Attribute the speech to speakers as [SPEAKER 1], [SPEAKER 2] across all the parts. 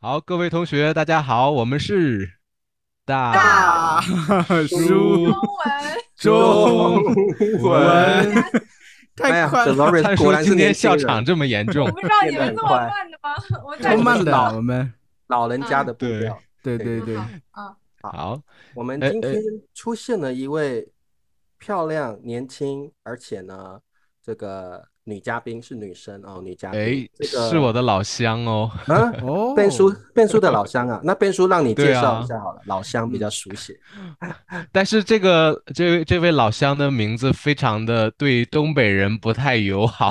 [SPEAKER 1] 好，各位同学，大家好，我们是大
[SPEAKER 2] 啊
[SPEAKER 3] 大
[SPEAKER 1] 叔
[SPEAKER 3] 中文，
[SPEAKER 1] 中
[SPEAKER 4] 文
[SPEAKER 1] 文。
[SPEAKER 4] 哎
[SPEAKER 2] 太
[SPEAKER 4] 呀
[SPEAKER 2] 快
[SPEAKER 4] 这
[SPEAKER 2] 了，
[SPEAKER 4] Lawrence
[SPEAKER 1] 灿
[SPEAKER 4] 果
[SPEAKER 1] 叔
[SPEAKER 4] 然是
[SPEAKER 1] 今天
[SPEAKER 4] 年轻
[SPEAKER 1] 笑
[SPEAKER 4] 人
[SPEAKER 1] 场这么严重
[SPEAKER 3] 我，不知道你
[SPEAKER 4] 变
[SPEAKER 3] 们
[SPEAKER 4] 得很
[SPEAKER 3] 这么
[SPEAKER 4] 快
[SPEAKER 3] 慢的吗？我
[SPEAKER 2] 超
[SPEAKER 3] 暂时
[SPEAKER 2] 慢
[SPEAKER 3] 不知
[SPEAKER 2] 的
[SPEAKER 3] 道
[SPEAKER 2] 啊，我们
[SPEAKER 4] 老人家的步
[SPEAKER 1] 嗯
[SPEAKER 4] 调。
[SPEAKER 2] 对
[SPEAKER 4] 对
[SPEAKER 2] 对
[SPEAKER 3] 嗯
[SPEAKER 2] 对，
[SPEAKER 3] 好 啊，
[SPEAKER 1] 好，
[SPEAKER 4] 我们
[SPEAKER 1] 哎
[SPEAKER 4] 今
[SPEAKER 1] 哎
[SPEAKER 4] 天出现了一位漂亮、年轻，而且呢，这个女嘉宾是女生哦，女嘉宾
[SPEAKER 1] 哎，，
[SPEAKER 4] 这个
[SPEAKER 1] 是我的老乡哦，
[SPEAKER 4] 啊，
[SPEAKER 2] 哦，
[SPEAKER 4] 变叔变叔的老乡啊，那变叔让你
[SPEAKER 1] 对
[SPEAKER 4] 介绍
[SPEAKER 1] 啊
[SPEAKER 4] 一下好了，老乡比较熟悉。
[SPEAKER 1] 但是这个这位这位老乡的名字非常的对东北人不太友好，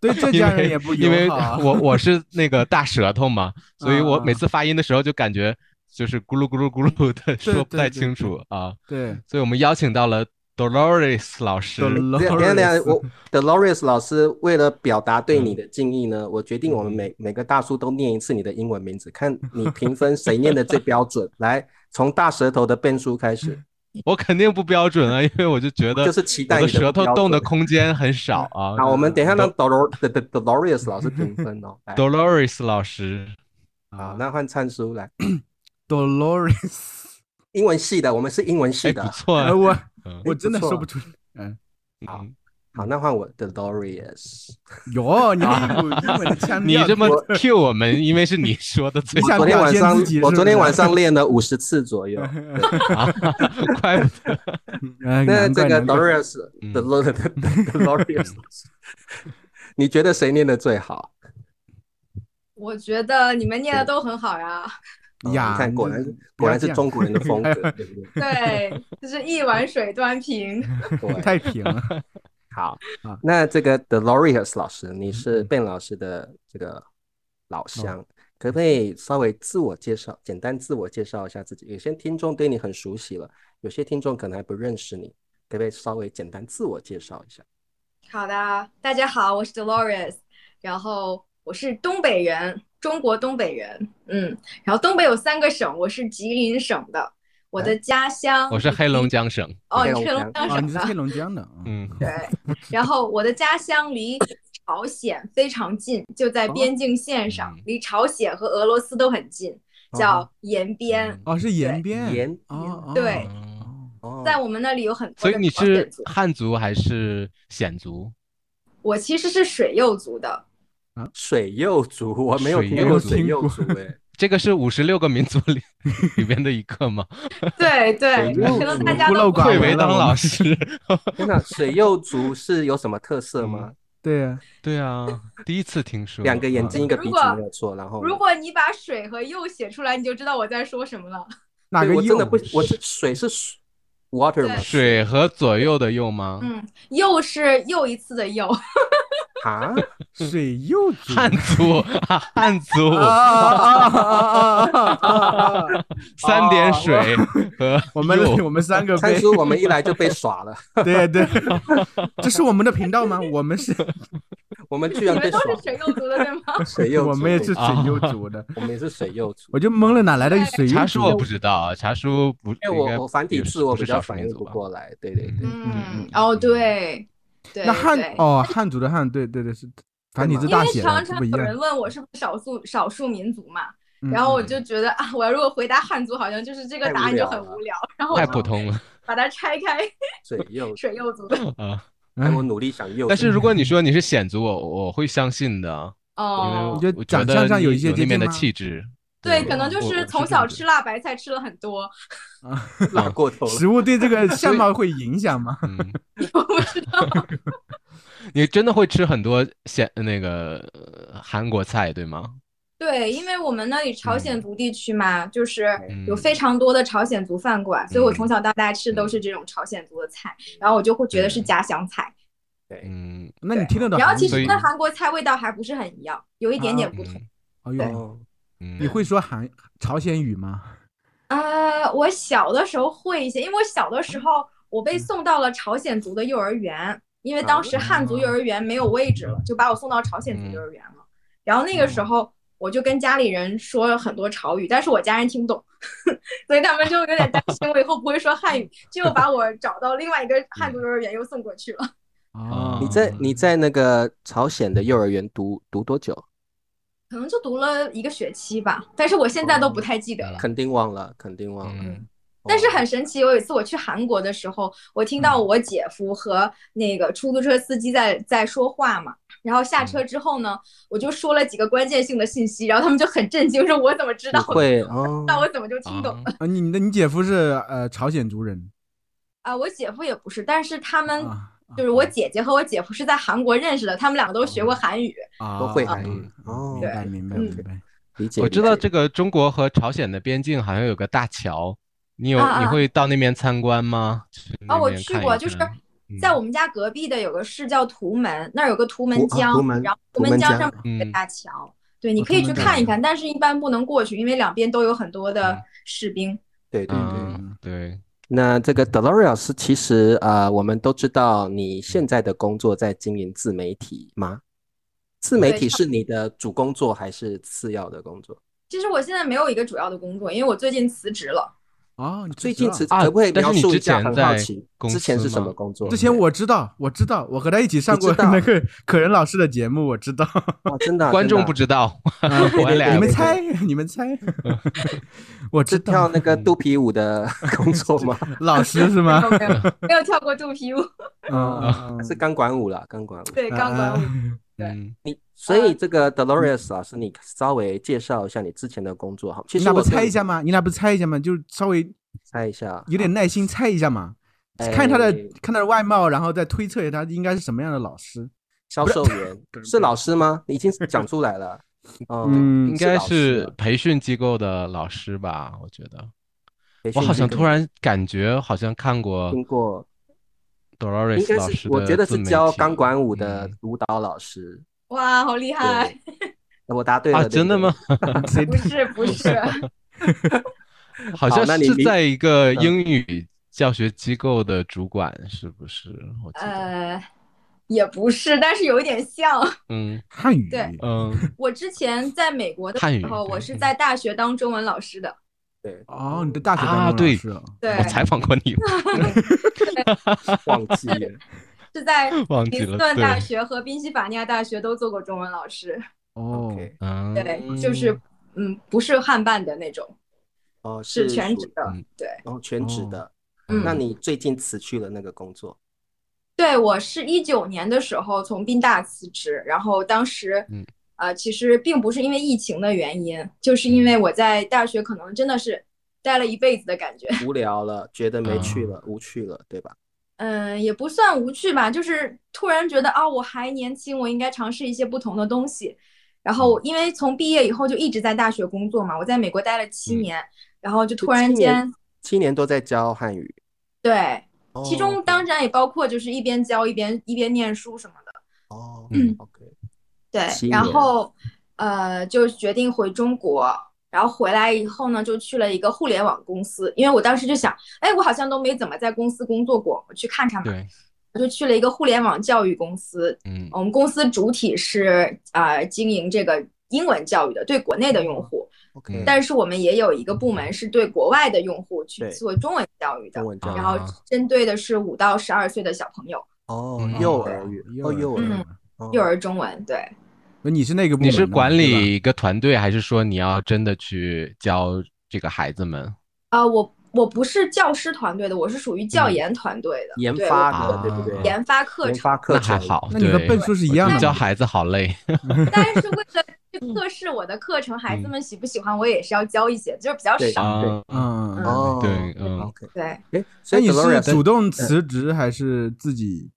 [SPEAKER 2] 对浙
[SPEAKER 1] 因
[SPEAKER 2] 江
[SPEAKER 1] 为
[SPEAKER 2] 人也不
[SPEAKER 1] 因为
[SPEAKER 2] 友好啊，
[SPEAKER 1] 我我是那个大舌头嘛，所以我
[SPEAKER 2] 嗯嗯
[SPEAKER 1] 每次发音的时候就感觉就是咕噜咕噜咕噜的
[SPEAKER 2] 对
[SPEAKER 1] 说不
[SPEAKER 2] 对
[SPEAKER 1] 太
[SPEAKER 2] 对
[SPEAKER 1] 清
[SPEAKER 2] 对
[SPEAKER 1] 楚啊，
[SPEAKER 2] 对
[SPEAKER 1] 所以我们邀请到了 Dolores 老师，
[SPEAKER 4] 啊等一下等一下等一下，
[SPEAKER 2] ，Dolores
[SPEAKER 4] 我 Dolores 老师为了表达对你的敬意呢，我决定我们每每个大叔都念一次你的英文名字，看你评分谁念的最标准。 来，从大舌头的变叔开始，
[SPEAKER 1] 我肯定不标准啊，因为我就觉得
[SPEAKER 4] 就是期
[SPEAKER 1] 我
[SPEAKER 4] 待
[SPEAKER 1] 的
[SPEAKER 4] 你的
[SPEAKER 1] 舌头
[SPEAKER 4] 标
[SPEAKER 1] 动的
[SPEAKER 4] 准
[SPEAKER 1] 空间很少啊。
[SPEAKER 4] 好，我们等一下让 Dolor d d Dolores 老师评分哦。来，
[SPEAKER 1] Dolores 老师，
[SPEAKER 4] 好，那换灿叔来，
[SPEAKER 2] Dolores，
[SPEAKER 4] 英文系的，我们是英文
[SPEAKER 1] 哎，
[SPEAKER 4] 系的
[SPEAKER 1] 不。错啊
[SPEAKER 2] 哎，我
[SPEAKER 1] 嗯
[SPEAKER 2] 我真的
[SPEAKER 4] 不错
[SPEAKER 2] 说不出来，嗯，
[SPEAKER 4] 好
[SPEAKER 1] 嗯
[SPEAKER 4] 好，那换我 Dolores。
[SPEAKER 2] 哟，你还有英文的腔
[SPEAKER 1] 你
[SPEAKER 2] 调，
[SPEAKER 1] 这么 cue 我们，因为是你说的最
[SPEAKER 2] 你想
[SPEAKER 4] 昨天晚
[SPEAKER 2] 表
[SPEAKER 4] 上
[SPEAKER 2] 现自己
[SPEAKER 4] 我
[SPEAKER 2] 是
[SPEAKER 4] 昨
[SPEAKER 2] 不
[SPEAKER 4] 天
[SPEAKER 2] 是
[SPEAKER 4] 晚上练了五十次左右。
[SPEAKER 1] 啊， 怪不得
[SPEAKER 2] 哎
[SPEAKER 4] 那
[SPEAKER 2] 难怪
[SPEAKER 4] 这个
[SPEAKER 2] 难怪
[SPEAKER 4] Dolores
[SPEAKER 1] 嗯
[SPEAKER 4] 的 Dolores 的 Dolores，你觉得谁念的最好？
[SPEAKER 3] 我觉得你们念的都很好 呀。
[SPEAKER 4] 哦
[SPEAKER 2] 呀
[SPEAKER 4] 你看
[SPEAKER 2] 你
[SPEAKER 4] 果
[SPEAKER 2] 这
[SPEAKER 4] 然
[SPEAKER 2] 不
[SPEAKER 4] 果
[SPEAKER 2] 要
[SPEAKER 4] 然是
[SPEAKER 2] 这样
[SPEAKER 4] 中国人的 风格，
[SPEAKER 2] 哎
[SPEAKER 4] 对不
[SPEAKER 3] 对，就是一碗水端平。
[SPEAKER 4] 对？对，
[SPEAKER 2] 太平了，
[SPEAKER 4] 好
[SPEAKER 2] 啊。嗯
[SPEAKER 4] 那这个 Dolores 老师，你是 Ben 老师的这个老
[SPEAKER 2] 哦
[SPEAKER 4] 乡，可不可以稍微自我介绍，简单自我介绍一下自己？有些听众对你很熟悉了，有些听众可能还不认识你，可不可以稍微简单自我介绍一下？
[SPEAKER 3] 好的，大家好，我是 Dolores，然后我是东北人，中国东北人。嗯，然后东北有三个省，我是吉林省的，我的家乡
[SPEAKER 1] 我是黑龙江省，
[SPEAKER 3] 哦，
[SPEAKER 4] 黑
[SPEAKER 3] 你是
[SPEAKER 4] 龙
[SPEAKER 3] 黑龙江
[SPEAKER 2] 啊，你
[SPEAKER 3] 省
[SPEAKER 2] 是
[SPEAKER 3] 的，
[SPEAKER 2] 黑龙江的，啊
[SPEAKER 1] 嗯，
[SPEAKER 3] 对，然后我的家乡离朝鲜非常近，就
[SPEAKER 2] 哦
[SPEAKER 3] 在边境线上，
[SPEAKER 1] 嗯
[SPEAKER 3] 离朝鲜和俄罗斯都很近，叫延边。
[SPEAKER 2] 哦，是延边，
[SPEAKER 4] 延边
[SPEAKER 2] 哦，哦
[SPEAKER 3] 对
[SPEAKER 1] 嗯
[SPEAKER 2] 哦
[SPEAKER 4] 哦，
[SPEAKER 3] 在我们那里有很多
[SPEAKER 1] 所
[SPEAKER 3] 的
[SPEAKER 1] 以你
[SPEAKER 3] 朝鲜
[SPEAKER 1] 是
[SPEAKER 3] 族，
[SPEAKER 1] 汉族还是鲜族？
[SPEAKER 3] 我其实是水右族的，
[SPEAKER 4] 水右族，我没有
[SPEAKER 1] 水
[SPEAKER 4] 听过
[SPEAKER 1] 右
[SPEAKER 4] 水
[SPEAKER 2] 族
[SPEAKER 4] 右族哎。
[SPEAKER 1] 这个是五十六个民族里里边的一个吗？
[SPEAKER 3] 对对，
[SPEAKER 4] 水右
[SPEAKER 3] 可能
[SPEAKER 4] 族
[SPEAKER 3] 大家
[SPEAKER 2] 孤
[SPEAKER 3] 都
[SPEAKER 2] 陋
[SPEAKER 3] 不
[SPEAKER 2] 寡
[SPEAKER 1] 贵
[SPEAKER 3] 会
[SPEAKER 2] 闻
[SPEAKER 1] 为
[SPEAKER 2] 了
[SPEAKER 1] 当
[SPEAKER 2] 我
[SPEAKER 1] 老
[SPEAKER 2] 们
[SPEAKER 1] 师，
[SPEAKER 4] 天哪，水右族是有什么特色吗？
[SPEAKER 2] 对啊，
[SPEAKER 1] 对啊，第一次听说。
[SPEAKER 4] 两个眼
[SPEAKER 1] 啊
[SPEAKER 4] 睛，一个
[SPEAKER 3] 如
[SPEAKER 4] 鼻子
[SPEAKER 3] 果
[SPEAKER 4] 没有错，然后呢
[SPEAKER 3] 如果你把水和右写出来，你就知道我在说什么
[SPEAKER 2] 哦
[SPEAKER 3] 了。
[SPEAKER 2] 哪
[SPEAKER 4] 对
[SPEAKER 2] 个
[SPEAKER 4] 我真的
[SPEAKER 2] 右
[SPEAKER 4] 不，我这水是水 water 吗？
[SPEAKER 3] 对
[SPEAKER 1] 水和左右的右吗？
[SPEAKER 3] 嗯，右是又一次的右，
[SPEAKER 4] 啊，
[SPEAKER 2] 水右族
[SPEAKER 1] 汉族 啊，汉族
[SPEAKER 2] 啊
[SPEAKER 4] 哦
[SPEAKER 2] 啊啊啊啊啊！
[SPEAKER 1] 三点水和
[SPEAKER 4] 哦
[SPEAKER 2] 我们
[SPEAKER 1] 右
[SPEAKER 2] 我们三个
[SPEAKER 4] 参
[SPEAKER 2] 被，
[SPEAKER 4] 叔，我们一来就被耍了，
[SPEAKER 2] 对对，这是我们的频道 吗？我们是，
[SPEAKER 4] 我们居
[SPEAKER 3] 你
[SPEAKER 4] 然
[SPEAKER 3] 们
[SPEAKER 4] 被
[SPEAKER 3] 都
[SPEAKER 4] 耍
[SPEAKER 3] 是水
[SPEAKER 4] 了。
[SPEAKER 3] 右族的对吗？
[SPEAKER 4] 水右族，
[SPEAKER 2] 我们也是水右族的，
[SPEAKER 4] 我们也是水右族。
[SPEAKER 2] 我就懵了，哪来的水
[SPEAKER 1] 茶
[SPEAKER 2] 右
[SPEAKER 1] 叔我
[SPEAKER 2] 族
[SPEAKER 1] 不？知道啊，茶叔不，
[SPEAKER 4] 因为
[SPEAKER 1] 应该
[SPEAKER 4] 我我繁体
[SPEAKER 1] 也是
[SPEAKER 4] 字我
[SPEAKER 1] 不是
[SPEAKER 4] 比较
[SPEAKER 1] 少数
[SPEAKER 4] 反
[SPEAKER 1] 民
[SPEAKER 4] 应
[SPEAKER 1] 族
[SPEAKER 4] 不
[SPEAKER 1] 吧？
[SPEAKER 4] 过来，对对对，
[SPEAKER 3] 嗯，哦对，对，
[SPEAKER 2] 那汉
[SPEAKER 3] 对
[SPEAKER 2] 哦，汉族的汉，对对对，是繁体字
[SPEAKER 3] 因
[SPEAKER 2] 大
[SPEAKER 3] 为
[SPEAKER 2] 写
[SPEAKER 3] 常
[SPEAKER 2] 的，这不
[SPEAKER 3] 常
[SPEAKER 2] 一
[SPEAKER 3] 有
[SPEAKER 2] 样
[SPEAKER 3] 人。问我是不是少数少数民族嘛，
[SPEAKER 2] 嗯
[SPEAKER 3] 然后我
[SPEAKER 1] 嗯
[SPEAKER 3] 就觉得啊，我如果回答汉族，好像就是这个
[SPEAKER 4] 太
[SPEAKER 3] 答
[SPEAKER 4] 无
[SPEAKER 3] 案就
[SPEAKER 4] 聊
[SPEAKER 3] 很
[SPEAKER 4] 了
[SPEAKER 3] 无聊，然后我
[SPEAKER 1] 太
[SPEAKER 3] 就
[SPEAKER 1] 普通 了
[SPEAKER 3] 把它拆开，
[SPEAKER 4] 水右族。
[SPEAKER 3] 水右族。
[SPEAKER 1] 啊！
[SPEAKER 4] 哎，
[SPEAKER 2] 哎
[SPEAKER 4] 我努力想右族。
[SPEAKER 1] 但是 如果你说你是显族，我我会相信的，啊因为
[SPEAKER 3] 哦
[SPEAKER 1] 我，
[SPEAKER 2] 觉得
[SPEAKER 1] 我
[SPEAKER 2] 长
[SPEAKER 1] 得
[SPEAKER 2] 相上有
[SPEAKER 1] 你
[SPEAKER 2] 一些
[SPEAKER 1] 有
[SPEAKER 2] 接
[SPEAKER 1] 那边
[SPEAKER 2] 近
[SPEAKER 1] 的
[SPEAKER 2] 吗
[SPEAKER 1] 气质。
[SPEAKER 3] 对，可能就
[SPEAKER 1] 我我
[SPEAKER 3] 是
[SPEAKER 1] 这
[SPEAKER 3] 从
[SPEAKER 1] 么
[SPEAKER 3] 小
[SPEAKER 1] 觉
[SPEAKER 3] 吃
[SPEAKER 1] 得
[SPEAKER 3] 辣白菜吃了很多，
[SPEAKER 4] 拉过头了，
[SPEAKER 2] 食物对这个相貌会影 响吗？
[SPEAKER 1] 嗯，
[SPEAKER 3] 我不知道。
[SPEAKER 1] 你真的会吃很多鲜那个呃韩国菜对吗？
[SPEAKER 3] 对，因为我们那里朝鲜
[SPEAKER 1] 嗯
[SPEAKER 3] 族地区嘛，就是
[SPEAKER 1] 嗯
[SPEAKER 3] 有非常多的朝鲜族饭馆，所以我从小到大吃的都是这种朝鲜族的菜，然后我就会觉得是
[SPEAKER 1] 对
[SPEAKER 3] 家乡菜。
[SPEAKER 4] 对，
[SPEAKER 1] 嗯
[SPEAKER 2] 那你听得懂
[SPEAKER 3] 然后
[SPEAKER 2] 韩
[SPEAKER 3] 其
[SPEAKER 2] 语
[SPEAKER 1] 所
[SPEAKER 3] 实
[SPEAKER 1] 以
[SPEAKER 3] 跟韩国菜味道还不是很一样，有一点点不
[SPEAKER 1] 嗯
[SPEAKER 3] 同。
[SPEAKER 2] 哎
[SPEAKER 3] 对
[SPEAKER 2] 呦，
[SPEAKER 4] 哦，
[SPEAKER 1] 嗯，
[SPEAKER 2] 你会说韩朝鲜语吗？
[SPEAKER 3] 呃，我小的时候会一些，因为我小的时候我被送到了朝鲜族的幼儿园，因为当时汉族幼儿园没有位置了，就把我送到朝鲜族幼儿园了。然后那个时候我就跟家里人说了很多朝语，但是我家人听不懂， 所以他们就有点担心我以后不会说汉语，就又把我找到另外一个汉族幼儿园又送过去了。
[SPEAKER 2] 哦，
[SPEAKER 1] 嗯
[SPEAKER 4] 你在你在那个朝鲜的幼儿园读读多久？
[SPEAKER 3] 可能就读了一个学期吧，但是我现在都不太记得了。
[SPEAKER 4] 肯定忘了，肯定忘了。哦
[SPEAKER 1] 嗯
[SPEAKER 3] 但是很神奇，我有一次我去韩国的时候，我听到
[SPEAKER 1] 嗯
[SPEAKER 3] 我姐夫和那个出租车司机在在说话嘛，然后
[SPEAKER 1] 嗯
[SPEAKER 3] 下车之后呢，我就说了几个关键性的信息，然后他们就很震惊，说我怎么知道
[SPEAKER 4] 你
[SPEAKER 3] 的？
[SPEAKER 4] 会哦，
[SPEAKER 3] 那我怎么就听懂了？
[SPEAKER 1] 啊
[SPEAKER 2] 啊，你的你姐夫是呃朝鲜族人
[SPEAKER 3] 啊，我姐夫也不是，但是他们
[SPEAKER 2] 啊，
[SPEAKER 3] 嗯就是我姐姐和我姐夫是在韩国认识的，他们两个都学过
[SPEAKER 1] 哦
[SPEAKER 3] 韩语。
[SPEAKER 2] 啊
[SPEAKER 4] 都会韩语
[SPEAKER 2] 啊
[SPEAKER 4] 哦
[SPEAKER 2] 明白
[SPEAKER 3] 对
[SPEAKER 2] 明白
[SPEAKER 3] 嗯
[SPEAKER 2] 明白。
[SPEAKER 4] 理解。
[SPEAKER 1] 我
[SPEAKER 4] 理
[SPEAKER 1] 知道
[SPEAKER 4] 解
[SPEAKER 1] 这个中国和朝鲜的边境好像有个大桥，你有
[SPEAKER 3] 啊
[SPEAKER 1] 你
[SPEAKER 3] 啊
[SPEAKER 1] 会到那边参观吗？去那
[SPEAKER 3] 啊，我
[SPEAKER 1] 边
[SPEAKER 3] 去
[SPEAKER 1] 看一
[SPEAKER 3] 过，就是
[SPEAKER 1] 看嗯
[SPEAKER 3] 在我们家隔壁的有个市叫图门，那儿有个图门
[SPEAKER 4] 图啊
[SPEAKER 3] 江，
[SPEAKER 4] 图门
[SPEAKER 3] 然后
[SPEAKER 4] 图
[SPEAKER 3] 图门
[SPEAKER 4] 门江
[SPEAKER 3] 江上面
[SPEAKER 1] 嗯
[SPEAKER 3] 有个大桥，对，你
[SPEAKER 2] 哦
[SPEAKER 3] 可以
[SPEAKER 2] 图
[SPEAKER 3] 去
[SPEAKER 2] 门江
[SPEAKER 3] 看一看，但是一般不能过去，因为两边都有很多的
[SPEAKER 1] 嗯
[SPEAKER 3] 士兵。
[SPEAKER 4] 对对对。
[SPEAKER 1] 嗯对，
[SPEAKER 4] 那这个 Deloria 是其实呃，我们都知道你现在的工作在经营自媒体吗？自媒
[SPEAKER 3] 对
[SPEAKER 4] 体
[SPEAKER 3] 差
[SPEAKER 4] 是你的主工作还是次要的工作？
[SPEAKER 3] 其实我现在没有一个主要的工作，因为我最近辞职了。
[SPEAKER 2] 哦，你
[SPEAKER 4] 最
[SPEAKER 2] 知
[SPEAKER 4] 近
[SPEAKER 2] 道
[SPEAKER 4] 辞
[SPEAKER 1] 啊
[SPEAKER 4] 可不可以
[SPEAKER 1] 但是
[SPEAKER 4] 描
[SPEAKER 1] 你
[SPEAKER 4] 述
[SPEAKER 1] 之
[SPEAKER 4] 一下？
[SPEAKER 1] 前
[SPEAKER 4] 很好
[SPEAKER 1] 在
[SPEAKER 4] 奇，
[SPEAKER 1] 公
[SPEAKER 4] 之前
[SPEAKER 1] 司
[SPEAKER 4] 是什
[SPEAKER 1] 吗
[SPEAKER 4] 么工作？
[SPEAKER 2] 之前我知道，我知道，我和他一起上过
[SPEAKER 4] 知道
[SPEAKER 2] 那个可人老师的节目，我知道。
[SPEAKER 4] 哦，真的啊
[SPEAKER 1] 观
[SPEAKER 4] 真
[SPEAKER 1] 众
[SPEAKER 4] 的啊
[SPEAKER 1] 不知道，
[SPEAKER 4] 对
[SPEAKER 1] 我
[SPEAKER 4] 对
[SPEAKER 1] 俩
[SPEAKER 2] 你们
[SPEAKER 4] 对
[SPEAKER 2] 猜， 你 们猜，我知
[SPEAKER 4] 是跳
[SPEAKER 2] 道，
[SPEAKER 4] 那个肚皮舞的工作 吗？
[SPEAKER 2] 老师是
[SPEAKER 3] 没
[SPEAKER 1] 啊
[SPEAKER 2] 吗
[SPEAKER 3] 有？ 没有没有跳过肚皮舞，
[SPEAKER 2] 嗯，
[SPEAKER 4] 啊是钢管舞啦，钢管舞。
[SPEAKER 1] 啊
[SPEAKER 3] 对，钢管舞。
[SPEAKER 2] 舞。
[SPEAKER 3] 对
[SPEAKER 1] 嗯，
[SPEAKER 2] 啊
[SPEAKER 4] 你所以这个 Dolores 老师，你稍微介绍一下你之前的工作好？其
[SPEAKER 2] 你
[SPEAKER 4] 实
[SPEAKER 2] 俩不
[SPEAKER 4] 我对
[SPEAKER 2] 猜
[SPEAKER 4] 你
[SPEAKER 2] 一下吗？你俩不猜一下吗？就是稍微
[SPEAKER 4] 猜一下，啊
[SPEAKER 2] 有点耐心猜一下嘛，
[SPEAKER 4] 哎
[SPEAKER 2] 看他的看他的外貌，然后再推测一下他应该是什么样的老 师。
[SPEAKER 4] 销售员是老师吗？你已经讲出来了。哦，
[SPEAKER 2] 嗯
[SPEAKER 1] 应该
[SPEAKER 4] 老师啊
[SPEAKER 1] 是
[SPEAKER 4] 吗
[SPEAKER 1] 培训机构的老师吧？我觉得，
[SPEAKER 4] 培
[SPEAKER 1] 我
[SPEAKER 4] 训
[SPEAKER 1] 好像
[SPEAKER 4] 机
[SPEAKER 1] 突
[SPEAKER 4] 构
[SPEAKER 1] 然感觉好像看过
[SPEAKER 4] 听过，应
[SPEAKER 1] Dolores
[SPEAKER 4] 该
[SPEAKER 1] 老师
[SPEAKER 4] 是
[SPEAKER 1] 的
[SPEAKER 4] 我觉得
[SPEAKER 1] 自
[SPEAKER 4] 是
[SPEAKER 1] 媒
[SPEAKER 4] 教
[SPEAKER 1] 体
[SPEAKER 4] 钢管舞的
[SPEAKER 1] 嗯
[SPEAKER 4] 舞蹈老师。
[SPEAKER 3] 哇，好厉害！
[SPEAKER 4] 对，我答对了。
[SPEAKER 1] 啊，
[SPEAKER 4] 对
[SPEAKER 1] 真
[SPEAKER 4] 不
[SPEAKER 1] 的
[SPEAKER 4] 对
[SPEAKER 1] 吗？？
[SPEAKER 2] 谁
[SPEAKER 3] 不是不是，
[SPEAKER 1] 好
[SPEAKER 4] 好
[SPEAKER 1] 像
[SPEAKER 4] 那你
[SPEAKER 1] 是
[SPEAKER 4] 明
[SPEAKER 1] 在一个
[SPEAKER 4] 嗯
[SPEAKER 1] 英语教学机构的主管，是不是？我记得，
[SPEAKER 3] 呃，也不是，但是有一点像。
[SPEAKER 1] 嗯
[SPEAKER 2] 汉语？
[SPEAKER 3] 对
[SPEAKER 1] 嗯，
[SPEAKER 3] 我之前在美国的
[SPEAKER 1] 汉语
[SPEAKER 3] 时候，
[SPEAKER 1] 对嗯
[SPEAKER 3] 我是在大学当中文老师的。
[SPEAKER 4] 对，
[SPEAKER 2] 哦，你的大学当中
[SPEAKER 1] 啊
[SPEAKER 2] 老
[SPEAKER 1] 对
[SPEAKER 2] 师哦
[SPEAKER 3] 对，
[SPEAKER 1] 我采访过你，
[SPEAKER 4] 忘 记了。
[SPEAKER 3] 是在
[SPEAKER 1] 忘记
[SPEAKER 3] 林斯
[SPEAKER 1] 了，
[SPEAKER 3] 顿大
[SPEAKER 1] 对，
[SPEAKER 3] 学和宾夕法尼亚大学都做过中文老师，
[SPEAKER 2] 哦，
[SPEAKER 4] OK，
[SPEAKER 1] 嗯，
[SPEAKER 3] 对，就是嗯，不是汉办的那种，
[SPEAKER 4] 哦，是
[SPEAKER 3] 是全职的
[SPEAKER 1] 嗯，
[SPEAKER 3] 对，
[SPEAKER 4] 然后全职
[SPEAKER 2] 哦
[SPEAKER 4] 的。
[SPEAKER 3] 嗯，
[SPEAKER 4] 那你最近辞去了那个工作？
[SPEAKER 3] 对我是一九年的时候从宾大辞职，然后当时
[SPEAKER 1] 嗯
[SPEAKER 3] 呃，其实并不是因为疫情的原因，就是
[SPEAKER 1] 嗯
[SPEAKER 3] 因为我在大学可能真的是待了一辈子的感觉，
[SPEAKER 4] 无聊了，觉得没趣
[SPEAKER 1] 嗯
[SPEAKER 4] 了，无趣了，对吧？
[SPEAKER 3] 嗯，也不算无趣吧，就是突然觉得啊，我还年轻，我应该尝试一些不同的东西。然
[SPEAKER 4] 嗯
[SPEAKER 3] 后，因为从毕业以后就一直在大学工作嘛，我在美国待了七
[SPEAKER 1] 嗯
[SPEAKER 3] 年，然后就突
[SPEAKER 4] 七
[SPEAKER 3] 然
[SPEAKER 4] 年
[SPEAKER 3] 间，
[SPEAKER 4] 七年都在教汉语，
[SPEAKER 3] 对，
[SPEAKER 4] 哦
[SPEAKER 3] 其中当然也包括就是一边教一边一边念书什么的，
[SPEAKER 4] 哦
[SPEAKER 1] 嗯
[SPEAKER 4] ，OK，七
[SPEAKER 3] 对，然
[SPEAKER 4] 年
[SPEAKER 3] 后呃就决定回中国，然后回来以后呢就去了一个互联网公司，因为我当时就想，哎，我好像都没怎么在公司工作过，我去看看吧，
[SPEAKER 1] 对，
[SPEAKER 3] 我就去了一个互联网教育公司，
[SPEAKER 1] 嗯
[SPEAKER 3] 我们公司主体是呃经营这个英文教育的，对国内的用户，
[SPEAKER 1] 嗯
[SPEAKER 4] ，OK，
[SPEAKER 3] 但是我们也有一个部门是对国外的用户去
[SPEAKER 4] 嗯对
[SPEAKER 3] 做中文教育的
[SPEAKER 4] 中，文教育
[SPEAKER 3] 然后
[SPEAKER 1] 啊
[SPEAKER 3] 针对的是五到十二岁的小朋友。
[SPEAKER 4] 哦
[SPEAKER 1] 嗯，
[SPEAKER 4] 幼儿园，哦，幼儿园
[SPEAKER 3] 嗯，
[SPEAKER 4] 哦
[SPEAKER 3] 幼儿中文，对，
[SPEAKER 2] 那你是那个部
[SPEAKER 1] 你
[SPEAKER 2] 门的
[SPEAKER 1] 是
[SPEAKER 2] 嘛
[SPEAKER 1] 管
[SPEAKER 2] 对吧
[SPEAKER 1] 理一个团队，还是说你要真的去教这个孩子们？
[SPEAKER 3] 啊、我我不是教师团队的，我是属于教研团队的，
[SPEAKER 4] 嗯研
[SPEAKER 3] 对
[SPEAKER 4] 发
[SPEAKER 3] 我
[SPEAKER 4] 的，
[SPEAKER 1] 啊
[SPEAKER 4] 对不对？
[SPEAKER 3] 研发课
[SPEAKER 4] 研
[SPEAKER 3] 程。
[SPEAKER 4] 发课
[SPEAKER 1] 那还
[SPEAKER 4] 程，
[SPEAKER 1] 好，
[SPEAKER 2] 那你和
[SPEAKER 1] 对
[SPEAKER 2] 笨叔是一样
[SPEAKER 1] 我觉
[SPEAKER 2] 的
[SPEAKER 1] 得
[SPEAKER 2] 吗
[SPEAKER 1] 教孩子好累，
[SPEAKER 3] 但是为 了去测试我的课程，孩子们喜不喜欢，我也是要教一些，就是比较
[SPEAKER 4] 嗯对
[SPEAKER 3] 少。
[SPEAKER 1] 啊，
[SPEAKER 2] 嗯，
[SPEAKER 3] 嗯
[SPEAKER 4] 哦，
[SPEAKER 1] 对，嗯，
[SPEAKER 4] ，OK，
[SPEAKER 3] 对，
[SPEAKER 4] 哎，所
[SPEAKER 2] 那
[SPEAKER 4] 以
[SPEAKER 2] 你是
[SPEAKER 4] Dolores
[SPEAKER 2] 主动辞职还是自己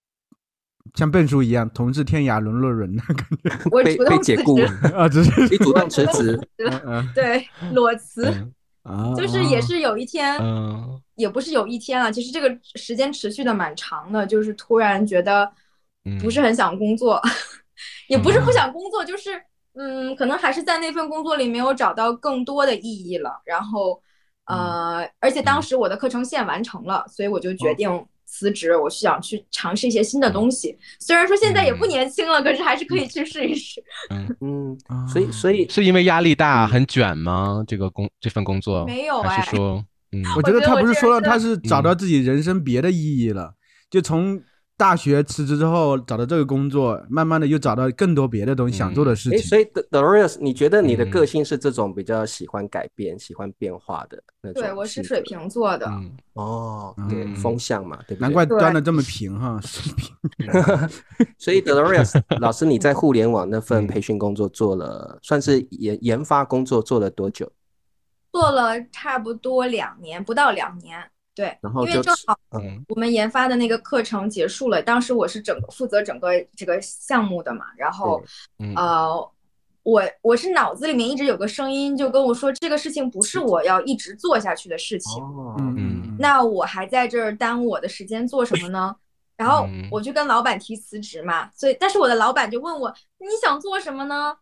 [SPEAKER 2] 像笨叔一样同是天涯沦落人那感
[SPEAKER 3] 我
[SPEAKER 4] 被
[SPEAKER 3] 主
[SPEAKER 4] 被
[SPEAKER 3] 动
[SPEAKER 4] 解
[SPEAKER 3] 辞
[SPEAKER 4] 雇，
[SPEAKER 3] 职，
[SPEAKER 2] 觉啊？只是
[SPEAKER 4] 你主动辞职，
[SPEAKER 2] 嗯嗯
[SPEAKER 3] 对，裸辞，
[SPEAKER 1] 嗯
[SPEAKER 2] 啊，
[SPEAKER 3] 就是也是有一天，
[SPEAKER 1] 嗯
[SPEAKER 3] 也不是有一天啊，其实这个时间持续的蛮长的，就是突然觉得不是很想工作， 也不是不想工作，就是嗯，可能还是在那份工作里没有找到更多的意义了。然后呃，而且当时我的课程线完成了，所以我就决定辞职，我想去尝试一些新的东西。虽然说现在也不年轻了，可是还是可以去试一试。
[SPEAKER 4] 嗯，
[SPEAKER 2] 啊
[SPEAKER 4] 所以所以
[SPEAKER 1] 是因为压力大、
[SPEAKER 4] 嗯
[SPEAKER 1] 很卷吗？这个工这份工作
[SPEAKER 3] 没有
[SPEAKER 1] 还
[SPEAKER 3] 哎
[SPEAKER 1] 是说，嗯，
[SPEAKER 2] 我觉得
[SPEAKER 3] 觉得
[SPEAKER 2] 他
[SPEAKER 3] 我
[SPEAKER 2] 不是
[SPEAKER 3] 这
[SPEAKER 2] 说
[SPEAKER 3] 人
[SPEAKER 4] 嗯
[SPEAKER 2] 了，
[SPEAKER 3] 真
[SPEAKER 2] 他是找到自己人生别的意义了，就从大学辞职之后找到这个工作，慢慢的又找到更多别的东西想做的事
[SPEAKER 4] 哎，
[SPEAKER 2] 情。
[SPEAKER 4] 所以 D- Dolores，你觉得你的个
[SPEAKER 1] 嗯
[SPEAKER 4] 性是这种比较喜欢改变、喜欢变化的那种？
[SPEAKER 3] 对，我是水。瓶座的，
[SPEAKER 1] 嗯，
[SPEAKER 4] 哦，对，
[SPEAKER 1] 嗯
[SPEAKER 4] 风向嘛，对不对？
[SPEAKER 2] 难怪
[SPEAKER 3] 对
[SPEAKER 2] 端的这么平哈，水平。
[SPEAKER 4] 所以 Dolores 老师，你在互联网那份
[SPEAKER 1] 嗯
[SPEAKER 4] 培训工作做了，算是研研发工作做了多久？
[SPEAKER 3] 做了差不多两年，不到两年。对，
[SPEAKER 4] 然后
[SPEAKER 3] 因
[SPEAKER 4] 就
[SPEAKER 3] 为正好
[SPEAKER 1] 嗯
[SPEAKER 3] 我们研发的那个课程结束了，当时我是整个负责整个这个项目的嘛，然后
[SPEAKER 1] 嗯
[SPEAKER 3] 呃，我我是脑子里面一直有个声音就跟我说，这个事情不是我要一直做下去的事情，
[SPEAKER 4] 哦，
[SPEAKER 2] 嗯嗯
[SPEAKER 1] 嗯，
[SPEAKER 2] 嗯
[SPEAKER 3] 那我还在这儿耽误我的时间做什么呢？然后
[SPEAKER 1] 嗯
[SPEAKER 3] 我就跟老板提辞职嘛，所以但是我的老板就问我你想做什么呢？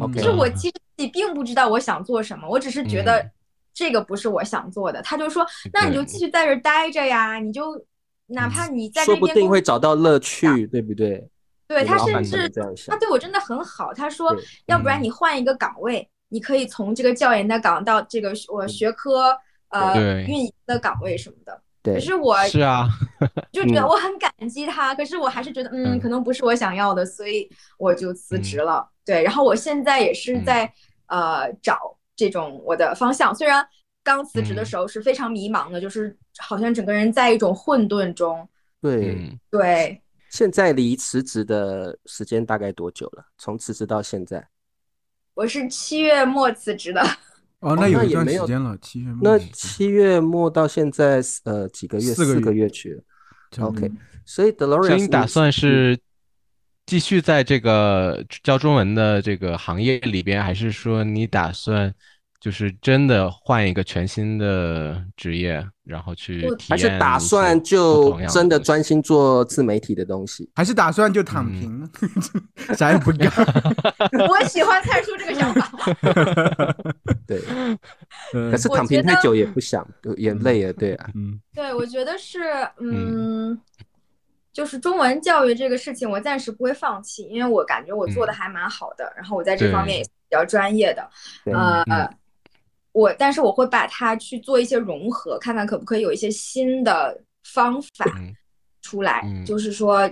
[SPEAKER 4] OK
[SPEAKER 3] 就
[SPEAKER 2] 嗯
[SPEAKER 3] 是我其实自己并不知道我想做什么，我只是觉得
[SPEAKER 1] 嗯
[SPEAKER 3] 这个不是我想做的。他就说，那你就
[SPEAKER 1] 对
[SPEAKER 3] 继续在这儿待着呀，你就哪怕你在这
[SPEAKER 4] 嗯说
[SPEAKER 3] 边
[SPEAKER 4] 不定
[SPEAKER 3] 工
[SPEAKER 4] 会找到乐趣，对不对？
[SPEAKER 3] 对
[SPEAKER 4] 你
[SPEAKER 3] 他
[SPEAKER 4] 老板
[SPEAKER 3] 甚
[SPEAKER 4] 可能
[SPEAKER 3] 至
[SPEAKER 4] 这样想
[SPEAKER 3] 他对我真的很好，他说
[SPEAKER 4] 对
[SPEAKER 3] 要不然
[SPEAKER 1] 嗯
[SPEAKER 3] 你换一个岗位，你可以从这个教研的岗到这个学
[SPEAKER 4] 嗯
[SPEAKER 3] 我学科呃
[SPEAKER 1] 对
[SPEAKER 3] 运营的岗位什么的。可
[SPEAKER 4] 对，
[SPEAKER 3] 是我
[SPEAKER 1] 是啊，
[SPEAKER 3] 就觉得
[SPEAKER 4] 嗯
[SPEAKER 3] 我很感激他，可是我还是觉得，嗯，
[SPEAKER 1] 嗯
[SPEAKER 3] 可能不是我想要的，所以我就辞职
[SPEAKER 4] 嗯
[SPEAKER 3] 了。对，然后我现在也是在、呃找这种我的方向，虽然刚辞职的
[SPEAKER 4] 嗯
[SPEAKER 3] 时候是非常迷茫的，就是好像整个人在一种混沌中。
[SPEAKER 4] 对。
[SPEAKER 1] 嗯，
[SPEAKER 3] 对，
[SPEAKER 4] 现在离辞职的时间大概多久了？从辞职到现在，
[SPEAKER 3] 我是七月末辞职的，
[SPEAKER 2] 哦，
[SPEAKER 4] 哦
[SPEAKER 2] 那有
[SPEAKER 4] 那
[SPEAKER 2] 一
[SPEAKER 4] 也
[SPEAKER 2] 段
[SPEAKER 4] 没
[SPEAKER 2] 时
[SPEAKER 4] 有
[SPEAKER 2] 间了，七月末
[SPEAKER 4] 那
[SPEAKER 1] 嗯
[SPEAKER 2] 的时间
[SPEAKER 4] 七月末到现在，呃，几个月？
[SPEAKER 2] 四个
[SPEAKER 4] 四个
[SPEAKER 2] 月
[SPEAKER 4] 月去了。
[SPEAKER 2] 差不多
[SPEAKER 4] OK 所以 Dolores，
[SPEAKER 1] 所以你打算
[SPEAKER 4] 嗯
[SPEAKER 1] 是继续在这个教中文的这个行业里边，还是说你打算就是真的换一个全新的职业，然后去
[SPEAKER 3] 我
[SPEAKER 1] 体
[SPEAKER 4] 还是
[SPEAKER 1] 验
[SPEAKER 4] 打
[SPEAKER 1] 一些
[SPEAKER 4] 算
[SPEAKER 1] 不
[SPEAKER 4] 就
[SPEAKER 1] 同样
[SPEAKER 4] 真的
[SPEAKER 1] 的东西
[SPEAKER 4] 专心做自媒体的东西？
[SPEAKER 2] 还是打算就躺
[SPEAKER 1] 嗯
[SPEAKER 2] 平了，
[SPEAKER 4] 嗯
[SPEAKER 2] 啥也不干。
[SPEAKER 3] 我喜欢蔡叔这个想法。
[SPEAKER 4] 对，
[SPEAKER 2] 嗯
[SPEAKER 4] 可是
[SPEAKER 3] 我
[SPEAKER 4] 躺
[SPEAKER 3] 觉
[SPEAKER 4] 平太
[SPEAKER 3] 得
[SPEAKER 4] 久也不想，也累啊，对啊，
[SPEAKER 2] 嗯
[SPEAKER 3] 对，我觉得是，嗯，就是中文教育这个事情，我暂时不会放弃，因为我感觉我做的
[SPEAKER 1] 嗯
[SPEAKER 3] 还蛮好的，然后我在这方面
[SPEAKER 1] 对
[SPEAKER 3] 也是比较专业的，
[SPEAKER 4] 对
[SPEAKER 3] 呃，
[SPEAKER 1] 嗯
[SPEAKER 3] 我但是我会把它去做一些融合，看看可不可以有一些新的方法
[SPEAKER 1] 嗯
[SPEAKER 3] 出来，
[SPEAKER 1] 嗯
[SPEAKER 3] 就是说。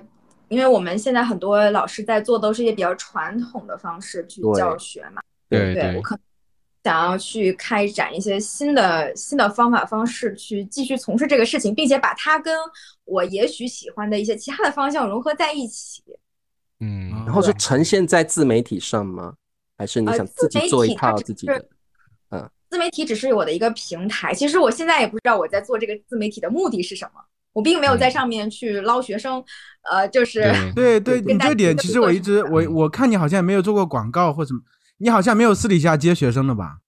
[SPEAKER 3] 因为我们现在很多老师在做都是一些比较传统的方式去
[SPEAKER 4] 对
[SPEAKER 3] 教学嘛，
[SPEAKER 1] 对
[SPEAKER 3] 对我可能想要去开展一些新的新的方法方式去继续从事这个事情，并且把它跟我也许喜欢的一些其他的方向融合在一起。
[SPEAKER 1] 嗯
[SPEAKER 2] 啊
[SPEAKER 4] 然后是呈现在自媒体上吗？还是你
[SPEAKER 3] 呃
[SPEAKER 4] 想
[SPEAKER 3] 自
[SPEAKER 4] 自己
[SPEAKER 3] 媒
[SPEAKER 4] 做一
[SPEAKER 3] 体它
[SPEAKER 4] 套
[SPEAKER 3] 只
[SPEAKER 4] 自己
[SPEAKER 3] 是
[SPEAKER 4] 的？
[SPEAKER 3] 自媒体只是我的一个平台，其实我现在也不知道我在做这个自媒体的目的是什么，我并没有在
[SPEAKER 1] 嗯
[SPEAKER 3] 上面去捞学生，呃，就是
[SPEAKER 1] 对
[SPEAKER 2] 对对，
[SPEAKER 3] 对
[SPEAKER 2] 你
[SPEAKER 3] 大
[SPEAKER 2] 这
[SPEAKER 3] 家
[SPEAKER 2] 点
[SPEAKER 3] 都
[SPEAKER 2] 其
[SPEAKER 3] 是
[SPEAKER 2] 实
[SPEAKER 3] 做
[SPEAKER 2] 我
[SPEAKER 3] 什
[SPEAKER 2] 一直
[SPEAKER 3] 么
[SPEAKER 2] 我我看你好像没有做过广告或什么，你好像没有私底下接学生的吧？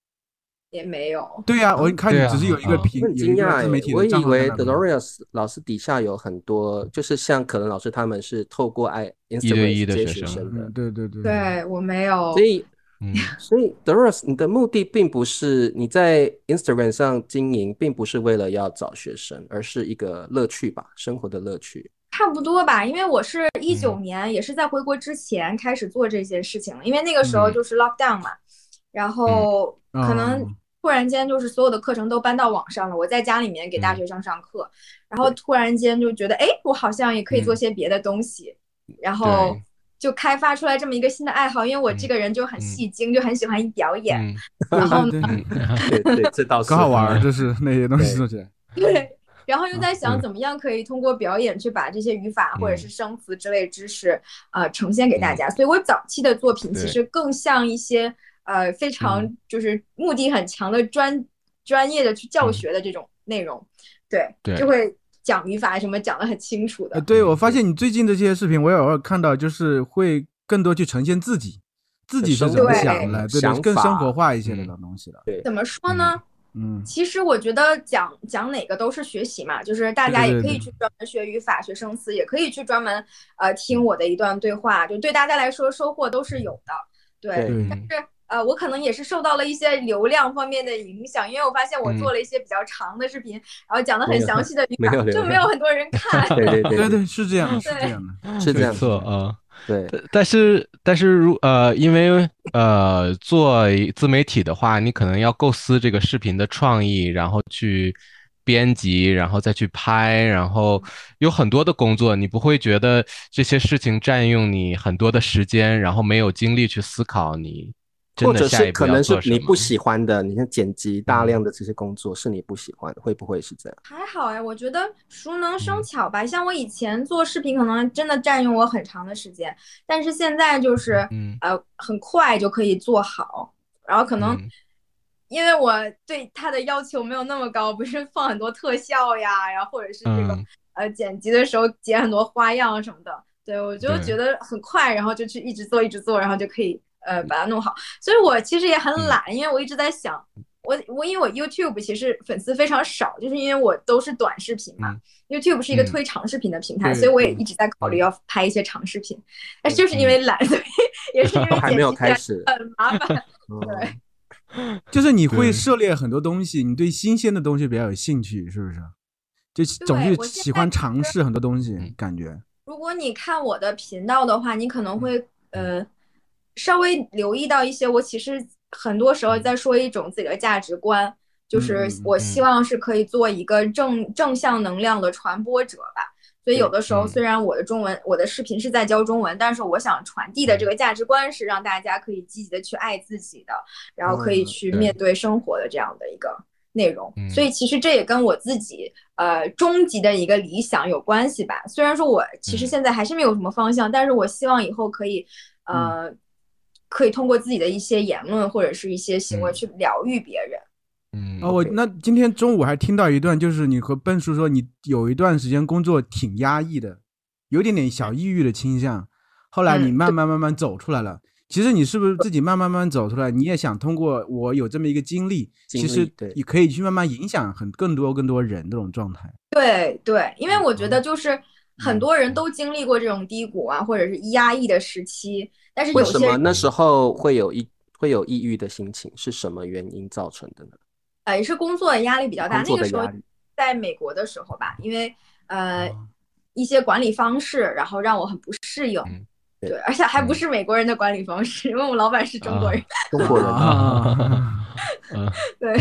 [SPEAKER 3] 也没有。
[SPEAKER 2] 对呀、我看你
[SPEAKER 1] 对啊
[SPEAKER 2] 只是有一个
[SPEAKER 1] 啊
[SPEAKER 2] 平，
[SPEAKER 4] 我很
[SPEAKER 2] 有一
[SPEAKER 4] 惊
[SPEAKER 2] 个
[SPEAKER 4] 讶
[SPEAKER 2] 自媒
[SPEAKER 4] 欸
[SPEAKER 2] 体
[SPEAKER 4] 我
[SPEAKER 2] 的
[SPEAKER 4] 以
[SPEAKER 2] 账号在
[SPEAKER 4] 为
[SPEAKER 2] 那边。
[SPEAKER 4] Dolores 老师底下有很多，就是像可能老师他们是透过爱 Instagram
[SPEAKER 1] 对一的
[SPEAKER 4] 接
[SPEAKER 1] 学
[SPEAKER 4] 学
[SPEAKER 1] 生
[SPEAKER 4] 生的
[SPEAKER 2] 嗯，，对对对，
[SPEAKER 3] 对我没有
[SPEAKER 4] 所，以
[SPEAKER 1] 嗯
[SPEAKER 4] 所以 Dolores 你的目的并不是你在 Instagram 上经营，并不是为了要找学生，而是一个乐趣吧，生活的乐趣。
[SPEAKER 3] 差不多吧，因为我是一
[SPEAKER 1] 嗯
[SPEAKER 3] 九年，也是在回国之前开始做这些事情了，因为那个时候
[SPEAKER 1] 嗯哦
[SPEAKER 3] 就是 lockdown 嘛，然后可能
[SPEAKER 2] 嗯
[SPEAKER 3] 突然间就是所有的课程都搬到网上了，我在家里面给大
[SPEAKER 1] 嗯
[SPEAKER 3] 学生上课，然后突然间就觉得，哎，我好像也可以做些别的东西，然后
[SPEAKER 1] 嗯对
[SPEAKER 3] 就开发出来这么一个新的爱好，因为我这
[SPEAKER 1] 嗯
[SPEAKER 3] 个人就很戏精，就很喜欢表演，
[SPEAKER 1] 嗯
[SPEAKER 2] 对对对，对
[SPEAKER 4] 对对，这倒是
[SPEAKER 2] 可好 玩儿，就是那些东西
[SPEAKER 4] 对
[SPEAKER 2] 做起来。
[SPEAKER 3] 对，然后又在想
[SPEAKER 1] 嗯
[SPEAKER 3] 怎么样可以通过表演去把这些语法或者
[SPEAKER 1] 嗯
[SPEAKER 3] 是生词之类知识，呃，呈现给大
[SPEAKER 2] 嗯
[SPEAKER 3] 家。所以我早期的作品其
[SPEAKER 1] 对
[SPEAKER 3] 实更像一些呃非常
[SPEAKER 2] 嗯
[SPEAKER 3] 就是目的很强的专专业的去教
[SPEAKER 1] 嗯
[SPEAKER 3] 学的这种内容，对，
[SPEAKER 1] 对
[SPEAKER 3] 就会讲语法什么讲的很清楚的。
[SPEAKER 2] 呃，对，我发现你最近这些视频，我也偶尔看到，就是会更多去呈现自己，自己是怎么
[SPEAKER 3] 对
[SPEAKER 2] 想的，对
[SPEAKER 4] 想
[SPEAKER 2] 对，更生
[SPEAKER 4] 法
[SPEAKER 2] 活化一些的
[SPEAKER 1] 嗯
[SPEAKER 2] 东西了。
[SPEAKER 3] 怎么说呢？
[SPEAKER 2] 嗯，
[SPEAKER 3] 其实我觉得讲讲哪个都是学习嘛，就是大家
[SPEAKER 2] 对
[SPEAKER 3] 也
[SPEAKER 2] 对
[SPEAKER 3] 可以
[SPEAKER 2] 对
[SPEAKER 3] 去专门学语法、学生词，也可以去专门呃
[SPEAKER 2] 嗯
[SPEAKER 3] 听我的一段对话，就对大家来说收获都是有的。对，
[SPEAKER 2] 对，
[SPEAKER 1] 嗯
[SPEAKER 3] 但是呃，我可能也是受到了一些流量方面的影响，因为我发现我做了一些比较长的视频，然后讲的
[SPEAKER 4] 嗯没
[SPEAKER 3] 很
[SPEAKER 4] 有
[SPEAKER 3] 详细的语
[SPEAKER 4] 没
[SPEAKER 3] 法
[SPEAKER 4] 有，流
[SPEAKER 3] 就没有
[SPEAKER 4] 量
[SPEAKER 3] 很多 人看。
[SPEAKER 4] 对对对
[SPEAKER 2] 对
[SPEAKER 4] 对
[SPEAKER 2] 对是这样的，是
[SPEAKER 3] 对
[SPEAKER 2] 这样的。
[SPEAKER 4] 是这
[SPEAKER 1] 没
[SPEAKER 4] 样子
[SPEAKER 1] 错啊。
[SPEAKER 4] 对，
[SPEAKER 1] 但但是但是如呃，因为呃做自媒体的话，你可能要构思这个视频的创意，然后去编辑，然后再去拍，然后有很多的工作，你不会觉得这些事情占用你很多的时间，然后没有精力去思考你真
[SPEAKER 4] 或
[SPEAKER 1] 的
[SPEAKER 4] 者
[SPEAKER 1] 下一
[SPEAKER 4] 是
[SPEAKER 1] 步
[SPEAKER 4] 可
[SPEAKER 1] 要
[SPEAKER 4] 能是
[SPEAKER 1] 做什么。
[SPEAKER 4] 你不喜欢的，你看剪辑大量的这些工作是你不喜欢的，会不会是这样？
[SPEAKER 3] 还好哎，我觉得熟能
[SPEAKER 4] 嗯
[SPEAKER 3] 生巧吧。像我以前做视频，可能真的占用我很长的时间，但是现在就是，
[SPEAKER 1] 嗯
[SPEAKER 3] 呃，很快就可以做好。然后可能
[SPEAKER 1] 嗯
[SPEAKER 3] 因为我对它的要求没有那么高，不是放很多特效呀，然后或者是这个、
[SPEAKER 1] 嗯
[SPEAKER 3] 呃剪辑的时候剪很多花样什么的。对我就
[SPEAKER 1] 对
[SPEAKER 3] 觉得很快，然后就去一直做，一直做，然后就可以呃把它弄好。所以我其实也很懒，因为我一直在想，我我因为我 YouTube 其实粉丝非常少，就是因为我都是短视频嘛。
[SPEAKER 1] 嗯
[SPEAKER 3] YouTube 是一个
[SPEAKER 1] 嗯
[SPEAKER 3] 推长视频的平台，
[SPEAKER 2] 对
[SPEAKER 3] 所以我也一直在考虑要拍一些长视频，但是就是因为懒，所以 也是因为
[SPEAKER 4] 都 还没有
[SPEAKER 3] 剪辑起来
[SPEAKER 4] 开始，嗯
[SPEAKER 3] 很麻烦。
[SPEAKER 4] 对，
[SPEAKER 2] 就是你会
[SPEAKER 1] 对
[SPEAKER 2] 涉猎很多东西，你对新鲜的东西比较有兴趣，是不是？就总
[SPEAKER 3] 对
[SPEAKER 2] 是
[SPEAKER 3] 我现
[SPEAKER 2] 喜
[SPEAKER 3] 在
[SPEAKER 2] 欢
[SPEAKER 3] 其
[SPEAKER 2] 尝试很多东西，
[SPEAKER 1] 嗯
[SPEAKER 2] 感觉
[SPEAKER 3] 如果你看我的频道的话，你可能会呃稍微留意到一些，我其实很多时候在说一种自己的价值观，就是
[SPEAKER 2] 嗯嗯
[SPEAKER 3] 我希望是可以做一个正正向能量的传播者吧。所以有的时候
[SPEAKER 1] 嗯
[SPEAKER 3] 虽然我的中文我的视频是在教中文，但是我想传递的这个价值观是让大家可以积极的去爱自己的，然后可以
[SPEAKER 4] 嗯
[SPEAKER 3] 去
[SPEAKER 1] 对
[SPEAKER 3] 面对生活的这样的一个内容
[SPEAKER 1] 嗯。
[SPEAKER 3] 所以其实这也跟我自己呃终极的一个理想有关系吧。虽然说我其实
[SPEAKER 1] 嗯
[SPEAKER 3] 现在还是没有什么方向，但是我希望以后可以呃
[SPEAKER 4] 嗯
[SPEAKER 3] 可以通过自己的一些言论或者是一些行为
[SPEAKER 1] 嗯
[SPEAKER 3] 去疗愈别人。
[SPEAKER 1] 嗯
[SPEAKER 2] 啊，我
[SPEAKER 4] OK
[SPEAKER 2] 那今天中午还听到一段，就是你和笨叔说你有一段时间工作挺压抑的，有点点小抑郁的倾向，后来你
[SPEAKER 3] 嗯
[SPEAKER 2] 慢慢慢慢走出来了。其实你是不是自己慢慢慢慢走出来？你也想通过我有这么一个经历，
[SPEAKER 4] 经
[SPEAKER 2] 其实
[SPEAKER 4] 历对
[SPEAKER 2] 也可以去慢慢影响很更多更多人这种状态。
[SPEAKER 3] 对对，因
[SPEAKER 4] 嗯
[SPEAKER 3] 为我觉得就是很多人都经历过这种低谷啊，或者是压抑的时期，但是有
[SPEAKER 4] 为什
[SPEAKER 3] 些
[SPEAKER 4] 么
[SPEAKER 3] 人
[SPEAKER 4] 那时候会有抑会有抑郁的心情？是什么原因造成的呢？
[SPEAKER 3] 呃也是工作的压力比较大。
[SPEAKER 4] 工作
[SPEAKER 3] 那个
[SPEAKER 4] 的
[SPEAKER 3] 时候
[SPEAKER 4] 压力
[SPEAKER 3] 在美国的时候吧，因为呃
[SPEAKER 2] 哦
[SPEAKER 3] 一些管理方式，然后让我很不适应。
[SPEAKER 1] 嗯
[SPEAKER 3] 对，而且还不
[SPEAKER 1] 嗯
[SPEAKER 3] 是美国人的管理方式，因为我们老板是中国人，
[SPEAKER 4] 中国人
[SPEAKER 2] 啊，
[SPEAKER 1] 嗯
[SPEAKER 3] 对，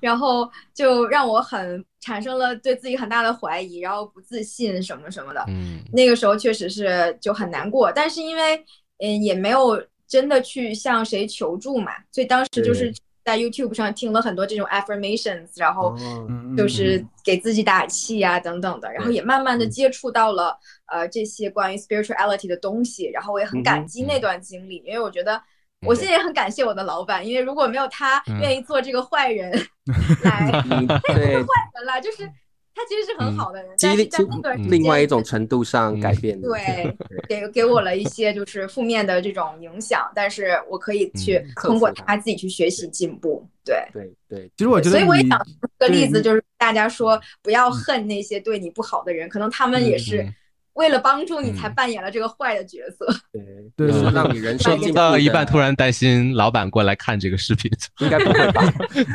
[SPEAKER 3] 然后就让我很产生了对自己很大的怀疑，然后不自信什么什么的。
[SPEAKER 1] 嗯
[SPEAKER 3] 那个时候确实是就很难过，但是因为嗯也没有真的去向谁求助嘛，所以当时就是
[SPEAKER 4] 对
[SPEAKER 3] 在 YouTube 上听了很多这种 affirmations，然后
[SPEAKER 4] 哦，
[SPEAKER 2] 嗯
[SPEAKER 3] 就是给自己打气呀、等等的，然后也慢慢的
[SPEAKER 4] 嗯
[SPEAKER 3] 接触到了呃这些关于 spirituality 的东西，然后我也很感激
[SPEAKER 1] 嗯哼
[SPEAKER 3] 那段经历，因为我觉得
[SPEAKER 4] 嗯
[SPEAKER 3] 我现在也很感谢我的老板，因为如果没有他
[SPEAKER 1] 嗯
[SPEAKER 3] 愿意做这个坏 人来
[SPEAKER 4] 你对
[SPEAKER 3] 人啦，就是他其实是很好的人，
[SPEAKER 4] 嗯激
[SPEAKER 3] 但是
[SPEAKER 4] 励
[SPEAKER 3] 在
[SPEAKER 4] 激嗯
[SPEAKER 3] 那个时
[SPEAKER 4] 另外
[SPEAKER 3] 间
[SPEAKER 4] 一种 程度上改变你。
[SPEAKER 3] 对，给给我了一些就是负面的这种影响，但是我可以去
[SPEAKER 4] 嗯克
[SPEAKER 3] 通过
[SPEAKER 4] 服它
[SPEAKER 3] 他自己去学习进步。对，
[SPEAKER 4] 对对，
[SPEAKER 2] 其实我觉得
[SPEAKER 3] 所以我也
[SPEAKER 2] 你
[SPEAKER 3] 想这个
[SPEAKER 2] 对
[SPEAKER 3] 例子
[SPEAKER 2] 你
[SPEAKER 3] 就是大家说不要恨那些对你不好的人，可能他们也是
[SPEAKER 1] 嗯
[SPEAKER 3] 为了帮助你才
[SPEAKER 1] 嗯
[SPEAKER 3] 扮演了这个坏的角色。
[SPEAKER 4] 对，
[SPEAKER 2] 对
[SPEAKER 4] 就是
[SPEAKER 1] 对
[SPEAKER 4] 让你人
[SPEAKER 3] 对
[SPEAKER 4] 生
[SPEAKER 3] 对
[SPEAKER 4] 进步
[SPEAKER 1] 到
[SPEAKER 4] 的
[SPEAKER 1] 一半突然担心老板过来看这个视频，
[SPEAKER 4] 应该不会吧？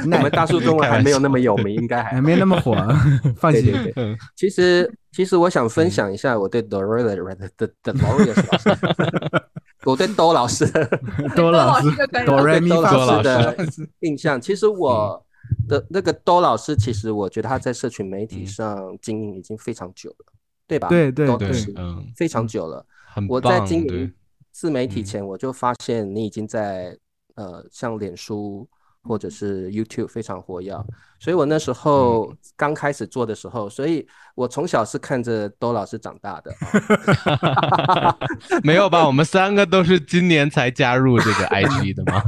[SPEAKER 4] 我们大树中文
[SPEAKER 1] 开玩
[SPEAKER 4] 还没有
[SPEAKER 1] 笑
[SPEAKER 4] 那么有名，应该还
[SPEAKER 2] 哎没那么火， 放
[SPEAKER 4] 对
[SPEAKER 2] 心。
[SPEAKER 4] 对对。其实其实我想分享一下我对 Doria 的的的 Doria 老师， 我对 Do 老师的
[SPEAKER 2] 多老师
[SPEAKER 3] 多老师就可以，了
[SPEAKER 2] 哆来 咪
[SPEAKER 4] 对
[SPEAKER 2] 发
[SPEAKER 1] 多
[SPEAKER 2] 嗦
[SPEAKER 1] 老师
[SPEAKER 4] 的 印象。其实我
[SPEAKER 1] 嗯
[SPEAKER 4] 的那个多老师，其实我觉得他在社群媒体上经营已经非常久了，对吧？
[SPEAKER 2] 对对
[SPEAKER 4] 都
[SPEAKER 1] 嗯对
[SPEAKER 4] 是，
[SPEAKER 1] 嗯，
[SPEAKER 4] 非常久了。
[SPEAKER 1] 很
[SPEAKER 4] 我在
[SPEAKER 1] 棒，
[SPEAKER 4] 经
[SPEAKER 1] 对
[SPEAKER 4] 营，自媒体
[SPEAKER 1] 嗯
[SPEAKER 4] 前，我就发现你已经在呃，像脸书或者是 YouTube 非常活跃，所以我那时
[SPEAKER 1] 嗯
[SPEAKER 4] 候刚开始做的时候，所以我从小是看着多老师长大的啊。
[SPEAKER 1] 没有吧？我们三个都是今年才加入这个 IG 的吗？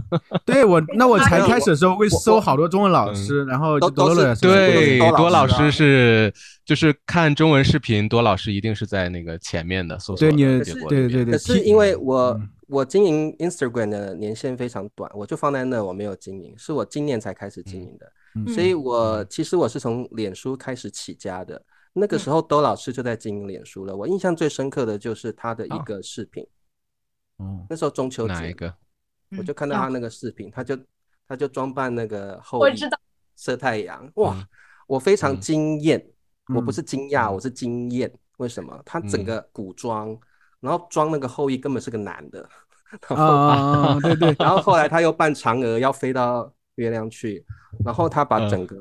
[SPEAKER 2] 对我，那我才
[SPEAKER 4] 没有
[SPEAKER 2] 开始的时候会
[SPEAKER 4] 我
[SPEAKER 2] 搜
[SPEAKER 4] 我
[SPEAKER 2] 好多中文老
[SPEAKER 1] 嗯
[SPEAKER 2] 师，然后
[SPEAKER 4] 都
[SPEAKER 2] 就多
[SPEAKER 4] 都
[SPEAKER 2] 乐
[SPEAKER 4] 是
[SPEAKER 2] 乐也
[SPEAKER 1] 对，
[SPEAKER 2] 是
[SPEAKER 4] 多老师啊
[SPEAKER 1] 多老师是就是看中文视频，多老师一定是在那个前面的搜索
[SPEAKER 2] 对
[SPEAKER 1] 的
[SPEAKER 2] 你
[SPEAKER 1] 结果
[SPEAKER 2] 对
[SPEAKER 1] 里
[SPEAKER 2] 对
[SPEAKER 1] 面
[SPEAKER 2] 对，
[SPEAKER 4] 可
[SPEAKER 2] 提
[SPEAKER 4] 是因为我、
[SPEAKER 2] 嗯
[SPEAKER 4] 我经营 Instagram 的年限非常短，我就放在那，我没有经营，是我今年才开始经营的，
[SPEAKER 2] 嗯
[SPEAKER 4] 所以我其实我是从脸书开始起家的。那个时候，兜老师就在经营脸书了。我印象最深刻的就是他的一
[SPEAKER 1] 哦
[SPEAKER 4] 个视频，
[SPEAKER 2] 哦
[SPEAKER 4] 那时候中秋
[SPEAKER 1] 哪一
[SPEAKER 4] 节，
[SPEAKER 1] 个？
[SPEAKER 4] 我
[SPEAKER 3] 嗯
[SPEAKER 4] 就看到
[SPEAKER 3] 啊
[SPEAKER 4] 他那个视频，他就他就装扮那个后
[SPEAKER 3] 我
[SPEAKER 4] 羿
[SPEAKER 3] 知道
[SPEAKER 4] 射太阳，哇，
[SPEAKER 1] 嗯
[SPEAKER 4] 我非常
[SPEAKER 1] 嗯
[SPEAKER 4] 惊艳，我不
[SPEAKER 2] 嗯
[SPEAKER 4] 是惊讶，
[SPEAKER 1] 嗯
[SPEAKER 4] 我是惊艳。为什么？他整
[SPEAKER 1] 嗯
[SPEAKER 4] 个古装，然后装那个后羿根本是个男的，
[SPEAKER 1] 哦
[SPEAKER 2] 啊啊啊！ 对对
[SPEAKER 4] 然后后来他又扮嫦娥要飞到月亮去，然后他把
[SPEAKER 1] 嗯
[SPEAKER 4] 整个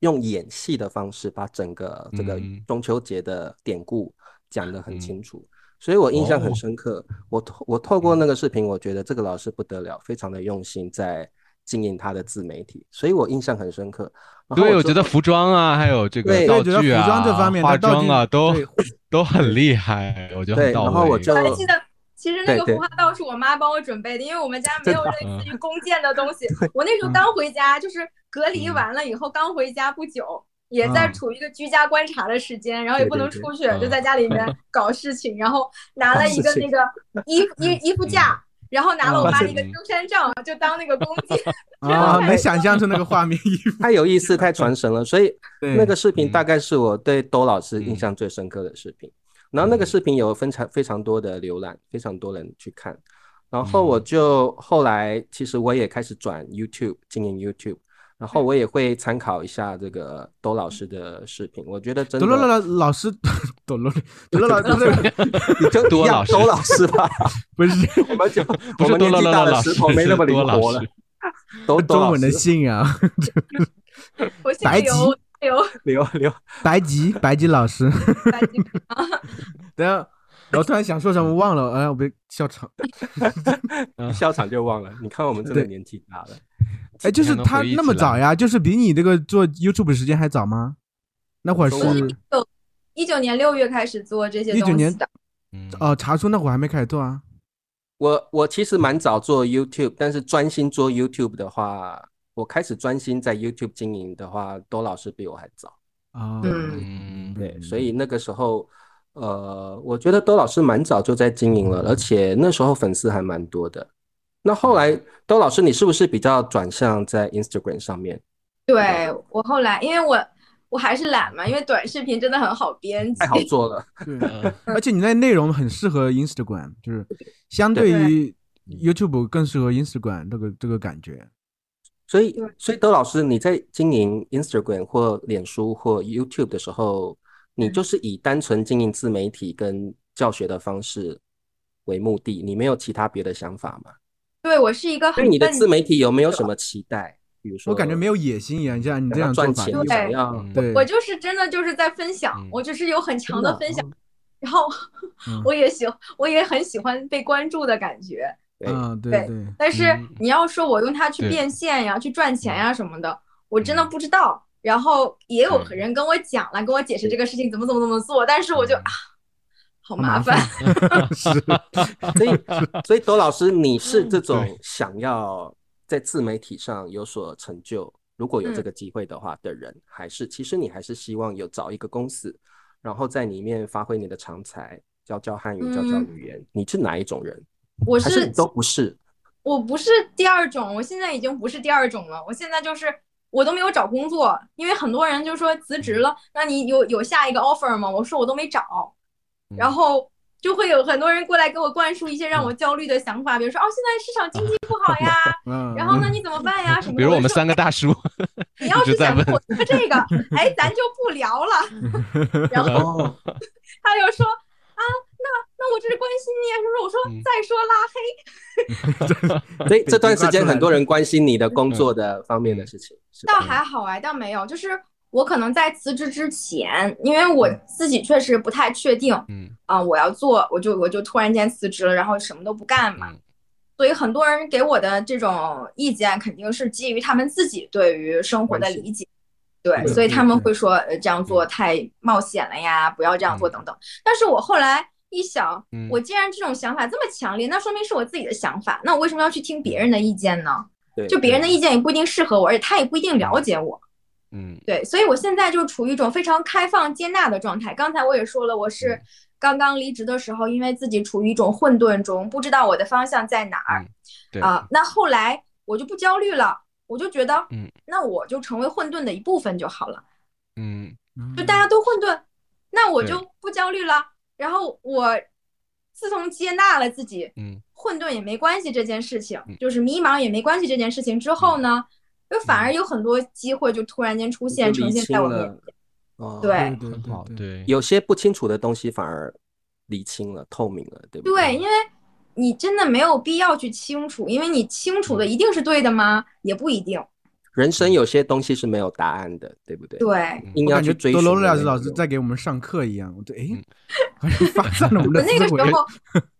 [SPEAKER 4] 用演戏的方式把整个这个
[SPEAKER 1] 嗯
[SPEAKER 4] 中秋节的典故讲得很清
[SPEAKER 1] 嗯
[SPEAKER 4] 楚，所以我印象
[SPEAKER 1] 哦
[SPEAKER 4] 很深刻。我透我透过那个视频，我觉得这个老师不得了，非常的用心在经营他的自媒体，所以我印象很深刻。然后
[SPEAKER 1] 对，我
[SPEAKER 4] 就
[SPEAKER 1] 觉得服装啊，还有这个
[SPEAKER 4] 对
[SPEAKER 1] 道
[SPEAKER 2] 对我觉
[SPEAKER 1] 具
[SPEAKER 2] 得
[SPEAKER 1] 啊、
[SPEAKER 2] 服装这方面它
[SPEAKER 1] 化
[SPEAKER 2] 道具
[SPEAKER 1] 妆啊，都
[SPEAKER 2] 对
[SPEAKER 1] 都很厉害，我觉得
[SPEAKER 4] 对，
[SPEAKER 1] 很到
[SPEAKER 4] 然
[SPEAKER 1] 位。
[SPEAKER 4] 后我就
[SPEAKER 3] 我还记得，其实那个
[SPEAKER 4] 对对
[SPEAKER 3] 服化道是我妈帮我准备的，因为我们家没有类似于弓箭的东西。我那时候刚回家，就是隔离完了以后刚回家不久，也在
[SPEAKER 2] 嗯
[SPEAKER 3] 处于一个居家观察的时间，然后也不能
[SPEAKER 4] 对对
[SPEAKER 3] 出去，
[SPEAKER 1] 嗯
[SPEAKER 3] 就在家里面搞事情，然后拿了一个那个衣服衣衣服架。然后拿了我妈的一个
[SPEAKER 1] 嗯
[SPEAKER 3] 登山杖，就当那个弓箭。
[SPEAKER 2] 啊，能想象出那个画面，衣 服
[SPEAKER 4] 太有意思，太传神了，所以
[SPEAKER 2] 对
[SPEAKER 4] 那个视频大
[SPEAKER 1] 嗯
[SPEAKER 4] 概是我对兜老师
[SPEAKER 1] 嗯
[SPEAKER 4] 印象最深刻的视频。然后那
[SPEAKER 1] 嗯
[SPEAKER 4] 个视频有非常非常多的浏览，非常多人去看。然后我
[SPEAKER 1] 嗯
[SPEAKER 4] 就后来其实我也开始转 YouTube 经营 YouTube，然后我
[SPEAKER 1] 嗯
[SPEAKER 4] 也会参考一下这个兜老师的视频。我觉得真
[SPEAKER 2] 朵罗
[SPEAKER 4] 的
[SPEAKER 2] 老老师，朵罗朵罗老 师
[SPEAKER 4] 你就
[SPEAKER 1] 多
[SPEAKER 4] 一样
[SPEAKER 1] 老师
[SPEAKER 4] 兜老师吧，
[SPEAKER 2] 不是
[SPEAKER 4] 我们 就
[SPEAKER 1] 不
[SPEAKER 4] 我
[SPEAKER 1] 是
[SPEAKER 4] 们
[SPEAKER 1] 多
[SPEAKER 4] 年
[SPEAKER 1] 乐
[SPEAKER 4] 纪
[SPEAKER 1] 乐
[SPEAKER 4] 大
[SPEAKER 1] 乐
[SPEAKER 4] 了
[SPEAKER 1] 老师，
[SPEAKER 4] 石头没那么
[SPEAKER 1] 是
[SPEAKER 4] 灵
[SPEAKER 1] 多老
[SPEAKER 4] 活了
[SPEAKER 1] 师。，
[SPEAKER 4] 兜兜
[SPEAKER 2] 中
[SPEAKER 4] 老
[SPEAKER 2] 文的
[SPEAKER 4] 师
[SPEAKER 2] 姓啊，
[SPEAKER 3] 我姓
[SPEAKER 2] 白
[SPEAKER 3] 刘，刘
[SPEAKER 4] 刘刘
[SPEAKER 2] 白吉白吉 老师。
[SPEAKER 3] 白 金
[SPEAKER 2] 等下，然后突然想说什么忘了，哎，我被笑场。
[SPEAKER 1] 嗯
[SPEAKER 4] 一 笑场就忘了，你看我们真的
[SPEAKER 2] 对
[SPEAKER 4] 年纪大了。
[SPEAKER 2] 哎，就是他那么早呀，就是比你这个做 YouTube 时间还早吗？那会儿
[SPEAKER 4] 中
[SPEAKER 2] 是
[SPEAKER 4] 文
[SPEAKER 3] 一九年六月开始做这些
[SPEAKER 2] 19
[SPEAKER 3] 东西
[SPEAKER 2] 年
[SPEAKER 3] 的，
[SPEAKER 1] 嗯
[SPEAKER 2] 哦，查出那会儿还没开始做啊。
[SPEAKER 4] 我我其实蛮早做 YouTube，但是专心做 YouTube 的话，我开始专心在 YouTube 经营的话，多老师比我还早。
[SPEAKER 2] 哦，
[SPEAKER 3] 嗯
[SPEAKER 1] 嗯
[SPEAKER 4] 对，所以那个时候，呃，我觉得多老师蛮早就在经营了，而且那时候粉丝还蛮多的。那
[SPEAKER 1] 嗯
[SPEAKER 4] 后来，多老师，你是不是比较转向在 Instagram 上面？
[SPEAKER 3] 对我后来，因为我我还是懒嘛，因为短视频真的很好编辑
[SPEAKER 4] 太，好做了，
[SPEAKER 2] 对，
[SPEAKER 1] 嗯
[SPEAKER 2] 而且你那内容很适合 Instagram，就是相对于 YouTube 更适合 Instagram 这个这个感觉。
[SPEAKER 4] 所以
[SPEAKER 3] 对，
[SPEAKER 4] 所以多老师，你在经营 Instagram 或脸书或 YouTube 的时候，你
[SPEAKER 3] 嗯
[SPEAKER 4] 就是以单纯经营自媒体跟教学的方式为目的，你没有其他别的想法吗？
[SPEAKER 3] 对我是一个很
[SPEAKER 4] 对你的
[SPEAKER 3] 笨
[SPEAKER 4] 自媒体有没有什么期待？比如说，
[SPEAKER 2] 我感觉没有野心一样，像你
[SPEAKER 4] 想
[SPEAKER 2] 这样
[SPEAKER 4] 要
[SPEAKER 2] 做
[SPEAKER 4] 赚
[SPEAKER 2] 法
[SPEAKER 4] 钱
[SPEAKER 2] 有，
[SPEAKER 3] 对
[SPEAKER 4] 想要
[SPEAKER 1] 嗯
[SPEAKER 2] 对，
[SPEAKER 3] 我就是真的就是在分享
[SPEAKER 1] 嗯，
[SPEAKER 3] 我就是有很强的分享，
[SPEAKER 4] 真的
[SPEAKER 3] 然后
[SPEAKER 2] 啊嗯
[SPEAKER 3] 我也喜我也很喜欢被关注的感觉，
[SPEAKER 4] 对
[SPEAKER 2] 嗯，对
[SPEAKER 3] 对
[SPEAKER 2] 对，
[SPEAKER 3] 但是
[SPEAKER 1] 嗯
[SPEAKER 3] 你要说我用它去
[SPEAKER 1] 对
[SPEAKER 3] 变现呀、去赚钱
[SPEAKER 4] 嗯
[SPEAKER 3] 呀什么的，我真的不知道。然后也有
[SPEAKER 1] 对
[SPEAKER 3] 人跟我讲了，跟我解释这个事情怎么怎么怎么做，但是我就
[SPEAKER 1] 嗯
[SPEAKER 3] 啊，好麻烦。
[SPEAKER 2] 是，
[SPEAKER 4] 所 以，所以多老师，你是这种
[SPEAKER 1] 对
[SPEAKER 4] 想要在自媒体上有所成就，如果有这
[SPEAKER 3] 嗯
[SPEAKER 4] 个机会的话的人，还是其实你还是希望有找一个公司，然后在里面发挥你的长才，教教汉语，教教
[SPEAKER 3] 嗯
[SPEAKER 4] 语言。你是哪一种人？
[SPEAKER 3] 我
[SPEAKER 4] 还
[SPEAKER 3] 是
[SPEAKER 4] 是你都不是？
[SPEAKER 3] 我不是第二种，我现在已经不是第二种了，我现在就是我都没有找工作，因为很多人就说辞职
[SPEAKER 1] 嗯
[SPEAKER 3] 了，那你有有下一个 offer 吗？我说我都没找，
[SPEAKER 1] 嗯
[SPEAKER 3] 然后就会有很多人过来给我灌输一些让我焦虑的想法，比如说哦，现在市场经济不好呀，
[SPEAKER 2] 嗯，
[SPEAKER 3] 然后呢你怎么办呀什么 的。
[SPEAKER 1] 比如我们
[SPEAKER 3] 就说
[SPEAKER 1] 三个大叔，
[SPEAKER 3] 你要
[SPEAKER 1] 一
[SPEAKER 3] 是
[SPEAKER 1] 直在
[SPEAKER 3] 想
[SPEAKER 1] 问
[SPEAKER 3] 跟我说这个，哎，咱就不聊了。 然后
[SPEAKER 4] 哦，
[SPEAKER 3] 他就说啊，那那我这是关心你啊，什么？我
[SPEAKER 1] 嗯
[SPEAKER 3] 说再说拉黑。
[SPEAKER 4] 所以这段时间很多人关心你的嗯工作的方面的
[SPEAKER 3] 嗯
[SPEAKER 4] 事情，是
[SPEAKER 3] 倒
[SPEAKER 4] 吧？
[SPEAKER 3] 还好哎，倒没有，就是我可能在辞职之前，因为我自己确实不太确定
[SPEAKER 1] 嗯
[SPEAKER 3] 啊、我要做，我就我就突然间辞职了，然后什么都不干嘛。
[SPEAKER 1] 嗯
[SPEAKER 3] 所以很多人给我的这种意见，肯定是基于他们自己对于生活的
[SPEAKER 4] 关系
[SPEAKER 3] 理解，对，
[SPEAKER 2] 对
[SPEAKER 3] 所以他们
[SPEAKER 2] 对
[SPEAKER 3] 会说，呃，这样做
[SPEAKER 1] 嗯
[SPEAKER 3] 太冒险了呀，不要这样做
[SPEAKER 1] 嗯
[SPEAKER 3] 等等。但是我后来一想
[SPEAKER 1] 嗯，
[SPEAKER 3] 我既然这种想法这么强烈，那说明是我自己的想法，那我为什么要去听别人的意见呢？
[SPEAKER 4] 对，
[SPEAKER 3] 就别人的意见也不一定适合我，而且他也不一定了解我。
[SPEAKER 1] 嗯
[SPEAKER 3] 对，所以我现在就处于一种非常开放接纳的状态。刚才我也说了，我是
[SPEAKER 1] 嗯
[SPEAKER 3] 刚刚离职的时候，因为自己处于一种混沌中，不知道我的方向在哪儿
[SPEAKER 1] 嗯对
[SPEAKER 3] 啊、那后来我就不焦虑了，我就觉得，
[SPEAKER 1] 嗯，
[SPEAKER 3] 那我就成为混沌的一部分就好了。
[SPEAKER 1] 嗯
[SPEAKER 3] 就大家都混沌，那我
[SPEAKER 1] 对
[SPEAKER 3] 就不焦虑了。然后我自从接纳了自己
[SPEAKER 1] 嗯
[SPEAKER 3] 混沌也没关系这件事情
[SPEAKER 1] 嗯，
[SPEAKER 3] 就是迷茫也没关系这件事情之后呢，就反而有很多机会就突然间出现，
[SPEAKER 4] 就
[SPEAKER 3] 呈
[SPEAKER 4] 理
[SPEAKER 3] 现
[SPEAKER 4] 清
[SPEAKER 3] 在我面前。
[SPEAKER 4] 了。哦，
[SPEAKER 2] 对
[SPEAKER 3] 对
[SPEAKER 2] 对
[SPEAKER 1] 很好，
[SPEAKER 2] 对对，
[SPEAKER 1] 对，
[SPEAKER 4] 有些不清楚的东西反而理清了、透明了，对不
[SPEAKER 3] 对，因为你真的没有必要去清楚，因为你清楚的一定是对的吗？也不一定。
[SPEAKER 4] 人
[SPEAKER 1] 嗯
[SPEAKER 4] 生有些东西是没有答案的，对不对？
[SPEAKER 3] 对，
[SPEAKER 4] 硬
[SPEAKER 2] 我
[SPEAKER 4] 要
[SPEAKER 2] 感觉
[SPEAKER 4] 去追
[SPEAKER 2] 多
[SPEAKER 4] 寻
[SPEAKER 2] 罗
[SPEAKER 4] 的
[SPEAKER 2] 瑞
[SPEAKER 4] 那嗯种。
[SPEAKER 2] 老师老师在给我们上课一样，我对，哎，好像发散了我们
[SPEAKER 3] 我
[SPEAKER 2] 的
[SPEAKER 3] 那个
[SPEAKER 2] 思维
[SPEAKER 3] 时。候，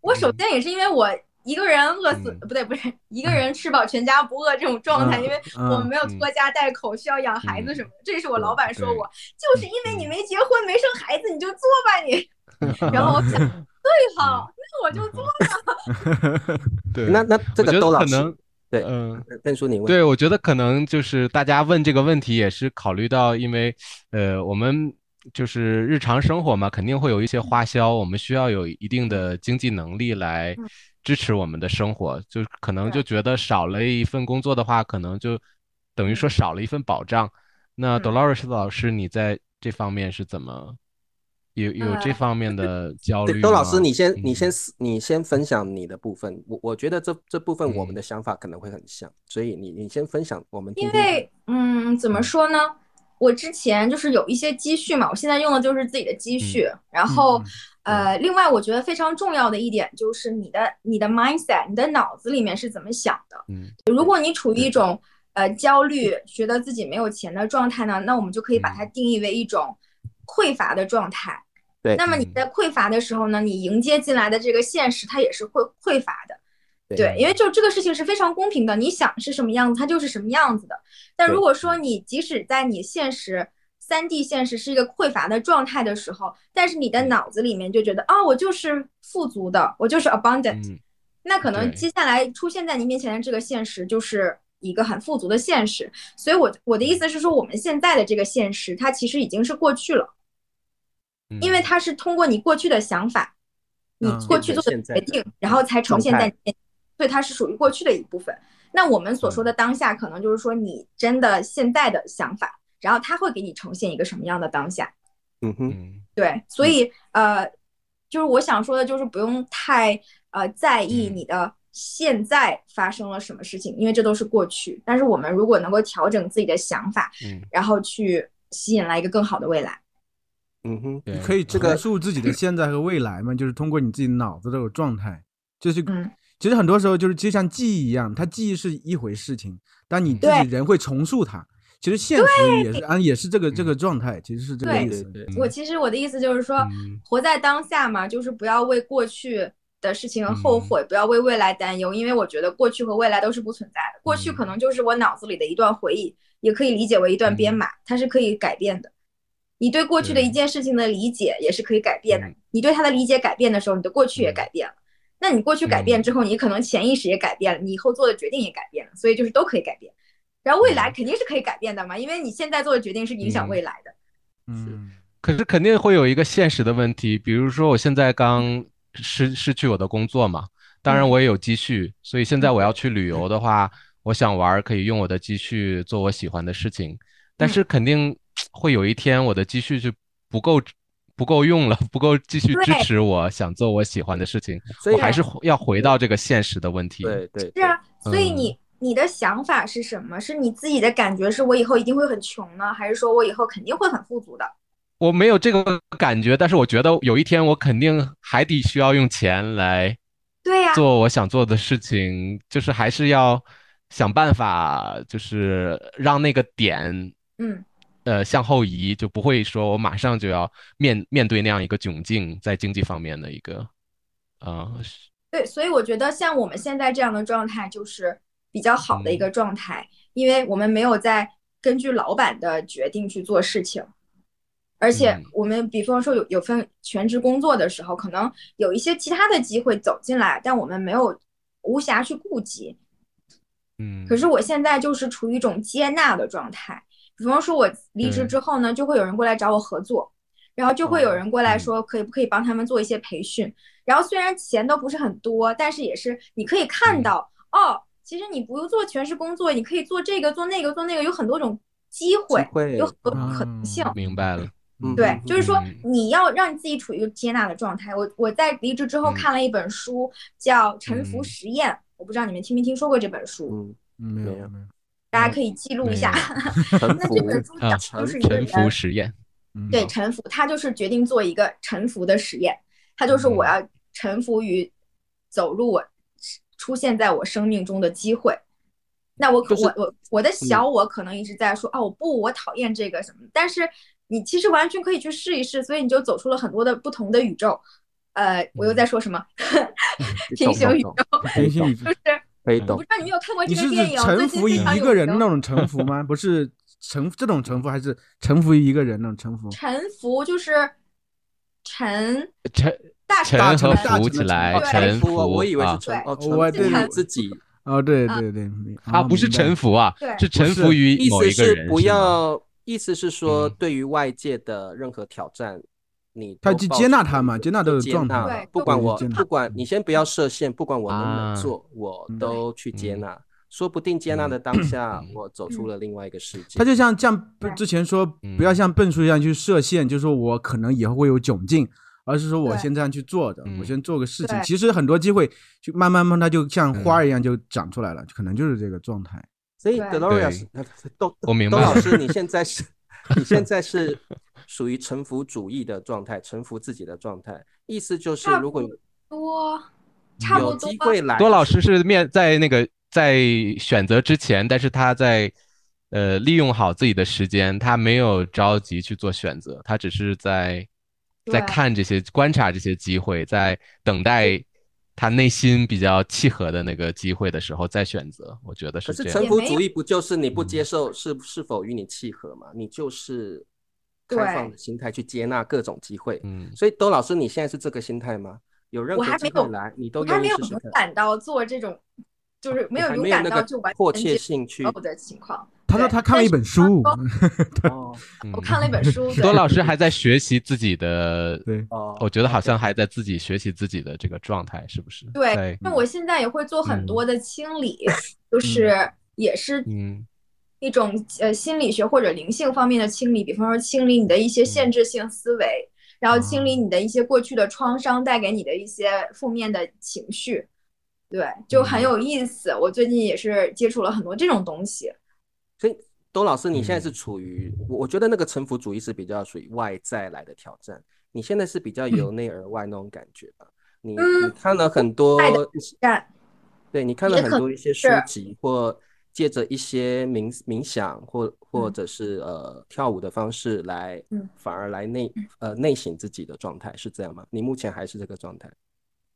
[SPEAKER 3] 我首先也是因为我一个人饿死，不对不对，一个人吃饱全家不饿这种状态，
[SPEAKER 2] 嗯
[SPEAKER 3] 因为
[SPEAKER 2] 嗯
[SPEAKER 3] 我们没有拖家带口，需要养孩子什么的。这是我老板说我，就是因为你没结婚没生孩子，你就做吧你。然后我想，对哈，那我就做吧。
[SPEAKER 1] 对，
[SPEAKER 4] 那那
[SPEAKER 1] 我
[SPEAKER 4] 这
[SPEAKER 1] 觉
[SPEAKER 4] 个
[SPEAKER 1] 得
[SPEAKER 4] 窦老
[SPEAKER 1] 可
[SPEAKER 4] 师，
[SPEAKER 1] 能，
[SPEAKER 4] 对
[SPEAKER 1] 嗯、
[SPEAKER 4] 邓叔你问，
[SPEAKER 1] 对，我觉得可能就是大家问这个问题也是考虑到，因为呃，我们就是日常生活嘛，肯定会有一些花销，我们需要有一定的经济能力来
[SPEAKER 3] 嗯
[SPEAKER 1] 支持我们的生活，就可能
[SPEAKER 3] 对
[SPEAKER 1] 就觉得少了一份工作的话，可能就等于说少了一份保障。那
[SPEAKER 3] 嗯
[SPEAKER 1] Dolores 老师，你在这方面是怎么有有这
[SPEAKER 3] 呃
[SPEAKER 1] 方面的焦
[SPEAKER 4] 对
[SPEAKER 1] 虑
[SPEAKER 4] 窦老
[SPEAKER 1] 吗
[SPEAKER 4] 师，你先你
[SPEAKER 1] 嗯
[SPEAKER 4] 先思你先分享你的部分，我我觉得这这部分我们
[SPEAKER 1] 嗯
[SPEAKER 4] 的想法可能会很像，所以你你先分享，我们
[SPEAKER 3] 因
[SPEAKER 4] 听听看。
[SPEAKER 3] 为嗯，怎么说呢？我之前就是有一些积蓄嘛，我现在用的就是自己的积蓄。然后
[SPEAKER 2] 嗯，
[SPEAKER 3] 呃，另外我觉得非常重要的一点就是你的你的 mindset，你的脑子里面是怎么想的。
[SPEAKER 1] 嗯
[SPEAKER 3] 如果你处于一
[SPEAKER 4] 对
[SPEAKER 3] 种呃焦虑，觉得自己没有钱的状态呢，那我们就可以把它定义为一种匮乏的状态。
[SPEAKER 4] 对
[SPEAKER 3] 那么你在匮乏的时候呢，你迎接进来的这个现实，它也是会匮乏的。对，因为就这个事情是非常公平的，你想是什么样子，它就是什么样子的。但
[SPEAKER 4] 对
[SPEAKER 3] 如果说
[SPEAKER 1] 嗯
[SPEAKER 3] 你即使在你现实三 D 现实是一个匮乏的状态的时候，但是你的
[SPEAKER 1] 嗯
[SPEAKER 3] 脑子里面就觉得啊，我就是富足的，我就是 abundant，、
[SPEAKER 1] 嗯
[SPEAKER 3] 那可能
[SPEAKER 1] 对
[SPEAKER 3] 接下来出现在你面前的这个现实就是一个很富足的现实。所以我，我的意思是说，我们现在的这个现实，它其实已经是过去了，
[SPEAKER 1] 嗯，
[SPEAKER 3] 因为它是通过你过去的想法，你
[SPEAKER 2] 嗯
[SPEAKER 3] 过去做的
[SPEAKER 4] 现在
[SPEAKER 3] 决
[SPEAKER 4] 的
[SPEAKER 3] 定，然后才呈现在
[SPEAKER 4] 状
[SPEAKER 3] 你面前，所以它是属于过去的一部分。那我们所说
[SPEAKER 4] 嗯
[SPEAKER 3] 的当下，可能就是说你真的现在的想法，然后它会给你呈现一个什么样的当下。
[SPEAKER 4] 嗯哼，
[SPEAKER 1] 嗯
[SPEAKER 3] 对，所以呃，就是我想说的，就是不用太呃在意
[SPEAKER 1] 嗯
[SPEAKER 3] 你的现在发生了什么事情，因为这都是过去。但是我们如果能够调整自己的想法，
[SPEAKER 1] 嗯，
[SPEAKER 3] 然后去吸引来一个更好的未来，
[SPEAKER 4] 嗯哼，
[SPEAKER 1] 对
[SPEAKER 2] 你可以
[SPEAKER 4] 这个
[SPEAKER 2] 陈述自己的现在和未来嘛，就是通过你自己脑子这种状态，就是
[SPEAKER 3] 嗯，
[SPEAKER 2] 其实很多时候就是就像记忆一样，它记忆是一回事情，但你自
[SPEAKER 3] 对
[SPEAKER 2] 己人会重塑它。其实现实也是啊，也是这个这个状态，其实是这个
[SPEAKER 3] 对
[SPEAKER 2] 意
[SPEAKER 4] 对
[SPEAKER 2] 思。
[SPEAKER 4] 对，
[SPEAKER 1] 嗯
[SPEAKER 3] 我其实我的意思就是说，
[SPEAKER 1] 嗯
[SPEAKER 3] 活在当下嘛，就是不要为过去的事情
[SPEAKER 1] 嗯
[SPEAKER 3] 后悔，不要为未来担忧，因为我觉得过去和未来都是不存在的。过去
[SPEAKER 1] 嗯
[SPEAKER 3] 可能就是我脑子里的一段回忆，也可以理解为一段编码，它是可以改变的。你对过去的
[SPEAKER 1] 嗯对
[SPEAKER 3] 一件事情的理解也是可以改变的
[SPEAKER 1] 嗯。
[SPEAKER 3] 你对它的理解改变的时候，你的过去也
[SPEAKER 1] 嗯
[SPEAKER 3] 改变了。那你过去改变之后，你可能潜意识也改变了，你以后做的决定也改变了，所以就是都可以改变。然后未来
[SPEAKER 1] 嗯
[SPEAKER 3] 肯定是可以改变的嘛，因为你现在做的决定是影响
[SPEAKER 1] 嗯
[SPEAKER 3] 未来的。
[SPEAKER 2] 嗯，
[SPEAKER 1] 可是肯定会有一个现实的问题，比如说我现在刚失失去我的工作嘛，当然
[SPEAKER 3] 嗯
[SPEAKER 1] 我也有积蓄，所以现在我要去旅游的话，我想玩儿可以用我的积蓄做我喜欢的事情，但是肯定会有一天我的积蓄就不够不够用了， 不够继续支
[SPEAKER 3] 对
[SPEAKER 1] 持我想做我喜欢的事情，
[SPEAKER 4] 所以
[SPEAKER 1] 我还是要回到这个现实的问题。
[SPEAKER 4] 对对
[SPEAKER 3] 是啊，所以
[SPEAKER 1] 嗯
[SPEAKER 3] 你你的想法是什么？是你自己的感觉，是我以后一定会很穷呢，还是说我以后肯定会很富足的？
[SPEAKER 1] 我没有这个感觉，但是我觉得有一天我肯定还得需要用钱来。
[SPEAKER 3] 对 呀、
[SPEAKER 1] 做我想做的事情，就是还是要想办法，就是让那个点
[SPEAKER 3] 嗯，
[SPEAKER 1] 呃向后移，就不会说我马上就要面面对那样一个窘境，在经济方面的一个啊、呃是
[SPEAKER 3] 对，所以我觉得像我们现在这样的状态就是比较好的一
[SPEAKER 1] 嗯
[SPEAKER 3] 个状态，因为我们没有在根据老板的决定去做事情，而且
[SPEAKER 1] 嗯
[SPEAKER 3] 我们比方说有有份全职工作的时候，可能有一些其他的机会走进来，但我们没有无暇去顾及，
[SPEAKER 1] 嗯，
[SPEAKER 3] 可是我现在就是处于一种接纳的状态，比方说我离职
[SPEAKER 1] 对
[SPEAKER 3] 之后呢，就会有人过来找我合作，然后就会有
[SPEAKER 1] 嗯哦
[SPEAKER 3] 人过来
[SPEAKER 1] 嗯
[SPEAKER 3] 说可以不可以帮他们做一些培训，然后虽然钱都不是很多，但是也是你可以看
[SPEAKER 1] 嗯
[SPEAKER 3] 到哦，其实你不用做全职工作，你可以做这个做那个做那个，有很多种机会，
[SPEAKER 4] 会
[SPEAKER 3] 有很多
[SPEAKER 2] 嗯
[SPEAKER 3] 可能性。
[SPEAKER 1] 啊明白了，
[SPEAKER 4] 嗯
[SPEAKER 3] 对，就是说
[SPEAKER 1] 嗯
[SPEAKER 3] 你要让自己处于一个接纳的状态。我我在离职之后
[SPEAKER 1] 嗯
[SPEAKER 3] 看了一本书，叫《沉浮
[SPEAKER 1] 嗯
[SPEAKER 3] 实验》，我不知道你们听没听说过这本书。
[SPEAKER 4] 嗯，
[SPEAKER 2] 嗯没有
[SPEAKER 4] 没有
[SPEAKER 2] 没有，
[SPEAKER 3] 大
[SPEAKER 2] 嗯
[SPEAKER 3] 家可以记录一下。
[SPEAKER 4] 臣
[SPEAKER 3] 那
[SPEAKER 4] 服
[SPEAKER 3] 这本书讲
[SPEAKER 1] 啊
[SPEAKER 3] 的就是一个
[SPEAKER 1] 沉
[SPEAKER 3] 人
[SPEAKER 1] 浮实验，
[SPEAKER 2] 嗯
[SPEAKER 3] 对臣服，他就是决定做一个臣服的实验，他就是我
[SPEAKER 2] 嗯
[SPEAKER 3] 要臣服于走入我出现在我生命中的机会。那我可、
[SPEAKER 4] 就是
[SPEAKER 3] 我我我的
[SPEAKER 2] 嗯
[SPEAKER 3] 小我可能一直在说、哦，我不，我讨厌这个什么。但是你其实完全可以去试一试，所以你就走出了很多的不同的宇宙。呃，我
[SPEAKER 2] 嗯
[SPEAKER 3] 又在说什么？平行宇宙
[SPEAKER 2] 平行宇宙
[SPEAKER 3] 就是
[SPEAKER 4] 可以
[SPEAKER 3] 我
[SPEAKER 4] 懂
[SPEAKER 3] 不知。道你有没有看过
[SPEAKER 2] 你
[SPEAKER 3] 这
[SPEAKER 2] 是
[SPEAKER 3] 个
[SPEAKER 2] 指
[SPEAKER 3] 电影？最
[SPEAKER 2] 臣
[SPEAKER 3] 近
[SPEAKER 2] 服于
[SPEAKER 3] 非常
[SPEAKER 2] 一
[SPEAKER 3] 有
[SPEAKER 2] 个人
[SPEAKER 3] 名
[SPEAKER 2] 那种臣服吗？不是臣这种臣服，还是臣服于一个人那种臣服？
[SPEAKER 3] 臣服就是臣
[SPEAKER 1] 臣
[SPEAKER 3] 大臣
[SPEAKER 1] 臣
[SPEAKER 2] 臣
[SPEAKER 1] 和
[SPEAKER 2] 大臣
[SPEAKER 1] 服
[SPEAKER 2] 的
[SPEAKER 1] 起
[SPEAKER 2] 臣
[SPEAKER 1] 来，
[SPEAKER 3] 对
[SPEAKER 1] 哎臣
[SPEAKER 4] 服
[SPEAKER 1] 服
[SPEAKER 4] 啊，我以为
[SPEAKER 1] 啊
[SPEAKER 4] 是臣哦，
[SPEAKER 2] 我
[SPEAKER 4] 臣
[SPEAKER 2] 对
[SPEAKER 4] 服自己，
[SPEAKER 2] 哦，对
[SPEAKER 3] 啊
[SPEAKER 2] 对对，明
[SPEAKER 1] 啊，不是臣，
[SPEAKER 2] 哦
[SPEAKER 1] 服啊，
[SPEAKER 3] 对
[SPEAKER 1] 是臣
[SPEAKER 2] 不
[SPEAKER 1] 服
[SPEAKER 2] 是
[SPEAKER 1] 于
[SPEAKER 4] 意
[SPEAKER 1] 某
[SPEAKER 4] 思
[SPEAKER 1] 一个人
[SPEAKER 4] 是，不
[SPEAKER 1] 吗
[SPEAKER 4] 要，意思是说
[SPEAKER 1] 嗯
[SPEAKER 4] 对于外界的任何挑战，你
[SPEAKER 2] 他
[SPEAKER 4] 都
[SPEAKER 2] 去
[SPEAKER 4] 抱
[SPEAKER 2] 接纳
[SPEAKER 4] 持
[SPEAKER 2] 它嘛
[SPEAKER 4] 一个
[SPEAKER 2] 接纳它的
[SPEAKER 4] 接
[SPEAKER 2] 状
[SPEAKER 4] 纳
[SPEAKER 3] 态对
[SPEAKER 4] 不
[SPEAKER 3] 都
[SPEAKER 4] 管
[SPEAKER 2] 去
[SPEAKER 4] 我
[SPEAKER 2] 接纳
[SPEAKER 4] 不管你先不要设限，不管我能不
[SPEAKER 1] 啊
[SPEAKER 4] 能做，我
[SPEAKER 2] 嗯
[SPEAKER 4] 都去接
[SPEAKER 1] 嗯
[SPEAKER 4] 纳。说不定接纳的当下，我走出
[SPEAKER 3] 嗯
[SPEAKER 4] 了另外一个世界。
[SPEAKER 2] 他就像像
[SPEAKER 3] 对
[SPEAKER 2] 之前说，
[SPEAKER 1] 嗯
[SPEAKER 2] 不要像笨叔一样去设限，就说我可能以后会有窘境，而是说我
[SPEAKER 3] 对
[SPEAKER 2] 先这样去做的，我
[SPEAKER 1] 嗯
[SPEAKER 2] 先做个事情。
[SPEAKER 3] 对
[SPEAKER 2] 其实很多机会就慢慢慢，它就像
[SPEAKER 1] 嗯
[SPEAKER 2] 花儿一样就长出来了，可能就是这个状态。
[SPEAKER 4] 所以
[SPEAKER 3] 对
[SPEAKER 4] Dolores，都
[SPEAKER 1] 我明
[SPEAKER 4] 都
[SPEAKER 1] 白
[SPEAKER 4] 老
[SPEAKER 1] 了
[SPEAKER 4] 师，你现在是，你现在是属于臣服主义的状态，臣服自己的状态。意思就是，
[SPEAKER 3] 那
[SPEAKER 4] 如果有
[SPEAKER 3] 多，差不
[SPEAKER 4] 有
[SPEAKER 3] 多
[SPEAKER 4] 机。会来，
[SPEAKER 1] 多老师是面在那个在选择之前，但是他在呃利用好自己的时间，他没有着急去做选择，他只是在在
[SPEAKER 3] 对
[SPEAKER 1] 看这些、观察这些机会，在等待他内心比较契合的那个机会的时候再选择。我觉得
[SPEAKER 4] 可
[SPEAKER 1] 是
[SPEAKER 4] 是
[SPEAKER 1] 这
[SPEAKER 4] 臣
[SPEAKER 1] 样。
[SPEAKER 4] 服
[SPEAKER 3] 也没
[SPEAKER 4] 主
[SPEAKER 3] 有
[SPEAKER 4] 义不就是你
[SPEAKER 1] 嗯
[SPEAKER 4] 不接受是是否与你契合嘛？你就是
[SPEAKER 3] 对
[SPEAKER 4] 开放的心态去接纳各种机会。
[SPEAKER 1] 嗯，
[SPEAKER 4] 所以，窦老师，你现在是这个心态吗？有任
[SPEAKER 3] 我
[SPEAKER 4] 何
[SPEAKER 3] 还
[SPEAKER 4] 机
[SPEAKER 3] 没
[SPEAKER 4] 会
[SPEAKER 3] 有
[SPEAKER 4] 来，你都
[SPEAKER 3] 我还
[SPEAKER 4] 愿
[SPEAKER 3] 没
[SPEAKER 4] 意
[SPEAKER 3] 有
[SPEAKER 4] 试试
[SPEAKER 3] 勇
[SPEAKER 4] 看。
[SPEAKER 3] 敢到做这种，就是没
[SPEAKER 4] 你还
[SPEAKER 3] 有勇
[SPEAKER 4] 没有
[SPEAKER 3] 敢
[SPEAKER 4] 那
[SPEAKER 3] 到
[SPEAKER 4] 个
[SPEAKER 3] 就完
[SPEAKER 4] 迫
[SPEAKER 3] 全
[SPEAKER 4] 切
[SPEAKER 3] 接
[SPEAKER 4] 性去
[SPEAKER 3] 受的情况。
[SPEAKER 2] 他说
[SPEAKER 3] 对
[SPEAKER 2] 他看了
[SPEAKER 3] 但
[SPEAKER 2] 一
[SPEAKER 3] 是
[SPEAKER 2] 本书，
[SPEAKER 4] 哦
[SPEAKER 3] 我看了一本书，
[SPEAKER 1] 嗯 多
[SPEAKER 3] 对，
[SPEAKER 1] 老师还在学习自己的，
[SPEAKER 2] 对，
[SPEAKER 4] 哦，
[SPEAKER 1] 我觉得好
[SPEAKER 4] OK
[SPEAKER 1] 像还在自己学习自己的这个状态，是不是？
[SPEAKER 3] 对
[SPEAKER 1] 在
[SPEAKER 3] 那我现在也会做很多的清理，就是也是
[SPEAKER 1] 嗯
[SPEAKER 3] 一种呃心理学或者灵性方面的清理，比方说清理你的一些限制性思维，然后清理你的一些过去的创伤带给你的一些负面的情绪，对，就很有意思。我最近也是接触了很多这种东西，
[SPEAKER 4] 所以，窦老师，你现在是
[SPEAKER 1] 嗯
[SPEAKER 4] 处于，我我觉得那个臣服主义是比较属于外在来的挑战，你现在是比较
[SPEAKER 1] 嗯
[SPEAKER 4] 由内而外那种感觉吧？你你
[SPEAKER 3] 嗯
[SPEAKER 4] 看了很多
[SPEAKER 3] 外的
[SPEAKER 4] 一些，
[SPEAKER 3] 但
[SPEAKER 4] 对你看了
[SPEAKER 3] 也
[SPEAKER 4] 很
[SPEAKER 3] 可
[SPEAKER 4] 多一些书
[SPEAKER 3] 是
[SPEAKER 4] 籍，或借着一些冥冥想或或者是呃跳舞的方式来
[SPEAKER 3] 嗯，
[SPEAKER 4] 反而来内呃内省自己的状态是这样吗？你目前还是这个状态？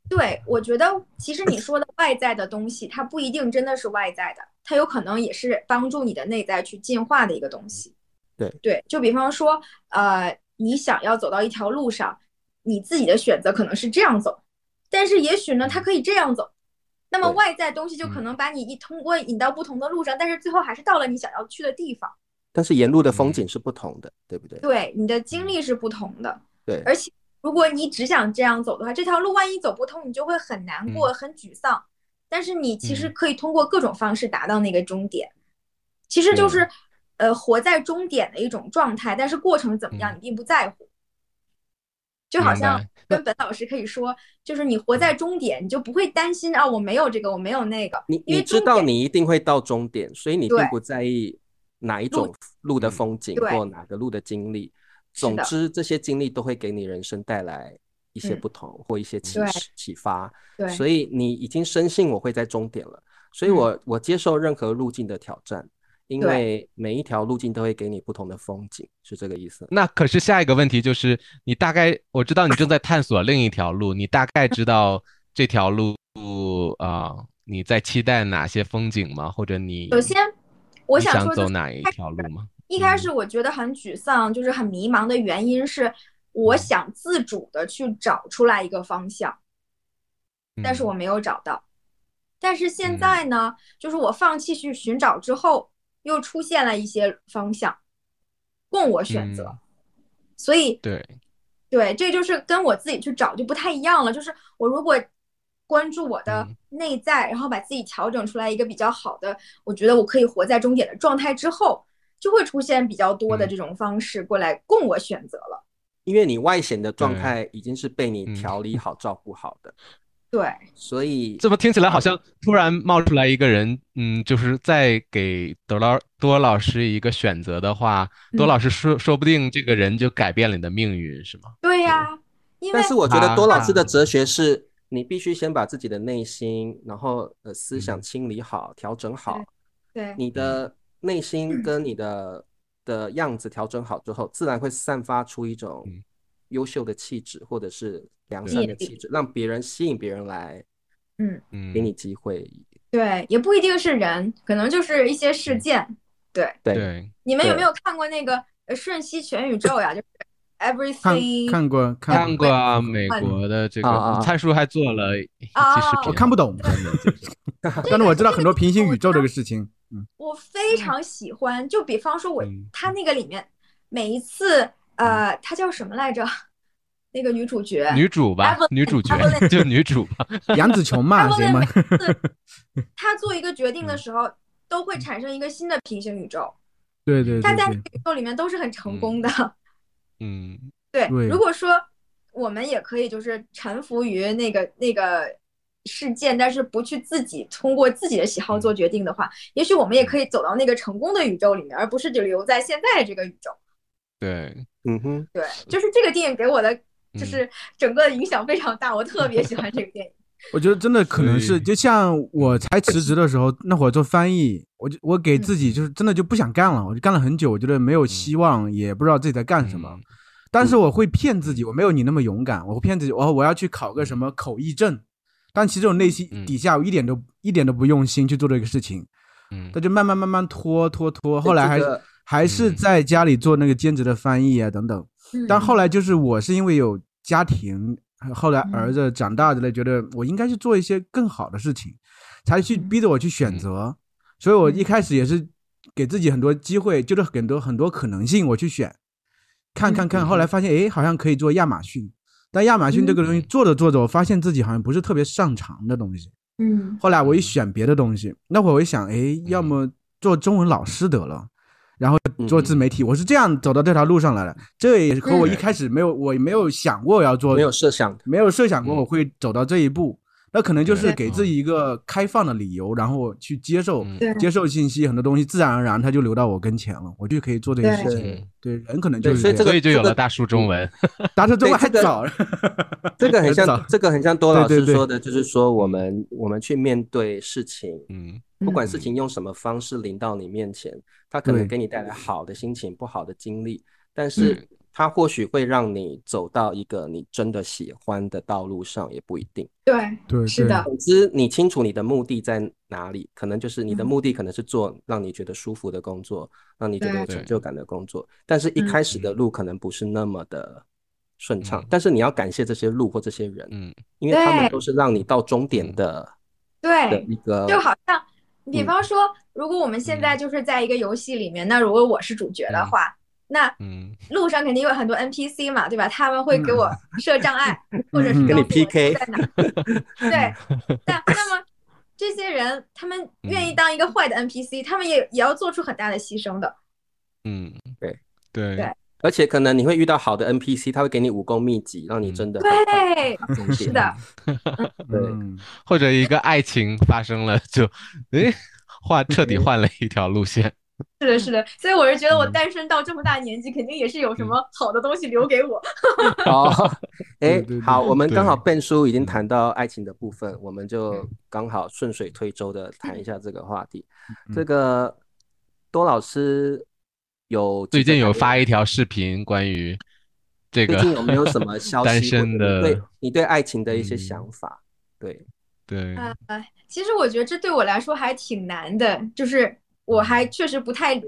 [SPEAKER 3] 对，我觉得其实你说的外在的东西，它不一定真的是外在的，它有可能也是帮助你的内在去进化的一个东西。
[SPEAKER 4] 对
[SPEAKER 3] 对，就比方说，呃，你想要走到一条路上，你自己的选择可能是这样走，但是也许呢，它可以这样走。那么
[SPEAKER 4] 对嗯
[SPEAKER 3] 外在东西就可能把你一通过引到不同的路上，但是最后还是到了你想要去的地方。
[SPEAKER 4] 但是沿路的风
[SPEAKER 1] 嗯
[SPEAKER 4] 景是不同的，对不对？
[SPEAKER 3] 对，你的经历是不同的，
[SPEAKER 4] 对
[SPEAKER 3] 而且如果你只想这样走的话，这条路万一走不通，你就会很难过、很沮丧。但是你其实
[SPEAKER 1] 嗯
[SPEAKER 3] 可以通过各种方式达到那个终点，其实就是，呃，活在终点的一种状态，但是过程怎么样
[SPEAKER 1] 嗯
[SPEAKER 3] 你并不在乎，就好像
[SPEAKER 1] 明白嗯
[SPEAKER 3] 跟本老师可以说，就是你活在终点，你就不会担心啊，我没有这个，我没有那个，
[SPEAKER 4] 你
[SPEAKER 3] 因为
[SPEAKER 4] 你知
[SPEAKER 3] 终
[SPEAKER 4] 道
[SPEAKER 3] 点
[SPEAKER 4] 你一定会到终点，所以你并
[SPEAKER 3] 对
[SPEAKER 4] 不在意哪一种路的
[SPEAKER 1] 嗯
[SPEAKER 4] 风景
[SPEAKER 3] 对
[SPEAKER 4] 或哪个路的经历。总
[SPEAKER 3] 的
[SPEAKER 4] 之，这些经历都会给你人生带来一些
[SPEAKER 3] 嗯
[SPEAKER 4] 不同或一些启
[SPEAKER 3] 对
[SPEAKER 4] 示启发。
[SPEAKER 3] 对
[SPEAKER 4] 所以你已经深信我会在终点了，所以
[SPEAKER 3] 嗯
[SPEAKER 4] 我我接受任何路径的挑战，因
[SPEAKER 3] 对
[SPEAKER 4] 为每一条路径都会给你不同的风景，是这个意思。
[SPEAKER 1] 那可是下一个问题就是，你大概我知道你正在探索另一条路，你大概知道这条路啊、呃你在期待哪些风景吗？或者你
[SPEAKER 3] 首先我
[SPEAKER 1] 你
[SPEAKER 3] 想
[SPEAKER 1] 想
[SPEAKER 3] 说就
[SPEAKER 1] 走
[SPEAKER 3] 是
[SPEAKER 1] 哪一条路吗？
[SPEAKER 3] 一开
[SPEAKER 1] 嗯
[SPEAKER 3] 始我觉得很沮丧，就是很迷茫的原因是，
[SPEAKER 1] 嗯
[SPEAKER 3] 我想自主的去找出来一个方向，
[SPEAKER 1] 嗯
[SPEAKER 3] 但是我没有找到。但是现在呢，就是我放弃去寻找之后，又出现了一些方向供我选择
[SPEAKER 1] 嗯，
[SPEAKER 3] 所以
[SPEAKER 1] 对，
[SPEAKER 3] 对，这就是跟我自己去找就不太一样了。就是我如果关注我的
[SPEAKER 1] 嗯
[SPEAKER 3] 内在，然后把自己调整出来一个比较好的，我觉得我可以活在终点的状态之后，就会出现比较多的
[SPEAKER 1] 嗯
[SPEAKER 3] 这种方式过来供我选择了。
[SPEAKER 4] 因为你外显的状
[SPEAKER 1] 对
[SPEAKER 4] 态已经是被你
[SPEAKER 1] 嗯
[SPEAKER 4] 调理好、照顾好的，
[SPEAKER 3] 对，
[SPEAKER 4] 所以
[SPEAKER 1] 这么听起来好像突然冒出来一个人，嗯，就是在给多老多老师一个选择的话，多
[SPEAKER 3] 嗯
[SPEAKER 1] 老师说说不定这个人就改变了你的命运，是吗？
[SPEAKER 3] 对呀、因为
[SPEAKER 4] 但是我觉得
[SPEAKER 1] 他
[SPEAKER 4] 多老师
[SPEAKER 2] 啊
[SPEAKER 4] 的
[SPEAKER 1] 他
[SPEAKER 4] 哲学是，
[SPEAKER 2] 嗯
[SPEAKER 4] 你必须先把自己的内心，然后呃思想清理好、调整好，
[SPEAKER 3] 对，
[SPEAKER 4] 你的内 心跟你的的样子调整好之后，自然会散发出一种
[SPEAKER 1] 嗯
[SPEAKER 4] 优秀的气质，或者是良善的
[SPEAKER 3] 毅力
[SPEAKER 4] 气质，让别人吸引别人来
[SPEAKER 3] 嗯，
[SPEAKER 1] 嗯，
[SPEAKER 4] 给你机会。
[SPEAKER 3] 对，也不一定是人，可能就是一些事件。
[SPEAKER 4] 对，
[SPEAKER 1] 对，
[SPEAKER 3] 你们有没
[SPEAKER 4] 对
[SPEAKER 3] 有看过那个呃《瞬息全宇宙》呀？就是
[SPEAKER 2] 看
[SPEAKER 3] Everything
[SPEAKER 2] 看过
[SPEAKER 1] 看
[SPEAKER 2] 看
[SPEAKER 1] 过
[SPEAKER 2] 过，
[SPEAKER 1] 啊美国的这
[SPEAKER 4] 啊啊
[SPEAKER 1] 个
[SPEAKER 4] 啊
[SPEAKER 1] 蔡叔还做了一期视
[SPEAKER 3] 嗯啊
[SPEAKER 1] 频，
[SPEAKER 2] 我看不懂，但是我知道很多平行宇宙这个事情。嗯，
[SPEAKER 3] 我非常喜欢，就比方说我
[SPEAKER 1] 嗯
[SPEAKER 3] 他那个里面每一次
[SPEAKER 2] 嗯
[SPEAKER 3] 呃，他叫什么来着？那个女主角
[SPEAKER 1] 女主吧
[SPEAKER 3] Evelyn，，
[SPEAKER 1] 女主角
[SPEAKER 3] Evelyn
[SPEAKER 1] 就女主吧，
[SPEAKER 2] 杨紫琼嘛，
[SPEAKER 3] Evelyn
[SPEAKER 2] 谁嘛？
[SPEAKER 3] 她做一个决
[SPEAKER 2] 嗯
[SPEAKER 3] 定的时候，都会产生一个新的平行宇宙。
[SPEAKER 2] 对对
[SPEAKER 3] 她
[SPEAKER 2] 对
[SPEAKER 3] 在那
[SPEAKER 2] 对
[SPEAKER 3] 个，宇宙里面都是很成功的。
[SPEAKER 1] 嗯，
[SPEAKER 3] 对，
[SPEAKER 2] 对
[SPEAKER 3] 如果说我们也可以就是臣服于那个那个事件，但是不去自己通过自己的喜好做决定的话，也许我们也可以走到那个成功的宇宙里面，而不是只留在现在这个宇宙。
[SPEAKER 1] 对，
[SPEAKER 4] 嗯哼，
[SPEAKER 3] 对，就是这个电影给我的，
[SPEAKER 1] 嗯
[SPEAKER 3] 就是整个影响非常大，我特别喜欢这个电影。
[SPEAKER 2] 我觉得真的可能
[SPEAKER 1] 所
[SPEAKER 2] 是，
[SPEAKER 1] 以
[SPEAKER 2] 就像我才辞职的时候，那会儿做翻译，我就我给自
[SPEAKER 4] 嗯
[SPEAKER 2] 己就是真的就不想干了，我就干了很久，我觉得没有希望，也不知道自己在干什么。
[SPEAKER 1] 嗯
[SPEAKER 2] 但是我会骗自己，我没有你那么勇敢，我会骗自己，哦，我要去考个什么口译证，但其实我内心
[SPEAKER 1] 嗯
[SPEAKER 2] 底下我一点都一点都不用心去做这个事情，
[SPEAKER 1] 嗯
[SPEAKER 2] 他就慢慢慢慢拖拖拖，后来还
[SPEAKER 4] 这
[SPEAKER 2] 是
[SPEAKER 4] 个
[SPEAKER 2] 还是
[SPEAKER 1] 嗯
[SPEAKER 2] 在家里做那个兼职的翻译啊等等。
[SPEAKER 3] 嗯
[SPEAKER 2] 但后来就是我是因为有家庭，呃后来
[SPEAKER 3] 嗯
[SPEAKER 2] 儿子长大之类，觉得我应该去做一些更好的事情，才去
[SPEAKER 3] 嗯
[SPEAKER 2] 逼着我去选择。所以我一开始也是给自己很多机会，就是很多很多可能性，我去选，
[SPEAKER 3] 嗯
[SPEAKER 2] 看看看。后来发现，诶，好像可以做亚马逊，但亚马逊这个东西
[SPEAKER 1] 嗯
[SPEAKER 2] 做着做着，我发现自己好像不是特别擅长的东西。
[SPEAKER 3] 嗯，
[SPEAKER 2] 后来我一选别的东西，那会儿我一想，哎，要
[SPEAKER 1] 嗯
[SPEAKER 2] 么做中文老师得了，然后
[SPEAKER 4] 嗯
[SPEAKER 2] 做自媒体，我是这样走到这条路上来的。这也和我一开始没有，我没有想过我要做，
[SPEAKER 4] 没有设想 的，
[SPEAKER 2] 没有设想过
[SPEAKER 1] 嗯
[SPEAKER 2] 我会走到这一步。那可能就是
[SPEAKER 3] 对
[SPEAKER 2] 给自己一个开放的理由，然后我去接受
[SPEAKER 1] 嗯
[SPEAKER 3] 对
[SPEAKER 2] 接受信息，很多东西自然而然它就流到我跟前了，我就可以做这些
[SPEAKER 3] 对
[SPEAKER 2] 事情。
[SPEAKER 4] 对
[SPEAKER 2] 对，人可能
[SPEAKER 4] 对
[SPEAKER 2] 就是
[SPEAKER 4] 所以
[SPEAKER 1] 嗯
[SPEAKER 4] 这个
[SPEAKER 2] 样
[SPEAKER 1] 所以就有
[SPEAKER 4] 这个
[SPEAKER 1] 了大叔中文，
[SPEAKER 2] 达成这么
[SPEAKER 4] 对
[SPEAKER 2] 还
[SPEAKER 4] 这个
[SPEAKER 2] 早，
[SPEAKER 4] 这个很
[SPEAKER 2] 很
[SPEAKER 4] 像
[SPEAKER 2] 早，
[SPEAKER 4] 这个很像多
[SPEAKER 2] 对
[SPEAKER 4] 老
[SPEAKER 2] 对
[SPEAKER 4] 师
[SPEAKER 2] 对
[SPEAKER 4] 说的，就是说我们我们去面对事情，
[SPEAKER 1] 嗯
[SPEAKER 4] 不管
[SPEAKER 3] 嗯
[SPEAKER 4] 事情用什么方式临到你面前，它可
[SPEAKER 2] 对
[SPEAKER 4] 能给你带来好的心情、不好的经历，但是
[SPEAKER 3] 嗯
[SPEAKER 1] 对
[SPEAKER 4] 它或许会让你走到一个你真的喜欢的道路上，也不一定。
[SPEAKER 3] 对，
[SPEAKER 2] 对，
[SPEAKER 3] 是
[SPEAKER 2] 对
[SPEAKER 3] 的
[SPEAKER 4] 总之，你清楚你的目的在哪里，可能就是你的
[SPEAKER 3] 嗯
[SPEAKER 4] 目的可能是做让你觉得舒服的工作，让你觉得有
[SPEAKER 1] 对
[SPEAKER 4] 成就感的工作，但是一
[SPEAKER 3] 嗯
[SPEAKER 4] 开始的路可能不是那么的顺畅
[SPEAKER 1] 嗯，
[SPEAKER 4] 但是你要感谢这些路或这些人，
[SPEAKER 1] 嗯
[SPEAKER 4] 因为他们
[SPEAKER 3] 对嗯
[SPEAKER 4] 都是让你到终点的的
[SPEAKER 3] 对，
[SPEAKER 4] 一个，
[SPEAKER 3] 就好像，你比
[SPEAKER 4] 嗯
[SPEAKER 3] 方说，如果我们现在就是在一个游戏里面，那如果我是主角的话，那
[SPEAKER 1] 嗯
[SPEAKER 3] 路上肯定有很多 NPC 嘛，对吧？他们会给我设障碍，或者
[SPEAKER 2] 嗯
[SPEAKER 3] 是
[SPEAKER 2] 跟
[SPEAKER 3] 告诉
[SPEAKER 4] 你
[SPEAKER 3] 我
[SPEAKER 4] PK
[SPEAKER 3] 在哪。对，那那么这些人，他们愿意当一个坏的 NPC，他们也也要做出很大的牺牲的。
[SPEAKER 1] 嗯，
[SPEAKER 4] 对
[SPEAKER 1] 对
[SPEAKER 3] 对
[SPEAKER 4] 而且可能你会遇到好的 NPC，他会给你武功秘籍，让你真的很快
[SPEAKER 3] 对，
[SPEAKER 4] 到终点
[SPEAKER 3] 是的，
[SPEAKER 4] 对
[SPEAKER 2] 嗯，
[SPEAKER 1] 或者一个爱情发生了 就，诶，换彻底换了一条路线，
[SPEAKER 3] 是的，是的。所以我是觉得，我
[SPEAKER 1] 嗯
[SPEAKER 3] 单身到这么大年纪，肯定也是有什么好的东西留给我。
[SPEAKER 4] 哦，
[SPEAKER 2] 对
[SPEAKER 4] 哎
[SPEAKER 2] 对对，嗯
[SPEAKER 4] 好，我们刚好
[SPEAKER 1] 对
[SPEAKER 4] 笨叔已经谈到爱情的部分，我们就刚好顺水推舟的谈一下这个话题。
[SPEAKER 2] 嗯
[SPEAKER 4] 这个多老师有
[SPEAKER 1] 最近有
[SPEAKER 4] 记者
[SPEAKER 1] 发一条视频关于这
[SPEAKER 4] 谈恋爱，
[SPEAKER 1] 个
[SPEAKER 4] 最近有没有什么消息？
[SPEAKER 1] 单身
[SPEAKER 4] 或者你对
[SPEAKER 1] 的，
[SPEAKER 4] 你对爱情的一些
[SPEAKER 1] 嗯
[SPEAKER 4] 想法？对，
[SPEAKER 1] 对，
[SPEAKER 3] 啊，其实我觉得这对我来说还挺难的，就是我还确实不太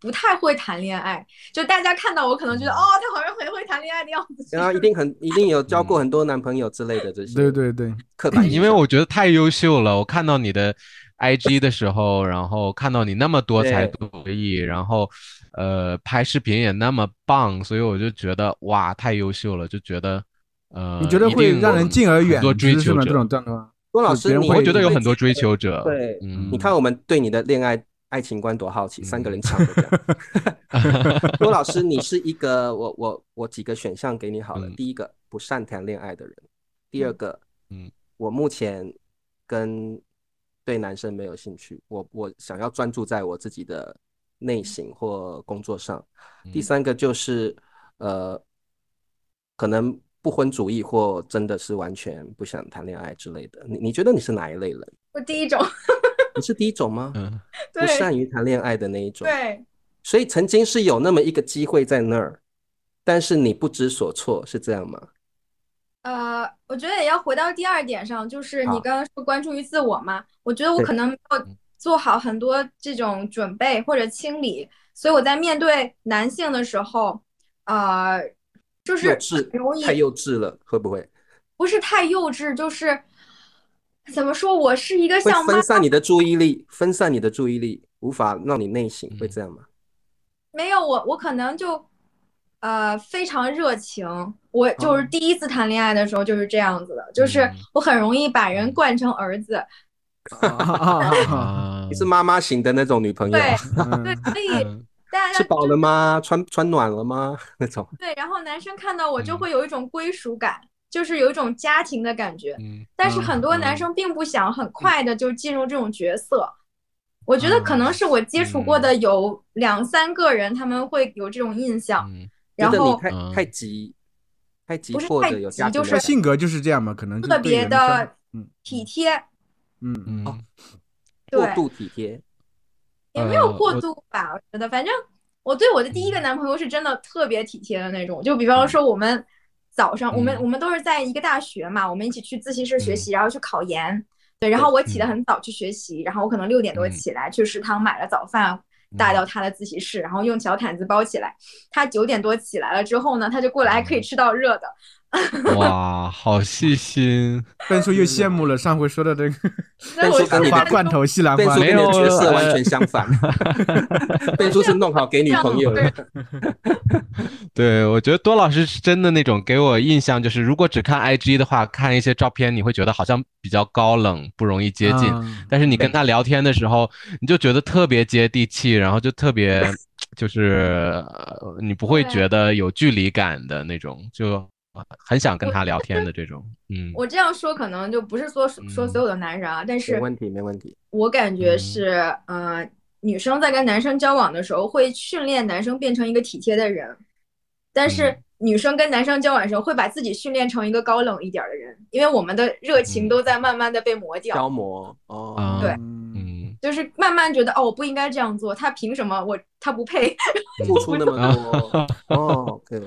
[SPEAKER 3] 不太会谈恋爱。就大家看到我，可能觉得
[SPEAKER 1] 嗯
[SPEAKER 3] 哦，他好像很会谈恋爱的样子。
[SPEAKER 4] 然后一定 很一定有交过很多男朋友之类的这些，
[SPEAKER 2] 嗯对，对对，
[SPEAKER 4] 刻板印象
[SPEAKER 1] 因为我觉得太优秀了，我看到你的 IG 的时候，然后看到你那么多才多艺，然后呃拍视频也那么棒，所以我就觉得哇，太优秀了，就觉得呃，
[SPEAKER 2] 你觉得
[SPEAKER 1] 一
[SPEAKER 2] 会
[SPEAKER 1] 定
[SPEAKER 2] 让人
[SPEAKER 1] 有
[SPEAKER 2] 敬而
[SPEAKER 1] 很
[SPEAKER 2] 远
[SPEAKER 1] 多追
[SPEAKER 2] 之是
[SPEAKER 1] 求
[SPEAKER 2] 吗？
[SPEAKER 1] 者，
[SPEAKER 2] 这种啊状况，
[SPEAKER 4] 多老
[SPEAKER 2] 是
[SPEAKER 4] 师，
[SPEAKER 2] 别人
[SPEAKER 4] 你
[SPEAKER 2] 会
[SPEAKER 1] 我
[SPEAKER 4] 会
[SPEAKER 1] 觉得有
[SPEAKER 4] 对
[SPEAKER 1] 很多追求者，
[SPEAKER 4] 对，
[SPEAKER 1] 嗯，
[SPEAKER 4] 你看我们对你的恋爱爱情观多好奇，三个人抢着讲。 郭老师，你是一个我我我几个选项给你好了。
[SPEAKER 1] 嗯
[SPEAKER 4] 第一个不擅谈恋爱的人，第二个，
[SPEAKER 1] 嗯，
[SPEAKER 4] 我目前跟对男生没有兴趣，我我想要专注在我自己的内省或工作上。第
[SPEAKER 1] 嗯
[SPEAKER 4] 三个就是呃，可能不婚主义或真的是完全不想谈恋爱之类的。你你觉得你是哪一类人？
[SPEAKER 3] 我第一种，
[SPEAKER 4] 你是第一种吗？
[SPEAKER 1] 嗯，
[SPEAKER 4] 不
[SPEAKER 3] 对
[SPEAKER 4] 善于谈恋爱的那一种。
[SPEAKER 3] 对，
[SPEAKER 4] 所以曾经是有那么一个机会在那儿，但是你不知所措，是这样吗？
[SPEAKER 3] 呃，我觉得也要回到第二点上，就是
[SPEAKER 4] 好
[SPEAKER 3] 你刚刚说关注于自我嘛，我觉得我
[SPEAKER 4] 对嗯
[SPEAKER 3] 可能没有做好很多这种准备或者清理，所以我在面对男性的时候，呃，就
[SPEAKER 4] 幼
[SPEAKER 3] 是很容易
[SPEAKER 4] 稚，太幼稚了，会不会
[SPEAKER 3] 不是太幼稚，就是怎么说，我是一个
[SPEAKER 4] 会
[SPEAKER 3] 像妈
[SPEAKER 4] 分散你的注意力，分散你的注意力，无法让你内
[SPEAKER 1] 嗯
[SPEAKER 4] 省，会这样吗？
[SPEAKER 3] 没有我，我可能就呃非常热情。我就是
[SPEAKER 2] 哦
[SPEAKER 3] 第一次谈恋爱的时候就是这样子的，就是
[SPEAKER 1] 嗯
[SPEAKER 3] 我很容易把人
[SPEAKER 4] 嗯
[SPEAKER 3] 惯成儿子，
[SPEAKER 2] 啊 啊 啊
[SPEAKER 1] 啊
[SPEAKER 4] 你是妈妈型的那种女朋友，
[SPEAKER 3] 对
[SPEAKER 2] 啊啊
[SPEAKER 3] 对，所以
[SPEAKER 1] 嗯
[SPEAKER 3] 大家
[SPEAKER 4] 吃饱了吗？穿穿暖了吗？那种
[SPEAKER 3] 对，然后男生看到我就
[SPEAKER 1] 嗯
[SPEAKER 3] 会有一种归属感，就是有一种家庭的感觉。
[SPEAKER 1] 嗯
[SPEAKER 3] 但是很多男
[SPEAKER 1] 嗯
[SPEAKER 3] 生并不想很快的就进入这种角色。我觉得可能
[SPEAKER 1] 嗯
[SPEAKER 3] 是我接触过的有两三个人，他们会有这种印象。
[SPEAKER 1] 嗯
[SPEAKER 3] 然
[SPEAKER 4] 觉得你
[SPEAKER 3] 后
[SPEAKER 4] 太
[SPEAKER 1] 嗯
[SPEAKER 4] 太急，太急
[SPEAKER 3] 不是
[SPEAKER 4] 迫
[SPEAKER 3] 太
[SPEAKER 4] 的有
[SPEAKER 3] 急
[SPEAKER 4] 家庭
[SPEAKER 3] 就是
[SPEAKER 4] 的
[SPEAKER 2] 性格就是这样嘛，可能就
[SPEAKER 3] 特
[SPEAKER 2] 对
[SPEAKER 3] 别
[SPEAKER 2] 人
[SPEAKER 3] 的
[SPEAKER 2] 生嗯
[SPEAKER 3] 体贴，
[SPEAKER 2] 嗯 嗯
[SPEAKER 1] 嗯，
[SPEAKER 4] 过
[SPEAKER 3] 对，
[SPEAKER 4] 度体贴，
[SPEAKER 3] 也没有
[SPEAKER 1] 呃
[SPEAKER 3] 过
[SPEAKER 1] 我嗯
[SPEAKER 3] 度吧，我觉得，反正我对我的第一个男朋友是真的特别体贴的那种，就比方说我们早上，我们
[SPEAKER 1] 嗯
[SPEAKER 3] 我们都是在一个大学嘛，我们一起去自习室学习，然后去考研，对，然后我起得很早去学习，然后我可能六点多
[SPEAKER 1] 嗯
[SPEAKER 3] 起来去食堂买了早饭，带到他的自习室，然后用小毯子包起来。他九点多起来了之后呢，他就过来还
[SPEAKER 1] 嗯
[SPEAKER 3] 可以吃到热的，
[SPEAKER 1] 哇，好细心。
[SPEAKER 2] 笨叔又羡慕了上回说的这 个
[SPEAKER 3] 那
[SPEAKER 4] 但
[SPEAKER 3] 我
[SPEAKER 4] 是跟
[SPEAKER 3] 就
[SPEAKER 4] 你的
[SPEAKER 2] 兰花
[SPEAKER 3] 看
[SPEAKER 2] 罐头西
[SPEAKER 1] 啊
[SPEAKER 2] 兰
[SPEAKER 4] 变
[SPEAKER 2] 花
[SPEAKER 4] 叔，跟你的角色完全相 反， 变叔是弄好给女朋友的，
[SPEAKER 1] 对，我觉得多老师是真的那种给我印象就是，如果只看 IG 的话，看一些照片，你会觉得好像比较高冷，不容易接近。
[SPEAKER 4] 嗯
[SPEAKER 2] 啊
[SPEAKER 1] 但是你跟他聊天的时候，你就觉得特别接地气，然后就特别就是、呃你不会
[SPEAKER 3] 对啊
[SPEAKER 1] 觉得有距离感的那种，就很想跟他聊天的这种。嗯，
[SPEAKER 3] 我这样说可能就不是说说
[SPEAKER 1] 嗯
[SPEAKER 3] 所有的男人啊，但
[SPEAKER 4] 没
[SPEAKER 3] 是
[SPEAKER 4] 问题，没问题。
[SPEAKER 3] 我感觉
[SPEAKER 1] 嗯
[SPEAKER 3] 是，呃，女生在跟男生交往的时候，会训练男生变成一个体贴的人，但是
[SPEAKER 1] 嗯
[SPEAKER 3] 女生跟男生交往的时候，会把自己训练成一个高冷一点儿的人，因为我们的热情
[SPEAKER 1] 嗯
[SPEAKER 3] 都在慢慢的被磨掉，
[SPEAKER 4] 消磨哦，
[SPEAKER 1] 啊
[SPEAKER 3] 对
[SPEAKER 2] 嗯
[SPEAKER 1] 嗯，
[SPEAKER 3] 就是慢慢觉得哦，我不应该这样做，他凭什么我他不配？
[SPEAKER 4] 付出那么多哦，对，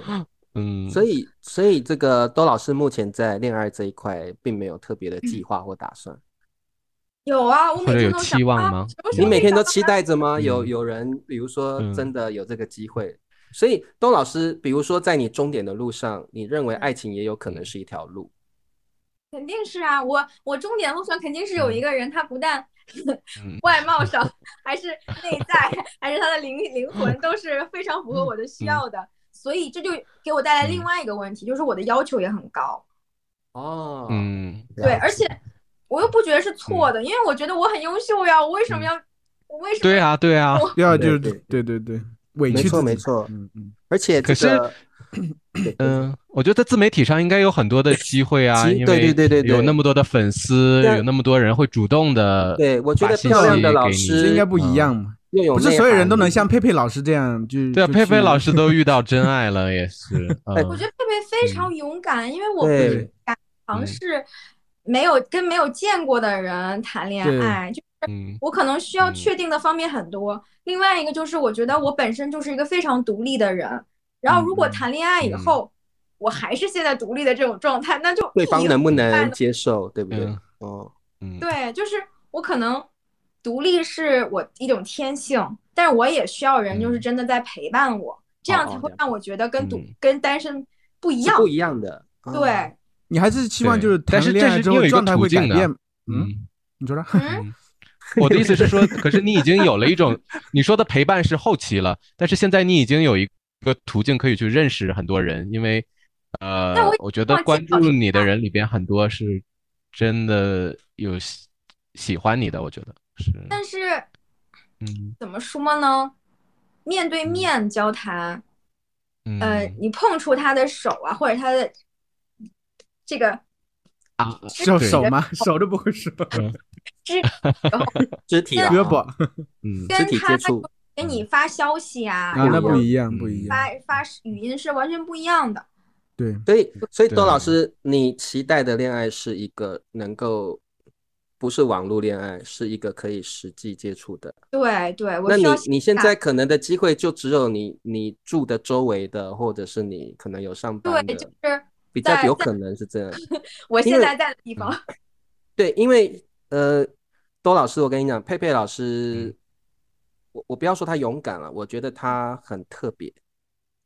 [SPEAKER 1] 嗯，
[SPEAKER 4] 所以所以这个多老师目前在恋爱这一块并没有特别的计划或打算，
[SPEAKER 3] 有啊，我
[SPEAKER 1] 或
[SPEAKER 3] 每
[SPEAKER 1] 者有
[SPEAKER 3] 天都想
[SPEAKER 1] 期望
[SPEAKER 3] 啊
[SPEAKER 1] 吗
[SPEAKER 3] 什么时
[SPEAKER 4] 你
[SPEAKER 3] 候
[SPEAKER 4] 每
[SPEAKER 3] 可以
[SPEAKER 4] 天都
[SPEAKER 3] 找到
[SPEAKER 4] 期待着吗？
[SPEAKER 1] 嗯
[SPEAKER 4] 有有人，比如说
[SPEAKER 1] 嗯
[SPEAKER 4] 真的有这个机会，所以多老师，比如说在你终点的路上，你认为爱情也有可能是一条路，
[SPEAKER 3] 肯定是啊，我我终点路上肯定是有一
[SPEAKER 1] 嗯
[SPEAKER 3] 个人，他不但
[SPEAKER 1] 嗯
[SPEAKER 3] 外貌上， 还是内在， 还是他的灵灵魂都是非常符合我的需要的，所以这就给我带来另
[SPEAKER 1] 嗯
[SPEAKER 3] 外一个问题，就是我的要求也很高，
[SPEAKER 4] 哦，
[SPEAKER 1] 嗯
[SPEAKER 3] 对，
[SPEAKER 4] 了
[SPEAKER 3] 而
[SPEAKER 4] 解
[SPEAKER 3] 且我又不觉得是错的，因为我觉得我很优秀呀，我为什么
[SPEAKER 1] 嗯
[SPEAKER 3] 要，我为什么
[SPEAKER 1] 对啊，对啊，
[SPEAKER 2] 第二就是
[SPEAKER 4] 对
[SPEAKER 2] 对对对，委
[SPEAKER 4] 没
[SPEAKER 2] 屈
[SPEAKER 4] 错
[SPEAKER 2] 自己
[SPEAKER 4] 没错，
[SPEAKER 2] 嗯嗯，
[SPEAKER 4] 而且这
[SPEAKER 1] 可是
[SPEAKER 4] 个，对
[SPEAKER 1] 嗯，我觉得在自媒体上应该有很多的机会啊，
[SPEAKER 4] 机
[SPEAKER 1] 因
[SPEAKER 4] 对
[SPEAKER 1] 为
[SPEAKER 4] 对对对对
[SPEAKER 1] 有那么多的粉丝，
[SPEAKER 4] 但
[SPEAKER 1] 有那么多人会主动的
[SPEAKER 4] 对我觉得
[SPEAKER 1] 把信
[SPEAKER 4] 漂亮
[SPEAKER 1] 息
[SPEAKER 4] 的
[SPEAKER 1] 给
[SPEAKER 4] 老
[SPEAKER 1] 你
[SPEAKER 4] 师
[SPEAKER 2] 这应该不一样嘛，
[SPEAKER 4] 又啊有
[SPEAKER 2] 不是
[SPEAKER 4] 内
[SPEAKER 2] 所有人
[SPEAKER 4] 涵
[SPEAKER 2] 都能像佩佩老师这样就
[SPEAKER 1] 对啊，
[SPEAKER 2] 就
[SPEAKER 1] 佩佩
[SPEAKER 2] 去
[SPEAKER 1] 老师都遇 到真爱了，也是。
[SPEAKER 4] 哎
[SPEAKER 3] 我
[SPEAKER 1] 嗯
[SPEAKER 3] 觉得佩佩非常勇敢，因为我不
[SPEAKER 4] 对
[SPEAKER 3] 是敢尝
[SPEAKER 1] 嗯
[SPEAKER 3] 试没有跟没有见过的人谈恋
[SPEAKER 2] 对
[SPEAKER 3] 爱，就
[SPEAKER 1] 嗯
[SPEAKER 3] 我可能需要
[SPEAKER 1] 嗯
[SPEAKER 3] 确定的方面很多。另外一个就是，我觉得我本身就是一个非常独立的人，然后如果
[SPEAKER 2] 嗯嗯
[SPEAKER 3] 谈恋爱以
[SPEAKER 1] 嗯
[SPEAKER 3] 后，我还是现在独立的这种状态，那就
[SPEAKER 4] 对方
[SPEAKER 3] 以后
[SPEAKER 4] 能不
[SPEAKER 3] 办
[SPEAKER 4] 能
[SPEAKER 3] 呢
[SPEAKER 4] 接受，对不对
[SPEAKER 1] 嗯？
[SPEAKER 4] 哦，
[SPEAKER 1] 嗯，
[SPEAKER 3] 对，就是我可能独立是我一种天性，但是我也需要人就是
[SPEAKER 1] 嗯
[SPEAKER 3] 真的在陪伴我，这样
[SPEAKER 4] 哦
[SPEAKER 3] 才
[SPEAKER 4] 哦
[SPEAKER 3] 会
[SPEAKER 4] 了
[SPEAKER 3] 让我觉得跟独
[SPEAKER 1] 嗯
[SPEAKER 3] 跟单身不一
[SPEAKER 4] 是
[SPEAKER 3] 样。
[SPEAKER 4] 不一样的，哦
[SPEAKER 3] 对，
[SPEAKER 2] 你还是希望就是
[SPEAKER 1] 对但
[SPEAKER 2] 谈
[SPEAKER 1] 是
[SPEAKER 2] 恋
[SPEAKER 1] 这
[SPEAKER 2] 爱
[SPEAKER 1] 是
[SPEAKER 2] 之
[SPEAKER 1] 你
[SPEAKER 2] 后
[SPEAKER 1] 有一个
[SPEAKER 2] 状态
[SPEAKER 1] 途
[SPEAKER 2] 会改
[SPEAKER 1] 径的啊
[SPEAKER 2] 变。
[SPEAKER 1] 嗯
[SPEAKER 2] 嗯，你说呢？
[SPEAKER 3] 嗯，
[SPEAKER 1] 嗯，我的意思是 说，可是你已经有了一种你说的陪伴是后期了，但是现在你已经有一个途径可以去认识很多人，因为呃
[SPEAKER 3] 但我，
[SPEAKER 1] 我觉得
[SPEAKER 3] 忘记
[SPEAKER 1] 关
[SPEAKER 3] 了
[SPEAKER 1] 注你的人里边很多是真的有喜喜欢你的，我觉得是。
[SPEAKER 3] 但是
[SPEAKER 1] 嗯
[SPEAKER 3] 怎么说呢？面
[SPEAKER 4] 嗯
[SPEAKER 3] 对面交谈，
[SPEAKER 1] 嗯
[SPEAKER 3] 呃，你碰触他的手啊，或者他的这个
[SPEAKER 4] 嗯
[SPEAKER 1] 啊，
[SPEAKER 2] 是要手吗？ 手都不会手，
[SPEAKER 3] 肢，
[SPEAKER 4] 肢体啦
[SPEAKER 2] 胳膊
[SPEAKER 1] 嗯
[SPEAKER 4] 肢
[SPEAKER 3] 跟
[SPEAKER 4] 体
[SPEAKER 3] 他
[SPEAKER 4] 接触，嗯
[SPEAKER 3] 给你发消息啊，
[SPEAKER 2] 啊，
[SPEAKER 3] 然
[SPEAKER 2] 那
[SPEAKER 3] 后
[SPEAKER 2] 不一样，不一样。
[SPEAKER 3] 发发语音是完全不一样的。
[SPEAKER 2] 对，
[SPEAKER 4] 所以所以多
[SPEAKER 1] 对
[SPEAKER 4] 老师，你期待的恋爱是一个能够不是网络恋爱，是一个可以实际接触的。
[SPEAKER 3] 对对，我
[SPEAKER 4] 那
[SPEAKER 3] 需
[SPEAKER 4] 你
[SPEAKER 3] 要
[SPEAKER 4] 你现在可能的机会就只有你你住的周围的，或者是你可能有上班
[SPEAKER 3] 对，
[SPEAKER 4] 的，
[SPEAKER 3] 就是
[SPEAKER 4] 比较
[SPEAKER 3] 在
[SPEAKER 4] 有
[SPEAKER 3] 在
[SPEAKER 4] 可能是这样。
[SPEAKER 3] 我
[SPEAKER 4] 因
[SPEAKER 3] 现
[SPEAKER 4] 为
[SPEAKER 3] 在在的地方。
[SPEAKER 4] 对，因为呃，多老师，我跟你讲，佩佩老师，我我不要说他勇敢了，我觉得他很特别，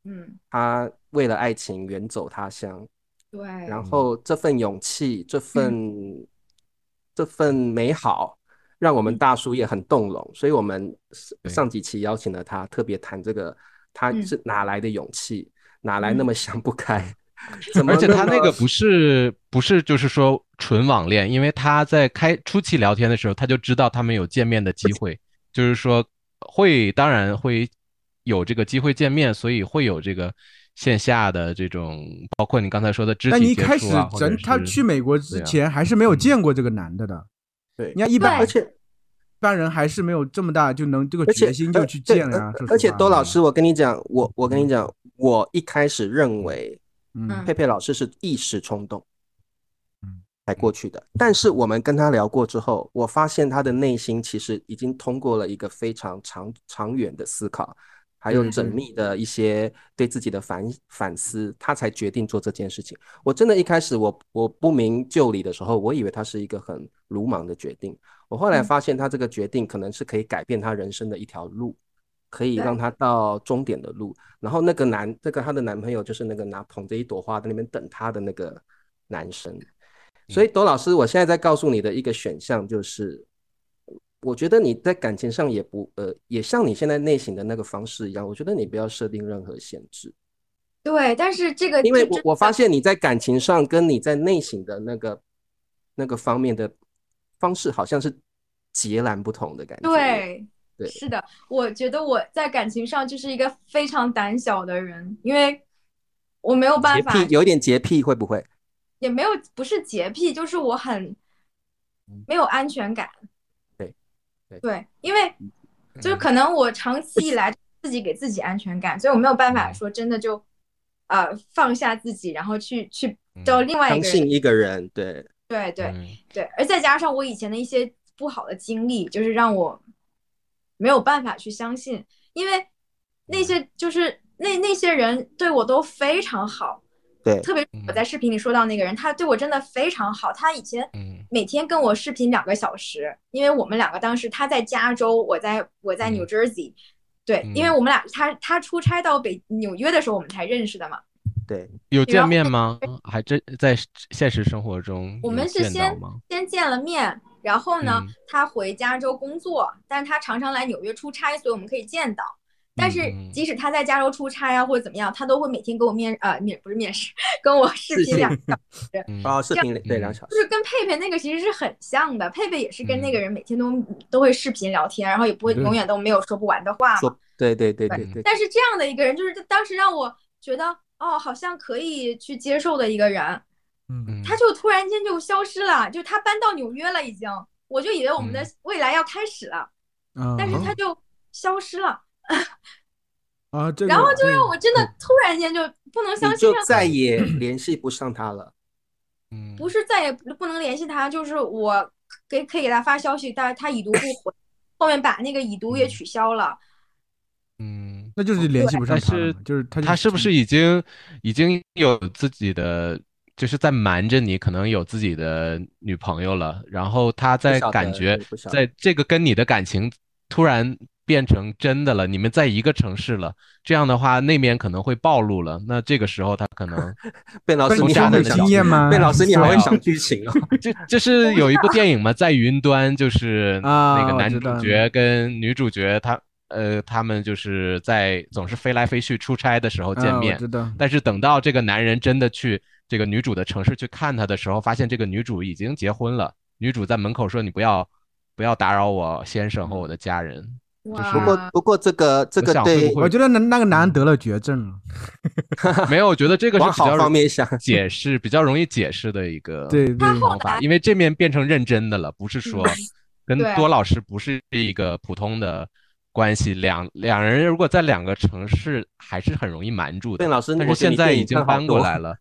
[SPEAKER 3] 嗯，
[SPEAKER 4] 他为了爱情远走他乡，
[SPEAKER 3] 对，
[SPEAKER 4] 然后这份勇气，这份这份美好，让我们
[SPEAKER 3] 嗯
[SPEAKER 4] 大叔也很动容。所以，我们上
[SPEAKER 1] 对
[SPEAKER 4] 上几期邀请了他，特别谈这个，他
[SPEAKER 3] 嗯
[SPEAKER 4] 是哪来的勇气，哪来那
[SPEAKER 3] 嗯
[SPEAKER 4] 么想不开， 怎么
[SPEAKER 1] 而且他那
[SPEAKER 4] 么
[SPEAKER 1] 个不是不是就是说纯网恋，因为他在开初期聊天的时候，他就知道他们有见面的机会，就是说会当然会有这个机会见面，所以会有这个线下的这种，包括你刚才说的肢
[SPEAKER 2] 但你
[SPEAKER 1] 体
[SPEAKER 2] 一
[SPEAKER 1] 接
[SPEAKER 2] 开始
[SPEAKER 1] 触啊，或者
[SPEAKER 2] 咱他
[SPEAKER 1] 是
[SPEAKER 2] 去美国
[SPEAKER 1] 对
[SPEAKER 2] 之
[SPEAKER 1] 啊
[SPEAKER 2] 前还是没有
[SPEAKER 1] 嗯
[SPEAKER 2] 见过这个男的的，
[SPEAKER 4] 对
[SPEAKER 2] 你看一般
[SPEAKER 3] 对
[SPEAKER 4] 而且
[SPEAKER 2] 一般人还是没有这么大就能这个
[SPEAKER 4] 而且
[SPEAKER 2] 决心就
[SPEAKER 4] 而
[SPEAKER 2] 去
[SPEAKER 4] 对
[SPEAKER 2] 见了呀
[SPEAKER 4] 而。
[SPEAKER 2] 说实
[SPEAKER 4] 而且
[SPEAKER 2] 话
[SPEAKER 4] 多老
[SPEAKER 2] 嗯
[SPEAKER 4] 师，我跟你讲，我我跟你讲，我一开始认为
[SPEAKER 2] 嗯
[SPEAKER 3] 嗯
[SPEAKER 4] 佩佩老师是一时冲动，
[SPEAKER 2] 嗯，
[SPEAKER 4] 才过去的。但是我们跟他聊过之后，我发现他的内心其实已经通过了一个非常长长远的思考，还有
[SPEAKER 3] 嗯
[SPEAKER 4] 缜密的一些对自己的反反思，他才决定做这件事情。我真的一开始我我不明就里的时候，我以为他是一个很鲁莽的决定。我后来
[SPEAKER 3] 嗯
[SPEAKER 4] 发现他这个决定可能是可以改变他人生的一条路，可以
[SPEAKER 3] 对
[SPEAKER 4] 让他到终点的路。然后那个男，这个她的男朋友就是那个拿捧着一朵花在那边等她的那个男生。所以朵老师，我现在在告诉你的一个选项就是，我觉得你在感情上也不呃，也像你现在内心的那个方式一样，我觉得你不要设定任何限制，
[SPEAKER 3] 对，但是这个
[SPEAKER 4] 因为
[SPEAKER 3] 哎这
[SPEAKER 4] 我
[SPEAKER 3] 真
[SPEAKER 4] 我发
[SPEAKER 3] 的
[SPEAKER 4] 现你在感情上跟你在内心的那个那个方面的方式好像是截然不同的感觉。
[SPEAKER 3] 对，
[SPEAKER 4] 对
[SPEAKER 3] 是的，我觉得我在感情上就是一个非常胆小的人，因为我没有办
[SPEAKER 4] 洁
[SPEAKER 3] 法，
[SPEAKER 4] 癖有点洁癖会不会？
[SPEAKER 3] 也没有不是洁癖，就是我很没有安全感。
[SPEAKER 4] 嗯对对嗯
[SPEAKER 3] 对，因为就是
[SPEAKER 1] 嗯
[SPEAKER 3] 可能我长期以来自己给自己安全感，所以我没有办
[SPEAKER 4] 嗯
[SPEAKER 3] 法说真的就呃放下自己，然后去去找
[SPEAKER 1] 嗯
[SPEAKER 3] 另外一
[SPEAKER 4] 相
[SPEAKER 3] 个
[SPEAKER 4] 信
[SPEAKER 3] 人。
[SPEAKER 4] 一个人，对，
[SPEAKER 3] 对对，
[SPEAKER 1] 嗯
[SPEAKER 3] 对，而再加上我以前的一些不好的经历，就是让我没有办法去相信，因为
[SPEAKER 4] 嗯
[SPEAKER 3] 那些就是那那些人对我都非常好，
[SPEAKER 4] 对
[SPEAKER 3] 特别是
[SPEAKER 1] 嗯
[SPEAKER 3] 我在视频里说到那个人，他对我真的非常好，他以前
[SPEAKER 1] 嗯
[SPEAKER 3] 每天跟我视频两个小时，因为我们两个当时他在加州，我在我在
[SPEAKER 1] 嗯
[SPEAKER 3] New Jersey，对，因为
[SPEAKER 1] 嗯
[SPEAKER 3] 我们俩他他出差到北纽约的时候，我们才认识的嘛，
[SPEAKER 4] 对，
[SPEAKER 1] 有
[SPEAKER 3] 然
[SPEAKER 1] 见
[SPEAKER 3] 后
[SPEAKER 1] 面吗？嗯还真在现实生活中
[SPEAKER 3] 我
[SPEAKER 1] 有
[SPEAKER 3] 们是
[SPEAKER 1] 见到
[SPEAKER 3] 先
[SPEAKER 1] 吗？
[SPEAKER 3] 先见了面，然后呢，
[SPEAKER 1] 嗯
[SPEAKER 3] 他回加州工作，但是他常常来纽约出差，所以我们可以见到。但是
[SPEAKER 1] 嗯嗯
[SPEAKER 3] 即使他在加州出差啊，或者怎么样，他都会每天跟我面呃面不是面试， 跟我视频两个小时，
[SPEAKER 1] 嗯
[SPEAKER 2] 啊
[SPEAKER 4] 哦，视频里对
[SPEAKER 1] 嗯
[SPEAKER 4] 两小
[SPEAKER 3] 就
[SPEAKER 4] 时，
[SPEAKER 3] 是跟佩佩那个其实是很像的。佩佩也是跟那个人每天都、嗯都会视频聊天，然后也不会
[SPEAKER 2] 对
[SPEAKER 3] 永远都没有说不完的话嘛。
[SPEAKER 4] 说对对对对对，
[SPEAKER 3] 但是这样的一个人，就是当时让我觉得哦，好像可以去接受的一个人，
[SPEAKER 2] 嗯，
[SPEAKER 1] 嗯
[SPEAKER 3] 他就突然间就消失了，就他搬到纽约了，已经，我就以为我们的
[SPEAKER 1] 嗯
[SPEAKER 3] 未来要开始了，
[SPEAKER 2] 啊
[SPEAKER 3] 但是
[SPEAKER 2] 好
[SPEAKER 3] 他就消失了，
[SPEAKER 2] 啊，这
[SPEAKER 3] 然
[SPEAKER 2] 个
[SPEAKER 3] 后就让
[SPEAKER 2] 对
[SPEAKER 3] 我真的突然间就不能相
[SPEAKER 4] 你
[SPEAKER 3] 信
[SPEAKER 4] 就
[SPEAKER 3] 了，
[SPEAKER 4] 再也联系不上他了。
[SPEAKER 1] 嗯
[SPEAKER 3] 不是再也不能联系他，就是我给可以给他发消息，但是他已读不回，后面把那个已读也
[SPEAKER 1] 嗯
[SPEAKER 3] 取消了，
[SPEAKER 1] 嗯。
[SPEAKER 2] 那就是联系不上
[SPEAKER 1] 但
[SPEAKER 2] 他了
[SPEAKER 1] 是
[SPEAKER 2] 嘛，就是他就嗯
[SPEAKER 1] 他是不是已经已经有自己的，就是在瞒着你，可能有自己的女朋友了，然后他在
[SPEAKER 4] 晓
[SPEAKER 1] 感
[SPEAKER 4] 得
[SPEAKER 1] 觉
[SPEAKER 4] 对不晓
[SPEAKER 1] 在这个跟你的感情突然变成真的了，你们在一个城市了，这样的话那面可能会暴露了，那这个时候他可 能
[SPEAKER 4] 贝老
[SPEAKER 2] 但
[SPEAKER 4] 师，
[SPEAKER 1] 从
[SPEAKER 4] 你
[SPEAKER 2] 你说
[SPEAKER 1] 渣
[SPEAKER 4] 好
[SPEAKER 1] 男
[SPEAKER 4] 会
[SPEAKER 2] 会
[SPEAKER 1] 的
[SPEAKER 4] 想
[SPEAKER 1] 角
[SPEAKER 2] 经，验吗？
[SPEAKER 4] 贝老师，你还
[SPEAKER 1] 对
[SPEAKER 4] 会
[SPEAKER 1] 啊
[SPEAKER 4] 想剧情哦。
[SPEAKER 1] 这这是有一部电影嘛，在云端，就是那
[SPEAKER 2] 啊
[SPEAKER 1] 个
[SPEAKER 2] 我
[SPEAKER 1] 男
[SPEAKER 2] 知道
[SPEAKER 1] 主角跟女主角他呃他们就是在总是飞来飞去出差的时候见
[SPEAKER 2] 啊，我
[SPEAKER 1] 面。
[SPEAKER 2] 知道，
[SPEAKER 1] 但是等到这个男人真的去这个女主的城市去看她的时候，发现这个女主已经结婚了。女主在门口说：“你不要，不要打扰我先生和我的家 人。
[SPEAKER 3] 哇，
[SPEAKER 1] 是
[SPEAKER 4] 不过不过这个这个
[SPEAKER 1] 想会
[SPEAKER 4] 对
[SPEAKER 1] 不会嗯
[SPEAKER 2] 我觉得那那个男得了绝症了，”
[SPEAKER 1] 没有，我觉得这个是
[SPEAKER 4] 往
[SPEAKER 1] 比较
[SPEAKER 4] 好方面想，
[SPEAKER 1] 解释比较容易解释的一个
[SPEAKER 2] 对对
[SPEAKER 3] 他后
[SPEAKER 1] 方法，因为
[SPEAKER 4] 啊
[SPEAKER 1] 这面变成认真的了，不是说跟
[SPEAKER 3] 对
[SPEAKER 1] 多老师不是一个普通的关系，两两人如果在两个城市，还是很容易瞒住的
[SPEAKER 4] 对，。老师，
[SPEAKER 1] 但
[SPEAKER 4] 我
[SPEAKER 1] 是
[SPEAKER 4] 觉得
[SPEAKER 1] 现
[SPEAKER 4] 你
[SPEAKER 1] 在
[SPEAKER 4] 电
[SPEAKER 1] 已
[SPEAKER 4] 影
[SPEAKER 1] 经
[SPEAKER 4] 看好
[SPEAKER 1] 搬过
[SPEAKER 4] 多
[SPEAKER 1] 来，了，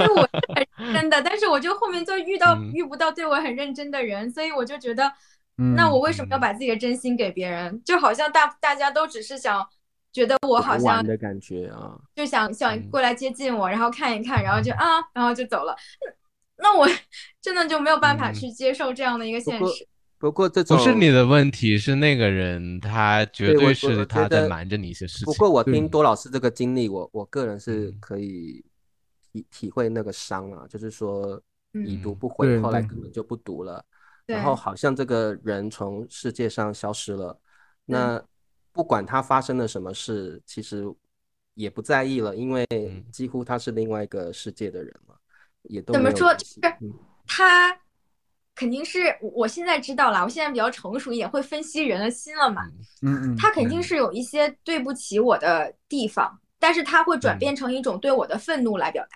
[SPEAKER 3] 因为我是很认真的，但是我就后面就遇到、
[SPEAKER 1] 嗯
[SPEAKER 3] 遇不到对我很认真的人，所以我就觉得，
[SPEAKER 2] 嗯
[SPEAKER 3] 那我为什么要把自己的真心给别人？就好像大大家都只是想觉得我好像
[SPEAKER 4] 玩的感觉啊，
[SPEAKER 3] 就想想
[SPEAKER 1] 嗯
[SPEAKER 3] 过来接近我，然后看一看，然后就啊，然后就走了。嗯那那我 真的就没有办法
[SPEAKER 1] 嗯
[SPEAKER 3] 去接受这样的一个
[SPEAKER 4] 不
[SPEAKER 3] 现
[SPEAKER 4] 过
[SPEAKER 3] 实。
[SPEAKER 4] 不过这种
[SPEAKER 1] 不是你的问题，是那个人他绝
[SPEAKER 4] 对我我
[SPEAKER 1] 是
[SPEAKER 4] 我
[SPEAKER 1] 他
[SPEAKER 4] 觉
[SPEAKER 1] 在
[SPEAKER 4] 得
[SPEAKER 1] 瞒着你一些事
[SPEAKER 4] 不
[SPEAKER 1] 情。
[SPEAKER 4] 过我
[SPEAKER 2] 对
[SPEAKER 4] 听多老师这个经历，我我个人是
[SPEAKER 1] 嗯
[SPEAKER 4] 可以体体会那个伤啊，就是说已读
[SPEAKER 1] 嗯
[SPEAKER 4] 不回，
[SPEAKER 2] 对
[SPEAKER 4] 后来
[SPEAKER 2] 对
[SPEAKER 4] 可能就不读了，
[SPEAKER 3] 对
[SPEAKER 4] 然后好像这个人从世界上消失了。那不管他发生了什么事，其实也不在意了，因为
[SPEAKER 1] 嗯
[SPEAKER 4] 几乎他是另外一个世界的人了，也都
[SPEAKER 3] 怎么
[SPEAKER 4] 没有
[SPEAKER 3] 说
[SPEAKER 4] 联
[SPEAKER 3] 就
[SPEAKER 4] 系
[SPEAKER 3] 是
[SPEAKER 4] 嗯
[SPEAKER 3] 他肯定是我我现在知道了，我现在比较成熟一点，会分析人的心了嘛。
[SPEAKER 2] 嗯嗯，
[SPEAKER 3] 他肯定是有一些对不起我的地方，但是他会转
[SPEAKER 1] 嗯
[SPEAKER 3] 变成一种对我的愤怒来表达，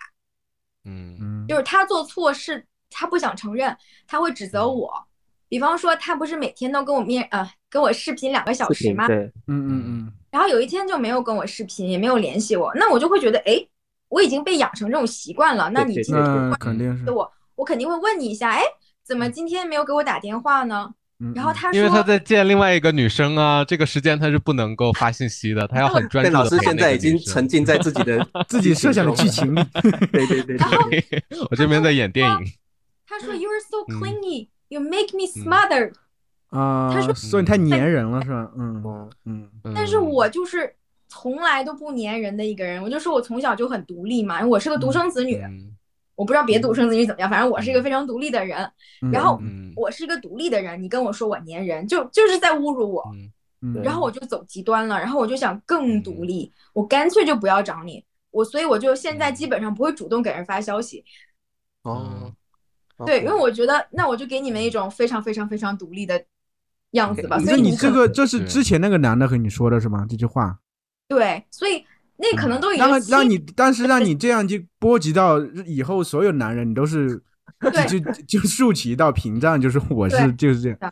[SPEAKER 1] 嗯
[SPEAKER 2] 嗯
[SPEAKER 3] 就是他做错事，他不想承认，他会指责
[SPEAKER 1] 嗯
[SPEAKER 3] 我。比方说，他不是每天都跟我面呃跟我视频两个小
[SPEAKER 4] 视
[SPEAKER 3] 时
[SPEAKER 4] 频
[SPEAKER 3] 吗？
[SPEAKER 4] 对，
[SPEAKER 2] 嗯嗯
[SPEAKER 3] 然后有一天就没有跟我视频，也没有联系我，那我就会觉得，哎，我已经被养成这种习惯了。那
[SPEAKER 4] 对
[SPEAKER 3] 你
[SPEAKER 4] 对
[SPEAKER 2] 嗯，
[SPEAKER 3] 今
[SPEAKER 4] 对
[SPEAKER 2] 那肯定是，
[SPEAKER 3] 我我肯定会问你一下，哎，怎么今天没有给我打电话呢？
[SPEAKER 2] 嗯
[SPEAKER 3] 然后
[SPEAKER 2] 嗯
[SPEAKER 3] 他
[SPEAKER 1] 因
[SPEAKER 3] 说，
[SPEAKER 1] 为他在见另外一个女生啊，这个时间他是不能够发信息的，他要很专
[SPEAKER 4] 对
[SPEAKER 1] 注
[SPEAKER 4] 老
[SPEAKER 1] 的
[SPEAKER 4] 师
[SPEAKER 1] 陪
[SPEAKER 4] 现
[SPEAKER 1] 那
[SPEAKER 4] 在
[SPEAKER 1] 个
[SPEAKER 4] 已经
[SPEAKER 1] 女
[SPEAKER 4] 沉
[SPEAKER 1] 生。
[SPEAKER 4] 浸在自己的
[SPEAKER 2] 自己设想的
[SPEAKER 4] 中
[SPEAKER 2] 剧 情里，
[SPEAKER 4] 对对 对对，
[SPEAKER 1] 我这边在演电影，
[SPEAKER 3] 他说，You're so
[SPEAKER 1] 嗯
[SPEAKER 3] clingy, you make me smothered、
[SPEAKER 2] 啊，
[SPEAKER 3] 他说
[SPEAKER 2] 说你太粘人了是吧？嗯
[SPEAKER 4] 哇
[SPEAKER 2] 嗯
[SPEAKER 3] 但是我就是从来都不粘人的一个人，我就说我从小就很独立嘛，因为我是个独生子女，
[SPEAKER 1] 嗯
[SPEAKER 3] 我不知道别独生子女怎么样，反正我是一个非常独立的人。
[SPEAKER 2] 嗯，
[SPEAKER 3] 然后
[SPEAKER 1] 嗯
[SPEAKER 3] 我是一个独立的人，你跟我说我粘人，就就是在侮辱我。
[SPEAKER 1] 嗯
[SPEAKER 2] 嗯
[SPEAKER 3] 然后我就走极端了，然后我就想更独立，我干脆就不要找你。我所以我就现在基本上不会主动给人发消息，
[SPEAKER 1] 嗯
[SPEAKER 4] 哦，
[SPEAKER 3] 对，因
[SPEAKER 4] OK
[SPEAKER 3] 为我觉得那我就给你们一种非常非常非常独立的样子吧。
[SPEAKER 2] 你
[SPEAKER 3] 所
[SPEAKER 2] 说
[SPEAKER 3] 以
[SPEAKER 2] 啊你
[SPEAKER 3] 你
[SPEAKER 2] 这
[SPEAKER 3] 可
[SPEAKER 2] 个这是
[SPEAKER 1] 对
[SPEAKER 2] 之前那个男的和你说的是吗？这句话，
[SPEAKER 3] 对，所以那可能都已经
[SPEAKER 2] 让
[SPEAKER 3] 七
[SPEAKER 2] 让你，但是让你这样就波及到以后所有男人，你都是
[SPEAKER 3] 对
[SPEAKER 2] 就就就竖起一道屏障，就是我是
[SPEAKER 3] 对
[SPEAKER 2] 就是这样
[SPEAKER 3] 的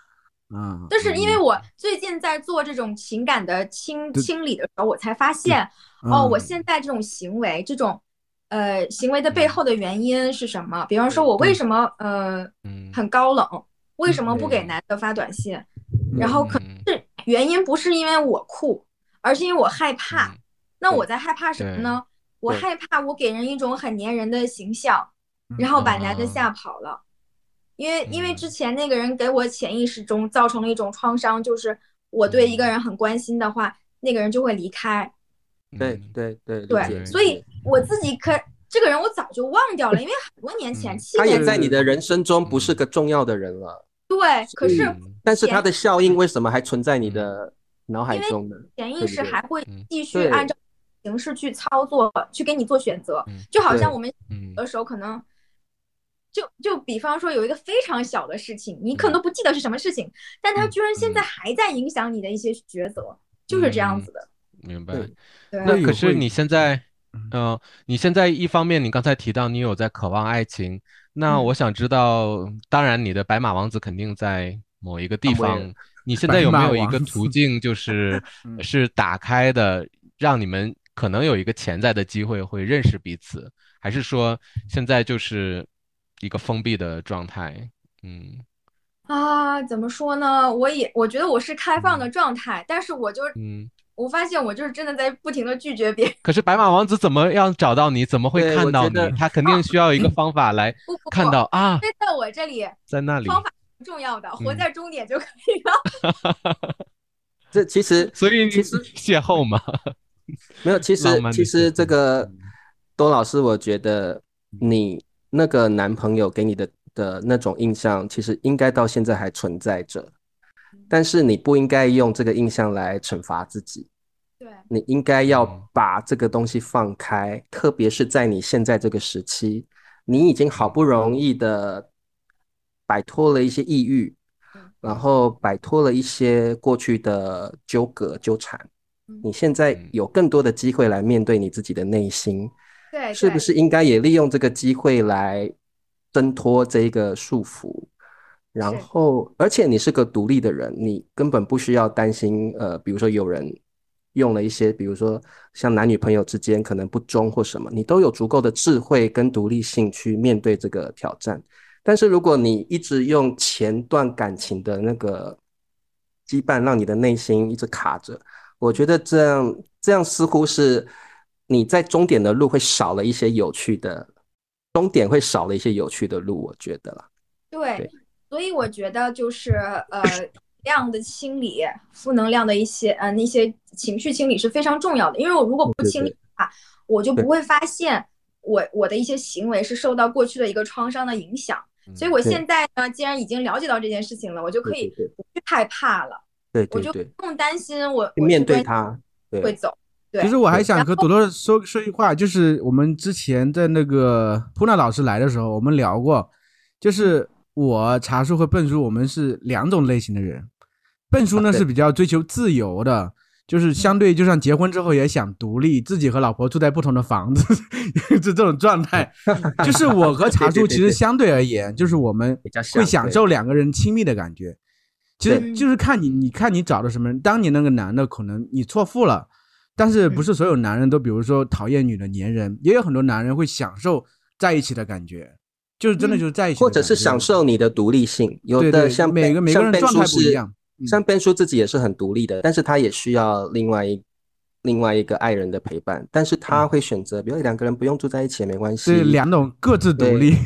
[SPEAKER 2] 啊，
[SPEAKER 3] 但是因为我最近在做这种情感的清
[SPEAKER 2] 对
[SPEAKER 3] 清理的时候，我才发现，哦，
[SPEAKER 2] 嗯
[SPEAKER 3] 我现在这种行为，这种呃行为的
[SPEAKER 2] 嗯
[SPEAKER 3] 背后的原因是什么？比方说，我为什么呃
[SPEAKER 1] 嗯，
[SPEAKER 3] 很高冷，为什么不给
[SPEAKER 1] 对
[SPEAKER 3] 男的发短信？
[SPEAKER 2] 嗯
[SPEAKER 3] 然后可
[SPEAKER 1] 嗯
[SPEAKER 3] 是原因不是因为我酷，而是因为我害怕
[SPEAKER 1] 嗯。
[SPEAKER 3] 那我在害怕什么呢？我害怕我给人一种很粘人的形象，然后把男
[SPEAKER 4] 哦
[SPEAKER 3] 的
[SPEAKER 1] 嗯
[SPEAKER 3] 吓跑了。因为因为
[SPEAKER 1] 嗯
[SPEAKER 3] 之前那个人给我潜意识中造成了一种创伤，就是我对一个人很关心的话，那个人就会离开。
[SPEAKER 4] 对
[SPEAKER 1] 嗯
[SPEAKER 4] 对对理解
[SPEAKER 3] 对，
[SPEAKER 1] 对
[SPEAKER 3] 所以我自己可这个人我早就忘掉了，因为很多年前，
[SPEAKER 1] 嗯
[SPEAKER 3] 七
[SPEAKER 4] 他
[SPEAKER 3] 年
[SPEAKER 4] 也
[SPEAKER 3] 前
[SPEAKER 4] 在你的人生中不是个重要的人了，
[SPEAKER 3] 对，可是
[SPEAKER 1] 嗯
[SPEAKER 4] 但是他的效应为什么还存在你的脑海中呢？
[SPEAKER 3] 潜
[SPEAKER 4] 对
[SPEAKER 3] 意
[SPEAKER 4] 不
[SPEAKER 3] 识
[SPEAKER 4] 对
[SPEAKER 3] 还会
[SPEAKER 1] 嗯
[SPEAKER 3] 继续
[SPEAKER 4] 对
[SPEAKER 3] 按照形式去操作，去给你做选择
[SPEAKER 1] 嗯，
[SPEAKER 3] 就好像
[SPEAKER 4] 对
[SPEAKER 3] 我们
[SPEAKER 1] 嗯
[SPEAKER 3] 有的时候可能。就就比方说有一个非常小的事情，你可能都不记得是什么事情，但它
[SPEAKER 1] 嗯
[SPEAKER 3] 居然现在
[SPEAKER 1] 嗯
[SPEAKER 3] 还在影响你的一些抉择，就是这样
[SPEAKER 1] 嗯
[SPEAKER 3] 子的。
[SPEAKER 1] 明白。
[SPEAKER 4] 对
[SPEAKER 3] 对，
[SPEAKER 1] 那
[SPEAKER 2] 会
[SPEAKER 1] 可
[SPEAKER 2] 有
[SPEAKER 1] 是
[SPEAKER 2] 会
[SPEAKER 1] 你
[SPEAKER 2] 有
[SPEAKER 1] 现在
[SPEAKER 2] 嗯，
[SPEAKER 1] 嗯，你现在一方面你刚才提到你有在渴望爱情，那
[SPEAKER 3] 嗯
[SPEAKER 1] 我想知道，当然你的白马王子肯定在某一个地
[SPEAKER 4] 啊我也
[SPEAKER 1] 方，你现
[SPEAKER 2] 白
[SPEAKER 1] 在有没
[SPEAKER 2] 马
[SPEAKER 1] 有一个
[SPEAKER 2] 王
[SPEAKER 1] 途
[SPEAKER 2] 子
[SPEAKER 1] 径， 就是
[SPEAKER 2] 嗯
[SPEAKER 1] 是打开的，让你们可能有一个潜在的机会会认识彼此，还是说现在就是一个封闭的状态？嗯
[SPEAKER 3] 啊，怎么说呢？我也我觉得我是开放的状态，但是我就
[SPEAKER 1] 嗯。
[SPEAKER 3] 我发现我就是真的在不停的拒绝别人，
[SPEAKER 1] 可是白马王子怎么样找到你？怎么会
[SPEAKER 4] 对
[SPEAKER 1] 看
[SPEAKER 4] 我
[SPEAKER 1] 到
[SPEAKER 4] 觉
[SPEAKER 1] 你
[SPEAKER 4] 得？
[SPEAKER 1] 他肯定需要一个方法来
[SPEAKER 3] 不不
[SPEAKER 1] 看
[SPEAKER 3] 不，
[SPEAKER 1] 到啊，
[SPEAKER 3] 这在我这里
[SPEAKER 1] 在那里。
[SPEAKER 3] 方法不重要的，活
[SPEAKER 1] 嗯
[SPEAKER 3] 在终点就可以了。
[SPEAKER 4] 这其
[SPEAKER 3] 嗯
[SPEAKER 4] 实
[SPEAKER 1] 所以你
[SPEAKER 4] 其实
[SPEAKER 1] 邂逅嘛，
[SPEAKER 4] 没有，其
[SPEAKER 1] 浪
[SPEAKER 4] 实
[SPEAKER 1] 漫的
[SPEAKER 4] 其实
[SPEAKER 1] 事
[SPEAKER 4] 这
[SPEAKER 1] 情嗯
[SPEAKER 4] 个多老师，我觉得你那个男朋友给你的的那种印象，其实应该到现在还存在着，
[SPEAKER 3] 嗯
[SPEAKER 4] 但是你不应该用这个印象来惩罚自己。
[SPEAKER 3] 对，
[SPEAKER 4] 你应该要
[SPEAKER 1] 嗯
[SPEAKER 4] 把这个东西放开，特别是在你现在这个时期，你已经好不容易的摆脱了一些抑郁
[SPEAKER 3] 嗯，
[SPEAKER 4] 然后摆脱了一些过去的纠葛纠缠
[SPEAKER 3] 嗯，
[SPEAKER 4] 你现在
[SPEAKER 1] 嗯
[SPEAKER 4] 有更多的机会来面对你自己的内心，
[SPEAKER 3] 哎对，
[SPEAKER 4] 是不
[SPEAKER 3] 对
[SPEAKER 4] 是应该也利用这个机会来挣脱这一个束缚？然
[SPEAKER 3] 是
[SPEAKER 4] 后，而且你是个独立的人，你根本不需要担心，呃，比如说有人用了一些，比如说像男女朋友之间可能不忠或什么，你都有足够的智慧跟独立性去面对这个挑战。但是如果你一直用前段感情的那个羁绊，让你的内心一直卡着，我觉得这样这样似乎是你在终点的路会少了一些有趣的，终点会少了一些有趣的路，我觉得啦。
[SPEAKER 3] 对
[SPEAKER 4] 对，
[SPEAKER 3] 所以我觉得就是呃，量的清理、负能量的一些呃那些情绪清理是非常重要的，因为我如果不
[SPEAKER 4] 对
[SPEAKER 3] 清理
[SPEAKER 4] 对
[SPEAKER 3] 的话，我就
[SPEAKER 4] 对
[SPEAKER 3] 不会发现我我的一些行为是受到过去的一个创伤的影响。所以我
[SPEAKER 4] 嗯对
[SPEAKER 3] 现在呢，既然已经了解到这件事情了，我就可以
[SPEAKER 4] 对对
[SPEAKER 3] 不去害怕了，
[SPEAKER 4] 对
[SPEAKER 3] 我
[SPEAKER 4] 对
[SPEAKER 3] 就
[SPEAKER 4] 对，
[SPEAKER 3] 不用担心我
[SPEAKER 4] 去
[SPEAKER 3] 我
[SPEAKER 4] 面
[SPEAKER 3] 去
[SPEAKER 4] 对
[SPEAKER 3] 跟
[SPEAKER 4] 它，对
[SPEAKER 3] 会走。对
[SPEAKER 2] 其实我还
[SPEAKER 4] 对
[SPEAKER 2] 想
[SPEAKER 3] 然
[SPEAKER 2] 和朵朵说说句话，就是我们之前在那个普娜老师来的时候，我们聊过，就是我茶叔和笨叔，我们是两种类型的人。笨叔呢
[SPEAKER 4] 啊对
[SPEAKER 2] 是比较追求自由的，就是相对就算结婚之后也想独立，自己和老婆住在不同的房子， 是这种状 态。就是我和茶叔
[SPEAKER 4] 对对对
[SPEAKER 2] 其实
[SPEAKER 4] 对
[SPEAKER 2] 相对而言，就是我们
[SPEAKER 4] 比较
[SPEAKER 2] 会
[SPEAKER 4] 像
[SPEAKER 2] 享
[SPEAKER 4] 对
[SPEAKER 2] 受两个人亲密的感觉。其实
[SPEAKER 3] 对
[SPEAKER 2] 就是看你，你看你找的什么人。当年那个男的可能你错付了，但是不
[SPEAKER 3] 嗯
[SPEAKER 2] 是所有男人都，比如说讨厌女的粘人，也有很多男人会享受在一起的感觉，就是真的
[SPEAKER 3] 嗯
[SPEAKER 2] 就是在一起的
[SPEAKER 4] 或
[SPEAKER 2] 感觉，
[SPEAKER 4] 者是享受你的独立性。有
[SPEAKER 2] 对
[SPEAKER 4] 的
[SPEAKER 2] 对
[SPEAKER 4] 像
[SPEAKER 2] 每
[SPEAKER 4] 贝
[SPEAKER 2] 个每个
[SPEAKER 4] 像
[SPEAKER 2] 人
[SPEAKER 4] 贝
[SPEAKER 2] 状
[SPEAKER 4] 叔
[SPEAKER 2] 态不一
[SPEAKER 4] 是
[SPEAKER 2] 样嗯
[SPEAKER 4] 像Ben 叔自己也是很独立的，但是他也需要另外一另外一个爱人的陪伴，但是他会选择，比如哎两个人不用住在一起也没关系。
[SPEAKER 2] 是嗯两种各自独立。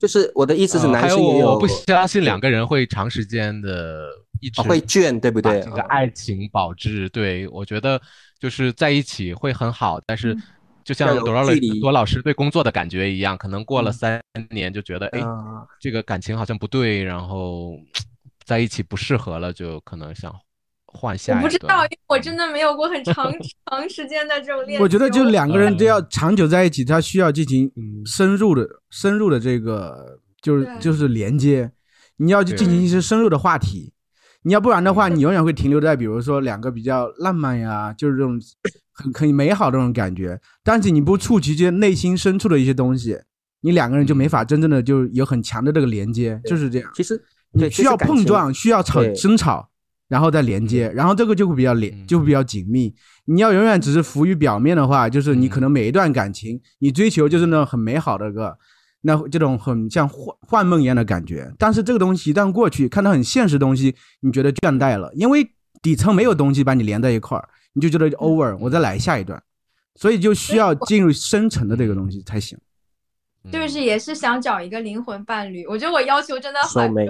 [SPEAKER 4] 就是我的意思是，
[SPEAKER 1] 呃还
[SPEAKER 4] 男
[SPEAKER 1] 有
[SPEAKER 4] 性也
[SPEAKER 1] 我，我
[SPEAKER 4] 有
[SPEAKER 1] 不相信两个人会长时间的一直
[SPEAKER 4] 哦会倦，对不
[SPEAKER 1] 把
[SPEAKER 4] 对？
[SPEAKER 1] 这个
[SPEAKER 4] 哦
[SPEAKER 1] 爱情保质。对我觉得就是在一起会很好，但是
[SPEAKER 3] 嗯
[SPEAKER 1] 就像
[SPEAKER 4] 要有
[SPEAKER 1] 朵老
[SPEAKER 4] 距离
[SPEAKER 1] 朵老师对工作的感觉一样，可能过了
[SPEAKER 2] 嗯
[SPEAKER 1] 三年就觉得，哎，
[SPEAKER 4] 啊
[SPEAKER 1] 这个感情好像不对，然后在一起不适合了，就可能想换
[SPEAKER 3] 我
[SPEAKER 1] 下一
[SPEAKER 3] 不知
[SPEAKER 1] 个。
[SPEAKER 3] 道，因为我
[SPEAKER 4] 嗯
[SPEAKER 3] 真的没有过很长 长时间的这种恋情。
[SPEAKER 2] 我觉得就两个人
[SPEAKER 1] 嗯
[SPEAKER 2] 都要长久在一起，他需要进行
[SPEAKER 1] 嗯
[SPEAKER 2] 深入的、深入的这个就是
[SPEAKER 3] 对
[SPEAKER 2] 就是连接，你要去进行一些深入的话题，你要不然的话，你永远会停留在比如说两个比较浪漫呀，就是这种很很美好的那种感觉，但是你不触及这内心深处的一些东西，你两个人就
[SPEAKER 1] 嗯
[SPEAKER 2] 没法真正的就有很强的这个连接，就是这样。
[SPEAKER 4] 其实对
[SPEAKER 2] 你
[SPEAKER 4] 其实
[SPEAKER 2] 需要
[SPEAKER 4] 感
[SPEAKER 2] 碰
[SPEAKER 4] 情
[SPEAKER 2] 撞，需要吵
[SPEAKER 4] 对
[SPEAKER 2] 争吵，然后再连接，然后这个就会比较连，
[SPEAKER 1] 嗯
[SPEAKER 2] 就会比较紧密。你要永远只是浮于表面的
[SPEAKER 4] 嗯
[SPEAKER 2] 话，就是你可能每一段感情，你追求就是那种很美好的个，那这种很像幻幻梦一样的感觉。但是这个东西一旦过去，看到很现实的东西，你觉得倦怠了，因为底层没有东西把你连在一块儿，你就觉得
[SPEAKER 4] 嗯
[SPEAKER 2] over，我再来下一段，所以就需要进入深层的这个东西才行。
[SPEAKER 3] 就是也是想找一个灵魂伴侣。我觉得我要求真的
[SPEAKER 4] ，so
[SPEAKER 3] 很
[SPEAKER 4] m a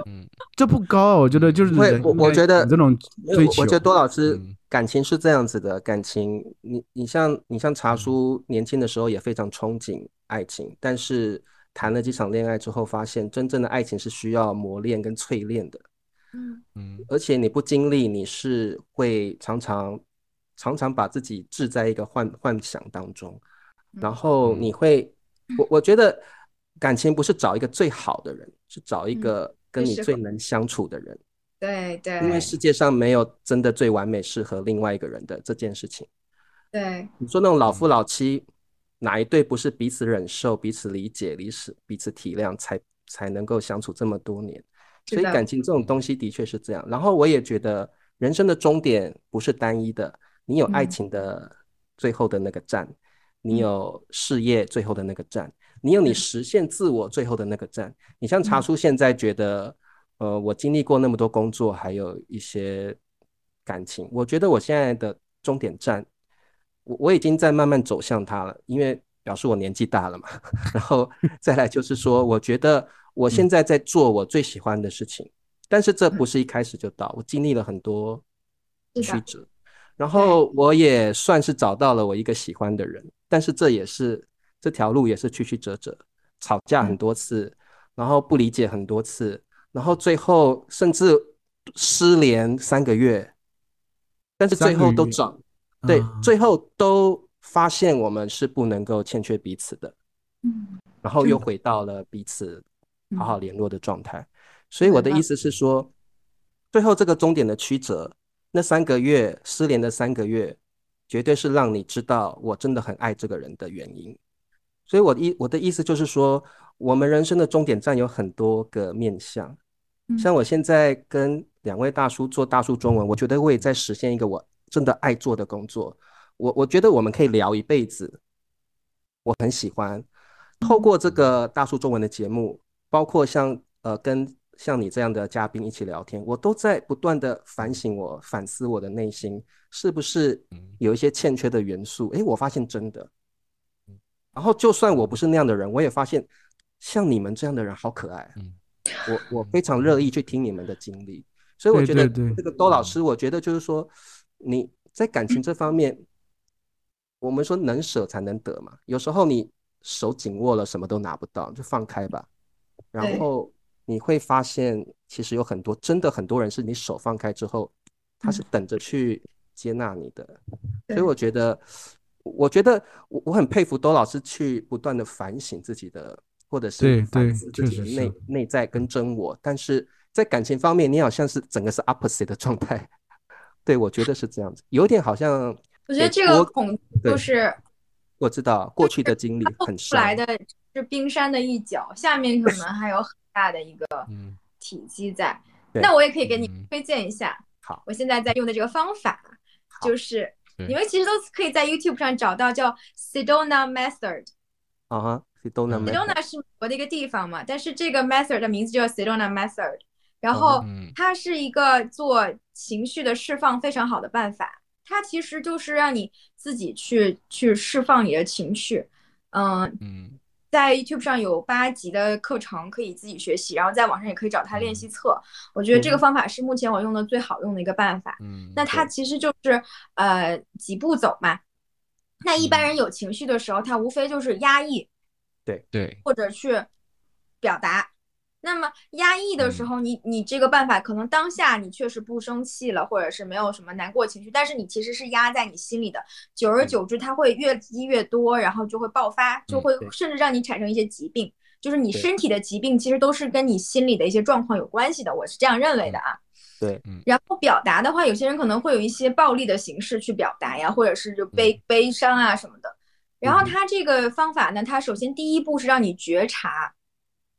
[SPEAKER 2] 这不高啊，我觉得就是
[SPEAKER 4] 会
[SPEAKER 2] 人
[SPEAKER 4] 我
[SPEAKER 2] 应该
[SPEAKER 4] 我觉得
[SPEAKER 2] 有这种
[SPEAKER 4] 因为
[SPEAKER 2] 追
[SPEAKER 4] 我
[SPEAKER 2] 求，
[SPEAKER 4] 我觉得多老师
[SPEAKER 1] 嗯
[SPEAKER 4] 感情是这样子的，感情你你像你像
[SPEAKER 2] 嗯
[SPEAKER 4] 茶叔年轻的时候也非常憧憬爱情，但是谈了几场恋爱之后，发现真正的爱情是需要磨练跟淬炼的，
[SPEAKER 3] 嗯
[SPEAKER 1] 嗯
[SPEAKER 4] 而且你不经历，你是会常常常常把自己置在一个幻幻想当中，
[SPEAKER 3] 嗯
[SPEAKER 4] 然后
[SPEAKER 2] 嗯
[SPEAKER 4] 你会， 我我觉得感情不是找一个最好的人，是找一
[SPEAKER 3] 嗯
[SPEAKER 4] 个跟
[SPEAKER 3] 最
[SPEAKER 4] 你
[SPEAKER 3] 适合
[SPEAKER 4] 最能相处的人。
[SPEAKER 3] 对对
[SPEAKER 4] 因为世界上没有真的最完美适合另外一个人的这件事情。
[SPEAKER 3] 对
[SPEAKER 4] 你说那种老
[SPEAKER 3] 嗯
[SPEAKER 4] 夫老妻，哪一对不是彼此忍受、彼此理解、彼此彼此体谅，才才能够相处这么多年？
[SPEAKER 3] 是
[SPEAKER 4] 所以
[SPEAKER 3] 的
[SPEAKER 4] 感情这种东西的确是这样。然后我也觉得人生的终点不是单一的，你有爱
[SPEAKER 3] 嗯
[SPEAKER 4] 情的最后的那个站，
[SPEAKER 3] 嗯
[SPEAKER 4] 你有事业最后的那个站，你有你
[SPEAKER 3] 嗯
[SPEAKER 4] 实现自我最后的那个站。你像茶
[SPEAKER 3] 嗯
[SPEAKER 4] 叔现在觉得，呃，我经历过那么多工作，还有一些感情，我觉得我现在的终点站，我我已经在慢慢走向它了，因为表示我年纪大了嘛。 然后
[SPEAKER 3] 嗯
[SPEAKER 4] 再来就是说，我觉得我现在在做我最喜欢的事情，但是这不是一开始就到，我经历了很多
[SPEAKER 3] 嗯是的
[SPEAKER 4] 曲折，然后我也算是找到了我一个喜欢的人，但是这也是这条路也是曲曲折折，吵架
[SPEAKER 2] 嗯
[SPEAKER 4] 很多次，然后不理解很多次，然后最后甚至失联三个月，但是最
[SPEAKER 2] 三个
[SPEAKER 4] 后都
[SPEAKER 2] 月
[SPEAKER 4] 找对
[SPEAKER 2] 啊，
[SPEAKER 4] 最后都发现我们是不能够欠缺彼此的，
[SPEAKER 3] 嗯
[SPEAKER 4] 然后又
[SPEAKER 3] 嗯
[SPEAKER 4] 回到了彼此
[SPEAKER 3] 嗯
[SPEAKER 4] 好好联络的状态。所以我的
[SPEAKER 3] 明白
[SPEAKER 4] 意思是说，最后这个终点的曲折，那三个月失联的三个月，绝对是让你知道我真的很爱这个人的原因。所以我的意我的意思就是说，我们人生的终点站有很多个面向，
[SPEAKER 3] 嗯
[SPEAKER 4] 像我现在跟两位大叔做大叔中文，我觉得我也在实现一个我真的爱做的工作。我我觉得我们可以聊一辈子，我很喜欢。
[SPEAKER 2] 嗯
[SPEAKER 4] 透过这个大叔中文的节目，包括像呃跟像你这样的嘉宾一起聊天，我都在不断的反省我、反思我的内心是不是
[SPEAKER 2] 嗯
[SPEAKER 4] 有一些欠缺的元素。诶，我发现真的。
[SPEAKER 2] 嗯
[SPEAKER 4] 然后就算我不是那样的人，我也发现像你们这样的人好可爱。啊
[SPEAKER 1] 嗯
[SPEAKER 4] 我我非常乐意去听你们的经历，所以我
[SPEAKER 2] 对
[SPEAKER 4] 觉得
[SPEAKER 2] 对对
[SPEAKER 4] 这个周老师，我觉得就是说你在感情这方面，我们说能舍才能得嘛。有时候你手紧握了，什么都拿不到，就放开吧。然
[SPEAKER 3] 对
[SPEAKER 4] 后你会发现，其实有很多真的很多人是你手放开之后，他是等着去接纳你的。所以
[SPEAKER 3] 对
[SPEAKER 4] 我觉得，我觉得我我很佩服周老师去不断的反省自己的，或者
[SPEAKER 2] 对
[SPEAKER 4] 是反
[SPEAKER 2] 对
[SPEAKER 4] 思自己
[SPEAKER 2] 确
[SPEAKER 4] 的
[SPEAKER 2] 实
[SPEAKER 4] 内
[SPEAKER 2] 是
[SPEAKER 4] 内在跟真我。但是在感情方面，你好像是整个是 opposite 的状态。 对，我觉得是这样子，有点好像
[SPEAKER 3] 我觉得
[SPEAKER 4] 给
[SPEAKER 3] 这个
[SPEAKER 4] 多
[SPEAKER 3] 恐惧
[SPEAKER 4] 对
[SPEAKER 3] 就是
[SPEAKER 4] 我知道过去 的经历
[SPEAKER 3] 露
[SPEAKER 4] 很
[SPEAKER 3] 出
[SPEAKER 4] 深，
[SPEAKER 3] 来的是冰山的一角，下面可能还有很大的一个
[SPEAKER 1] 嗯
[SPEAKER 3] 体积在。
[SPEAKER 4] 对
[SPEAKER 3] 那我也可以给你
[SPEAKER 1] 嗯
[SPEAKER 3] 推荐一下，
[SPEAKER 4] 好
[SPEAKER 3] 我现在在用的这个方法，
[SPEAKER 4] 好
[SPEAKER 3] 就是
[SPEAKER 1] 对
[SPEAKER 3] 你们其实都可以在 YouTube 上找到叫 Sedona Method。
[SPEAKER 4] 啊哈，是都能
[SPEAKER 1] 嗯
[SPEAKER 4] 没
[SPEAKER 3] Sedona 是美国的一个地方嘛，但是这个 method 的名字就叫 Sedona method，然后
[SPEAKER 1] 嗯
[SPEAKER 3] 它是一个做情绪的释放非常好的办法。它其实就是让你自己去去释放你的情绪。嗯，
[SPEAKER 1] 嗯
[SPEAKER 3] 在 YouTube 上有八级的课程可以自己学习，然后在网上也可以找它练习册。我觉得这个方法是目前我用的最好用的一个办法。
[SPEAKER 1] 嗯，
[SPEAKER 3] 那它其实就是呃几步走嘛。那一般人有情绪的时候，他无非就是压抑，
[SPEAKER 1] 对，
[SPEAKER 3] 或者去表达。那么压抑的
[SPEAKER 4] 嗯
[SPEAKER 3] 时候，你你这个办法可能当下你确实不生气了，或者是没有什么难过情绪，但是你其实是压在你心里的，久而久之它会越积越多，然后就会爆发，就会
[SPEAKER 4] 嗯对
[SPEAKER 3] 甚至让你产生一些疾病，就是你
[SPEAKER 4] 对
[SPEAKER 3] 身体的疾病其实都是跟你心理的一些状况有关系的，我是这样认为的啊。
[SPEAKER 4] 对
[SPEAKER 1] 嗯
[SPEAKER 3] 然后表达的话，有些人可能会有一些暴力的形式去表达呀，或者是
[SPEAKER 1] 嗯
[SPEAKER 3] 就悲悲伤啊什么的。然后
[SPEAKER 4] 嗯
[SPEAKER 3] 它这个方法呢，它首先第一步是让你觉察，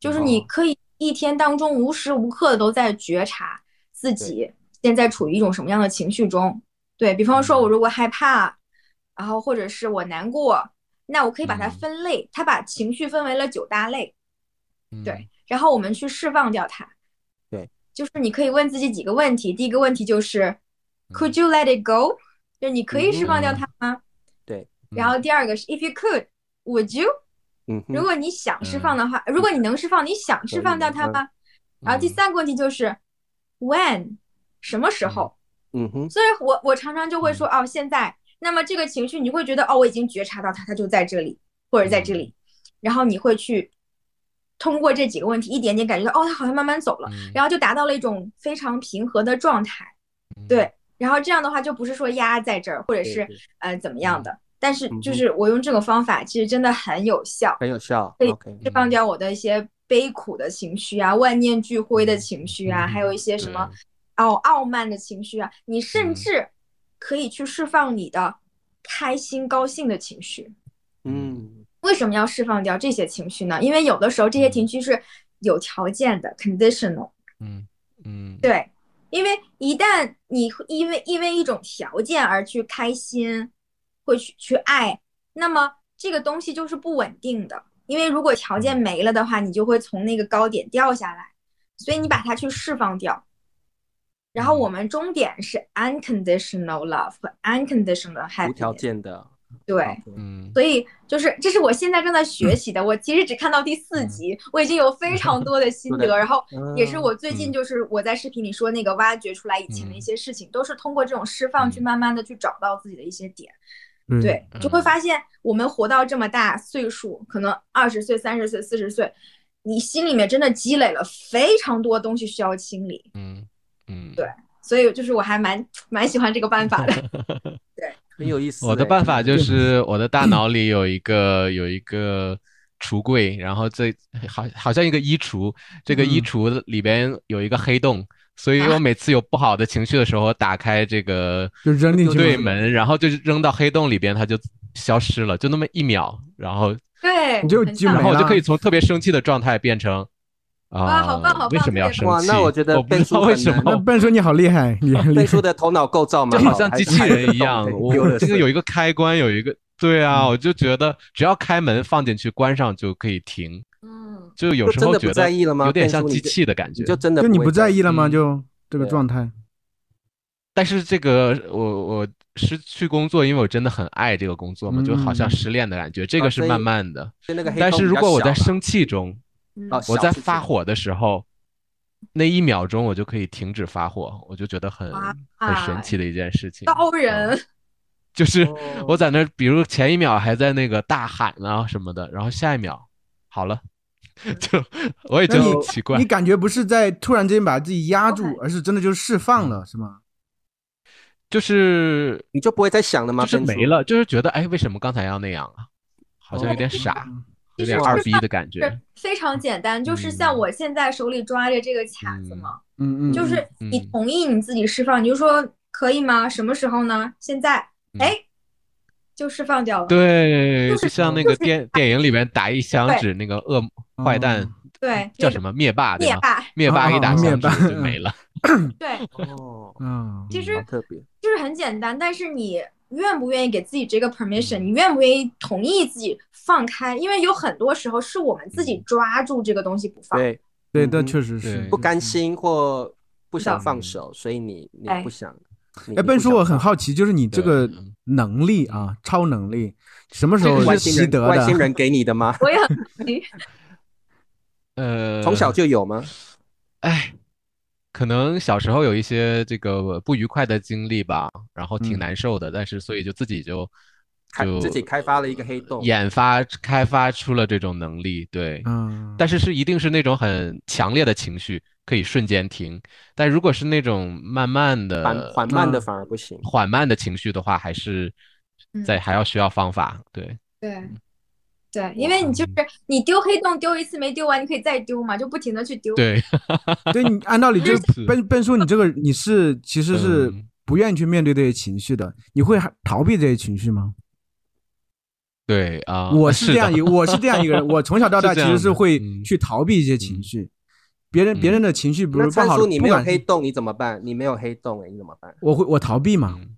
[SPEAKER 3] 就是你
[SPEAKER 4] 哦
[SPEAKER 3] 可以一天当中无时无刻的都在觉察自己现在处于一种什么样的情绪中。对比方说，我
[SPEAKER 1] 嗯
[SPEAKER 3] 如果害怕，然后或者是我难过，那我可以把它
[SPEAKER 1] 嗯
[SPEAKER 3] 分类，它把情绪分为了九大类。
[SPEAKER 1] 嗯
[SPEAKER 3] 对，然后我们去释放掉它。
[SPEAKER 4] 对，
[SPEAKER 3] 就是你可以问自己几个问题。第一个问题就是，Could
[SPEAKER 4] 嗯
[SPEAKER 3] you let it go？就是你可以释放掉它吗？
[SPEAKER 4] 对。
[SPEAKER 3] 然后第二个是，If you could，Would you？
[SPEAKER 4] 嗯
[SPEAKER 3] 如
[SPEAKER 4] 哼，
[SPEAKER 3] 果你想释放的话，如果你能释放，你想释放掉它吗？然后第
[SPEAKER 4] 嗯
[SPEAKER 3] 三个问题就是，When？什么时候？
[SPEAKER 4] 嗯哼，
[SPEAKER 3] 所以我我常常就
[SPEAKER 4] 嗯
[SPEAKER 3] 会说，哦，现在，那么这个情绪你会觉得，哦，我已经觉察到它，它就在这里，或者在
[SPEAKER 4] 嗯
[SPEAKER 3] 这里，然后你会去通过这几个问题一点点感觉到，哦，它好像慢慢走了，
[SPEAKER 1] 嗯
[SPEAKER 3] 然后就达到了一种非常平和的状态，对，然后这样的话就不是说压在这儿，或者
[SPEAKER 4] 对
[SPEAKER 3] 是
[SPEAKER 4] 对嗯
[SPEAKER 3] 呃怎么样的，但是就
[SPEAKER 4] 嗯哼
[SPEAKER 3] 是我用这种方法，其实真的很有效，
[SPEAKER 4] 很有效
[SPEAKER 3] 对
[SPEAKER 4] ，OK，
[SPEAKER 3] 释
[SPEAKER 1] 嗯
[SPEAKER 3] 放掉我的一些悲苦的情绪啊，万念俱灰的情绪啊，
[SPEAKER 1] 嗯
[SPEAKER 3] 还有一些什么傲傲慢的情绪啊，你
[SPEAKER 1] 嗯
[SPEAKER 3] 甚至可以去释放你的开心、高兴的情绪。
[SPEAKER 4] 嗯，
[SPEAKER 3] 为什么要释放掉这些情绪呢？因为有的时候这些情绪是有条件的 （conditional）。
[SPEAKER 1] 嗯嗯，
[SPEAKER 3] 对，因为一旦你会因为因为一种条件而去开心，会去去爱，那么这个东西就是不稳定的。因为如果条件没了的话，你就会从那个高点掉下来，所以你把它去释放掉。然后我们终点是 unconditional love 和 unconditional
[SPEAKER 4] 无条
[SPEAKER 3] happiness。
[SPEAKER 4] 件的，
[SPEAKER 3] 对，
[SPEAKER 4] OK，
[SPEAKER 1] 嗯
[SPEAKER 3] 所以就是这是我现在正在学习的。我其实只看到第四
[SPEAKER 4] 嗯
[SPEAKER 3] 集，我已经有非常多的心
[SPEAKER 4] 对
[SPEAKER 3] 得，然后也是
[SPEAKER 4] 嗯
[SPEAKER 3] 我最
[SPEAKER 1] 嗯
[SPEAKER 3] 近就是我在视频里说那个挖掘出来以前的一
[SPEAKER 1] 嗯
[SPEAKER 3] 些事情，都是通过这种释放去
[SPEAKER 1] 嗯
[SPEAKER 3] 慢慢的去找到自己的一些点。
[SPEAKER 2] 对
[SPEAKER 3] 对，就会
[SPEAKER 1] 嗯
[SPEAKER 3] 发现我们活到这么大岁数，可能二十岁、三十岁、四十岁，你心里面真的积累了非常多东西需要清理。
[SPEAKER 1] 嗯嗯，
[SPEAKER 3] 对所以就是我还蛮蛮喜欢这个办法 的。
[SPEAKER 4] 很有意思欸。
[SPEAKER 1] 我的办法就
[SPEAKER 2] 对
[SPEAKER 1] 是我的大脑里有一个有一个橱柜，然后这好好像一个衣橱，这个衣
[SPEAKER 2] 嗯
[SPEAKER 1] 橱里边有一个黑洞，所以
[SPEAKER 3] 啊
[SPEAKER 1] 我每次有不好的情绪的时候，打开这个
[SPEAKER 2] 就扔进去
[SPEAKER 1] 对
[SPEAKER 2] 嘛
[SPEAKER 1] 门，然后就是扔到黑洞里边，它就消失了，就那么一秒，然后
[SPEAKER 3] 对，
[SPEAKER 2] 你就
[SPEAKER 3] 很
[SPEAKER 2] 就
[SPEAKER 3] 像
[SPEAKER 2] 没
[SPEAKER 1] 然后我就
[SPEAKER 2] 了
[SPEAKER 1] 可以从特别生气的状态变成啊
[SPEAKER 3] 哇好棒好棒
[SPEAKER 1] 为什么要生
[SPEAKER 4] 哇
[SPEAKER 1] 气？
[SPEAKER 4] 那我觉得
[SPEAKER 1] 不知
[SPEAKER 4] 变数
[SPEAKER 1] 道为
[SPEAKER 4] 很
[SPEAKER 1] 什
[SPEAKER 4] 难
[SPEAKER 2] 那
[SPEAKER 1] 么，
[SPEAKER 2] 笨叔你好厉害，你很厉
[SPEAKER 4] 背
[SPEAKER 2] 害
[SPEAKER 4] 书。的头脑构造嘛，
[SPEAKER 1] 就好像机器人一样，我这个有一
[SPEAKER 4] 个
[SPEAKER 1] 个开关，有一个对啊，我就觉得只要开门放进去，关上就可以停，
[SPEAKER 3] 嗯，
[SPEAKER 1] 就有时
[SPEAKER 4] 真
[SPEAKER 1] 候
[SPEAKER 4] 的
[SPEAKER 1] 觉
[SPEAKER 4] 不在
[SPEAKER 1] 得
[SPEAKER 4] 意了吗？
[SPEAKER 1] 有点
[SPEAKER 4] 变
[SPEAKER 1] 像
[SPEAKER 4] 出
[SPEAKER 1] 机
[SPEAKER 4] 你就
[SPEAKER 1] 器的感觉
[SPEAKER 4] 你。就真的
[SPEAKER 2] 就你不
[SPEAKER 4] 会
[SPEAKER 2] 在意了吗？
[SPEAKER 1] 嗯
[SPEAKER 2] 就这个
[SPEAKER 4] 对啊
[SPEAKER 2] 状态，
[SPEAKER 1] 但是这个我我失去工作，因为我真的很爱这个工作嘛，就好像
[SPEAKER 2] 嗯
[SPEAKER 1] 失恋的感觉，这
[SPEAKER 4] 啊
[SPEAKER 1] 个是
[SPEAKER 4] 所以
[SPEAKER 1] 慢慢的。
[SPEAKER 4] 对那个黑
[SPEAKER 1] 但
[SPEAKER 4] 洞
[SPEAKER 1] 是
[SPEAKER 4] 比
[SPEAKER 1] 如
[SPEAKER 4] 较
[SPEAKER 1] 果我在
[SPEAKER 4] 小嘛
[SPEAKER 1] 生气中，
[SPEAKER 3] 嗯
[SPEAKER 4] 啊
[SPEAKER 1] 我
[SPEAKER 4] 小
[SPEAKER 1] 在
[SPEAKER 4] 事
[SPEAKER 1] 发
[SPEAKER 4] 情
[SPEAKER 1] 火的时候，那一秒钟我就可以停止发火，我就觉得很
[SPEAKER 3] 哇
[SPEAKER 1] 很神奇的一件事情。
[SPEAKER 3] 高人，
[SPEAKER 1] 就是我
[SPEAKER 4] 哦
[SPEAKER 1] 在那儿，比如前一秒还在那个大喊啊什么的，然后下一秒好了， 就我也觉
[SPEAKER 2] 那
[SPEAKER 1] 得
[SPEAKER 2] 你
[SPEAKER 1] 很奇怪
[SPEAKER 2] 你。感觉不是在突然之间把自己压住
[SPEAKER 3] OK，
[SPEAKER 2] 而是真的就释放了，是吗？
[SPEAKER 1] 就是
[SPEAKER 4] 你就不会再想了吗？
[SPEAKER 1] 就是
[SPEAKER 4] 变
[SPEAKER 1] 没
[SPEAKER 4] 出
[SPEAKER 1] 了，就是觉得哎，为什么刚才要那样啊？好像有点傻，有
[SPEAKER 3] 其实
[SPEAKER 1] 点
[SPEAKER 3] 哦是
[SPEAKER 1] 二逼的感觉
[SPEAKER 3] 是。 非常简单，就是像
[SPEAKER 1] 嗯
[SPEAKER 3] 我现在手里抓着这个卡子嘛，
[SPEAKER 2] 嗯嗯，
[SPEAKER 3] 就
[SPEAKER 2] 嗯
[SPEAKER 3] 是你
[SPEAKER 1] 嗯
[SPEAKER 3] 同意你自己释放，你就说可以吗？什么时候呢？现在，
[SPEAKER 1] 嗯
[SPEAKER 3] 哎，就释放掉了。
[SPEAKER 1] 对，
[SPEAKER 3] 就是
[SPEAKER 1] 就像那
[SPEAKER 3] 就
[SPEAKER 1] 个
[SPEAKER 3] 是
[SPEAKER 1] 电电影里面打一响指，那个恶魔
[SPEAKER 2] 哦
[SPEAKER 1] 坏蛋
[SPEAKER 3] 对，
[SPEAKER 1] 叫
[SPEAKER 3] 那
[SPEAKER 1] 什
[SPEAKER 3] 种
[SPEAKER 1] 么啊灭霸对
[SPEAKER 3] 灭
[SPEAKER 1] 吗？
[SPEAKER 3] 霸，
[SPEAKER 1] 灭霸一打
[SPEAKER 2] 啊灭
[SPEAKER 1] 响
[SPEAKER 2] 霸
[SPEAKER 1] 指就没了。
[SPEAKER 3] 对，
[SPEAKER 4] 哦，
[SPEAKER 2] 嗯，
[SPEAKER 3] 其
[SPEAKER 1] 嗯
[SPEAKER 3] 实
[SPEAKER 4] 好特别。
[SPEAKER 3] 就是很简单，但是你愿不愿意给自己这
[SPEAKER 1] 嗯
[SPEAKER 3] 个 permission，你愿不愿意同意自己放开？因为有很多时候是我们自己
[SPEAKER 1] 嗯
[SPEAKER 3] 抓住这个东西不放。
[SPEAKER 4] 对，
[SPEAKER 2] 对，
[SPEAKER 4] 嗯
[SPEAKER 2] 那
[SPEAKER 4] 嗯
[SPEAKER 2] 确实是
[SPEAKER 1] 对
[SPEAKER 4] 不甘。心或不想放
[SPEAKER 1] 嗯
[SPEAKER 4] 手，所以你你
[SPEAKER 3] 哎
[SPEAKER 4] 不想。你
[SPEAKER 2] 哎，笨叔，我很，好奇，就是你这个
[SPEAKER 1] 对嗯
[SPEAKER 2] 能力啊，超能力，什么时
[SPEAKER 1] 这
[SPEAKER 2] 候
[SPEAKER 1] 个
[SPEAKER 4] 你不想外
[SPEAKER 1] 是
[SPEAKER 2] 是
[SPEAKER 4] 星
[SPEAKER 2] 习
[SPEAKER 4] 人
[SPEAKER 2] 得
[SPEAKER 4] 外星
[SPEAKER 2] 的？
[SPEAKER 4] 人给你的吗？
[SPEAKER 3] 我也很
[SPEAKER 1] 呃，
[SPEAKER 4] 从小就有吗？
[SPEAKER 1] 哎，可能小时候有一些这个呃不愉快的经历吧，然后挺
[SPEAKER 2] 嗯
[SPEAKER 1] 难受的，但是所以就自己就
[SPEAKER 4] 开
[SPEAKER 1] 就
[SPEAKER 4] 自己开发了一个黑洞。
[SPEAKER 1] 研发开发出了这种能力，对，
[SPEAKER 2] 嗯，
[SPEAKER 1] 但是是一定是那种很强烈的情绪可以瞬间停，但如果是那种慢慢
[SPEAKER 4] 缓
[SPEAKER 1] 的
[SPEAKER 4] 缓慢的
[SPEAKER 2] 嗯
[SPEAKER 4] 反而不行，
[SPEAKER 1] 缓慢的情绪的话，还是在还要需要方法，对，
[SPEAKER 3] 对，
[SPEAKER 1] 嗯
[SPEAKER 3] 对，因为你就是你丢黑洞丢一次没丢完，你可以再丢嘛，就不停的去丢。
[SPEAKER 1] 对，
[SPEAKER 2] 对你按道理就是
[SPEAKER 1] 是
[SPEAKER 2] 笨笨叔，你这个你是其实是
[SPEAKER 1] 嗯
[SPEAKER 2] 不愿意去面对这些情绪的，你会还逃避这些情绪吗？
[SPEAKER 1] 对啊，
[SPEAKER 2] 我
[SPEAKER 1] 是
[SPEAKER 2] 是这
[SPEAKER 1] 的
[SPEAKER 2] 样一，我是这样一 个人，我从小到大
[SPEAKER 1] 是
[SPEAKER 2] 其
[SPEAKER 1] 这
[SPEAKER 2] 实是
[SPEAKER 1] 样的
[SPEAKER 2] 会
[SPEAKER 1] 嗯
[SPEAKER 2] 去逃避一些情
[SPEAKER 1] 嗯
[SPEAKER 2] 绪，别人别人的情绪，比
[SPEAKER 4] 那
[SPEAKER 2] 如不
[SPEAKER 4] 参
[SPEAKER 2] 好
[SPEAKER 4] 数
[SPEAKER 2] 的，
[SPEAKER 4] 你
[SPEAKER 2] 不
[SPEAKER 4] 没有
[SPEAKER 2] 管
[SPEAKER 4] 黑
[SPEAKER 2] 是
[SPEAKER 4] 洞，你怎么办？你没有黑洞哎，你怎么办？
[SPEAKER 2] 我会我逃避嘛，
[SPEAKER 1] 嗯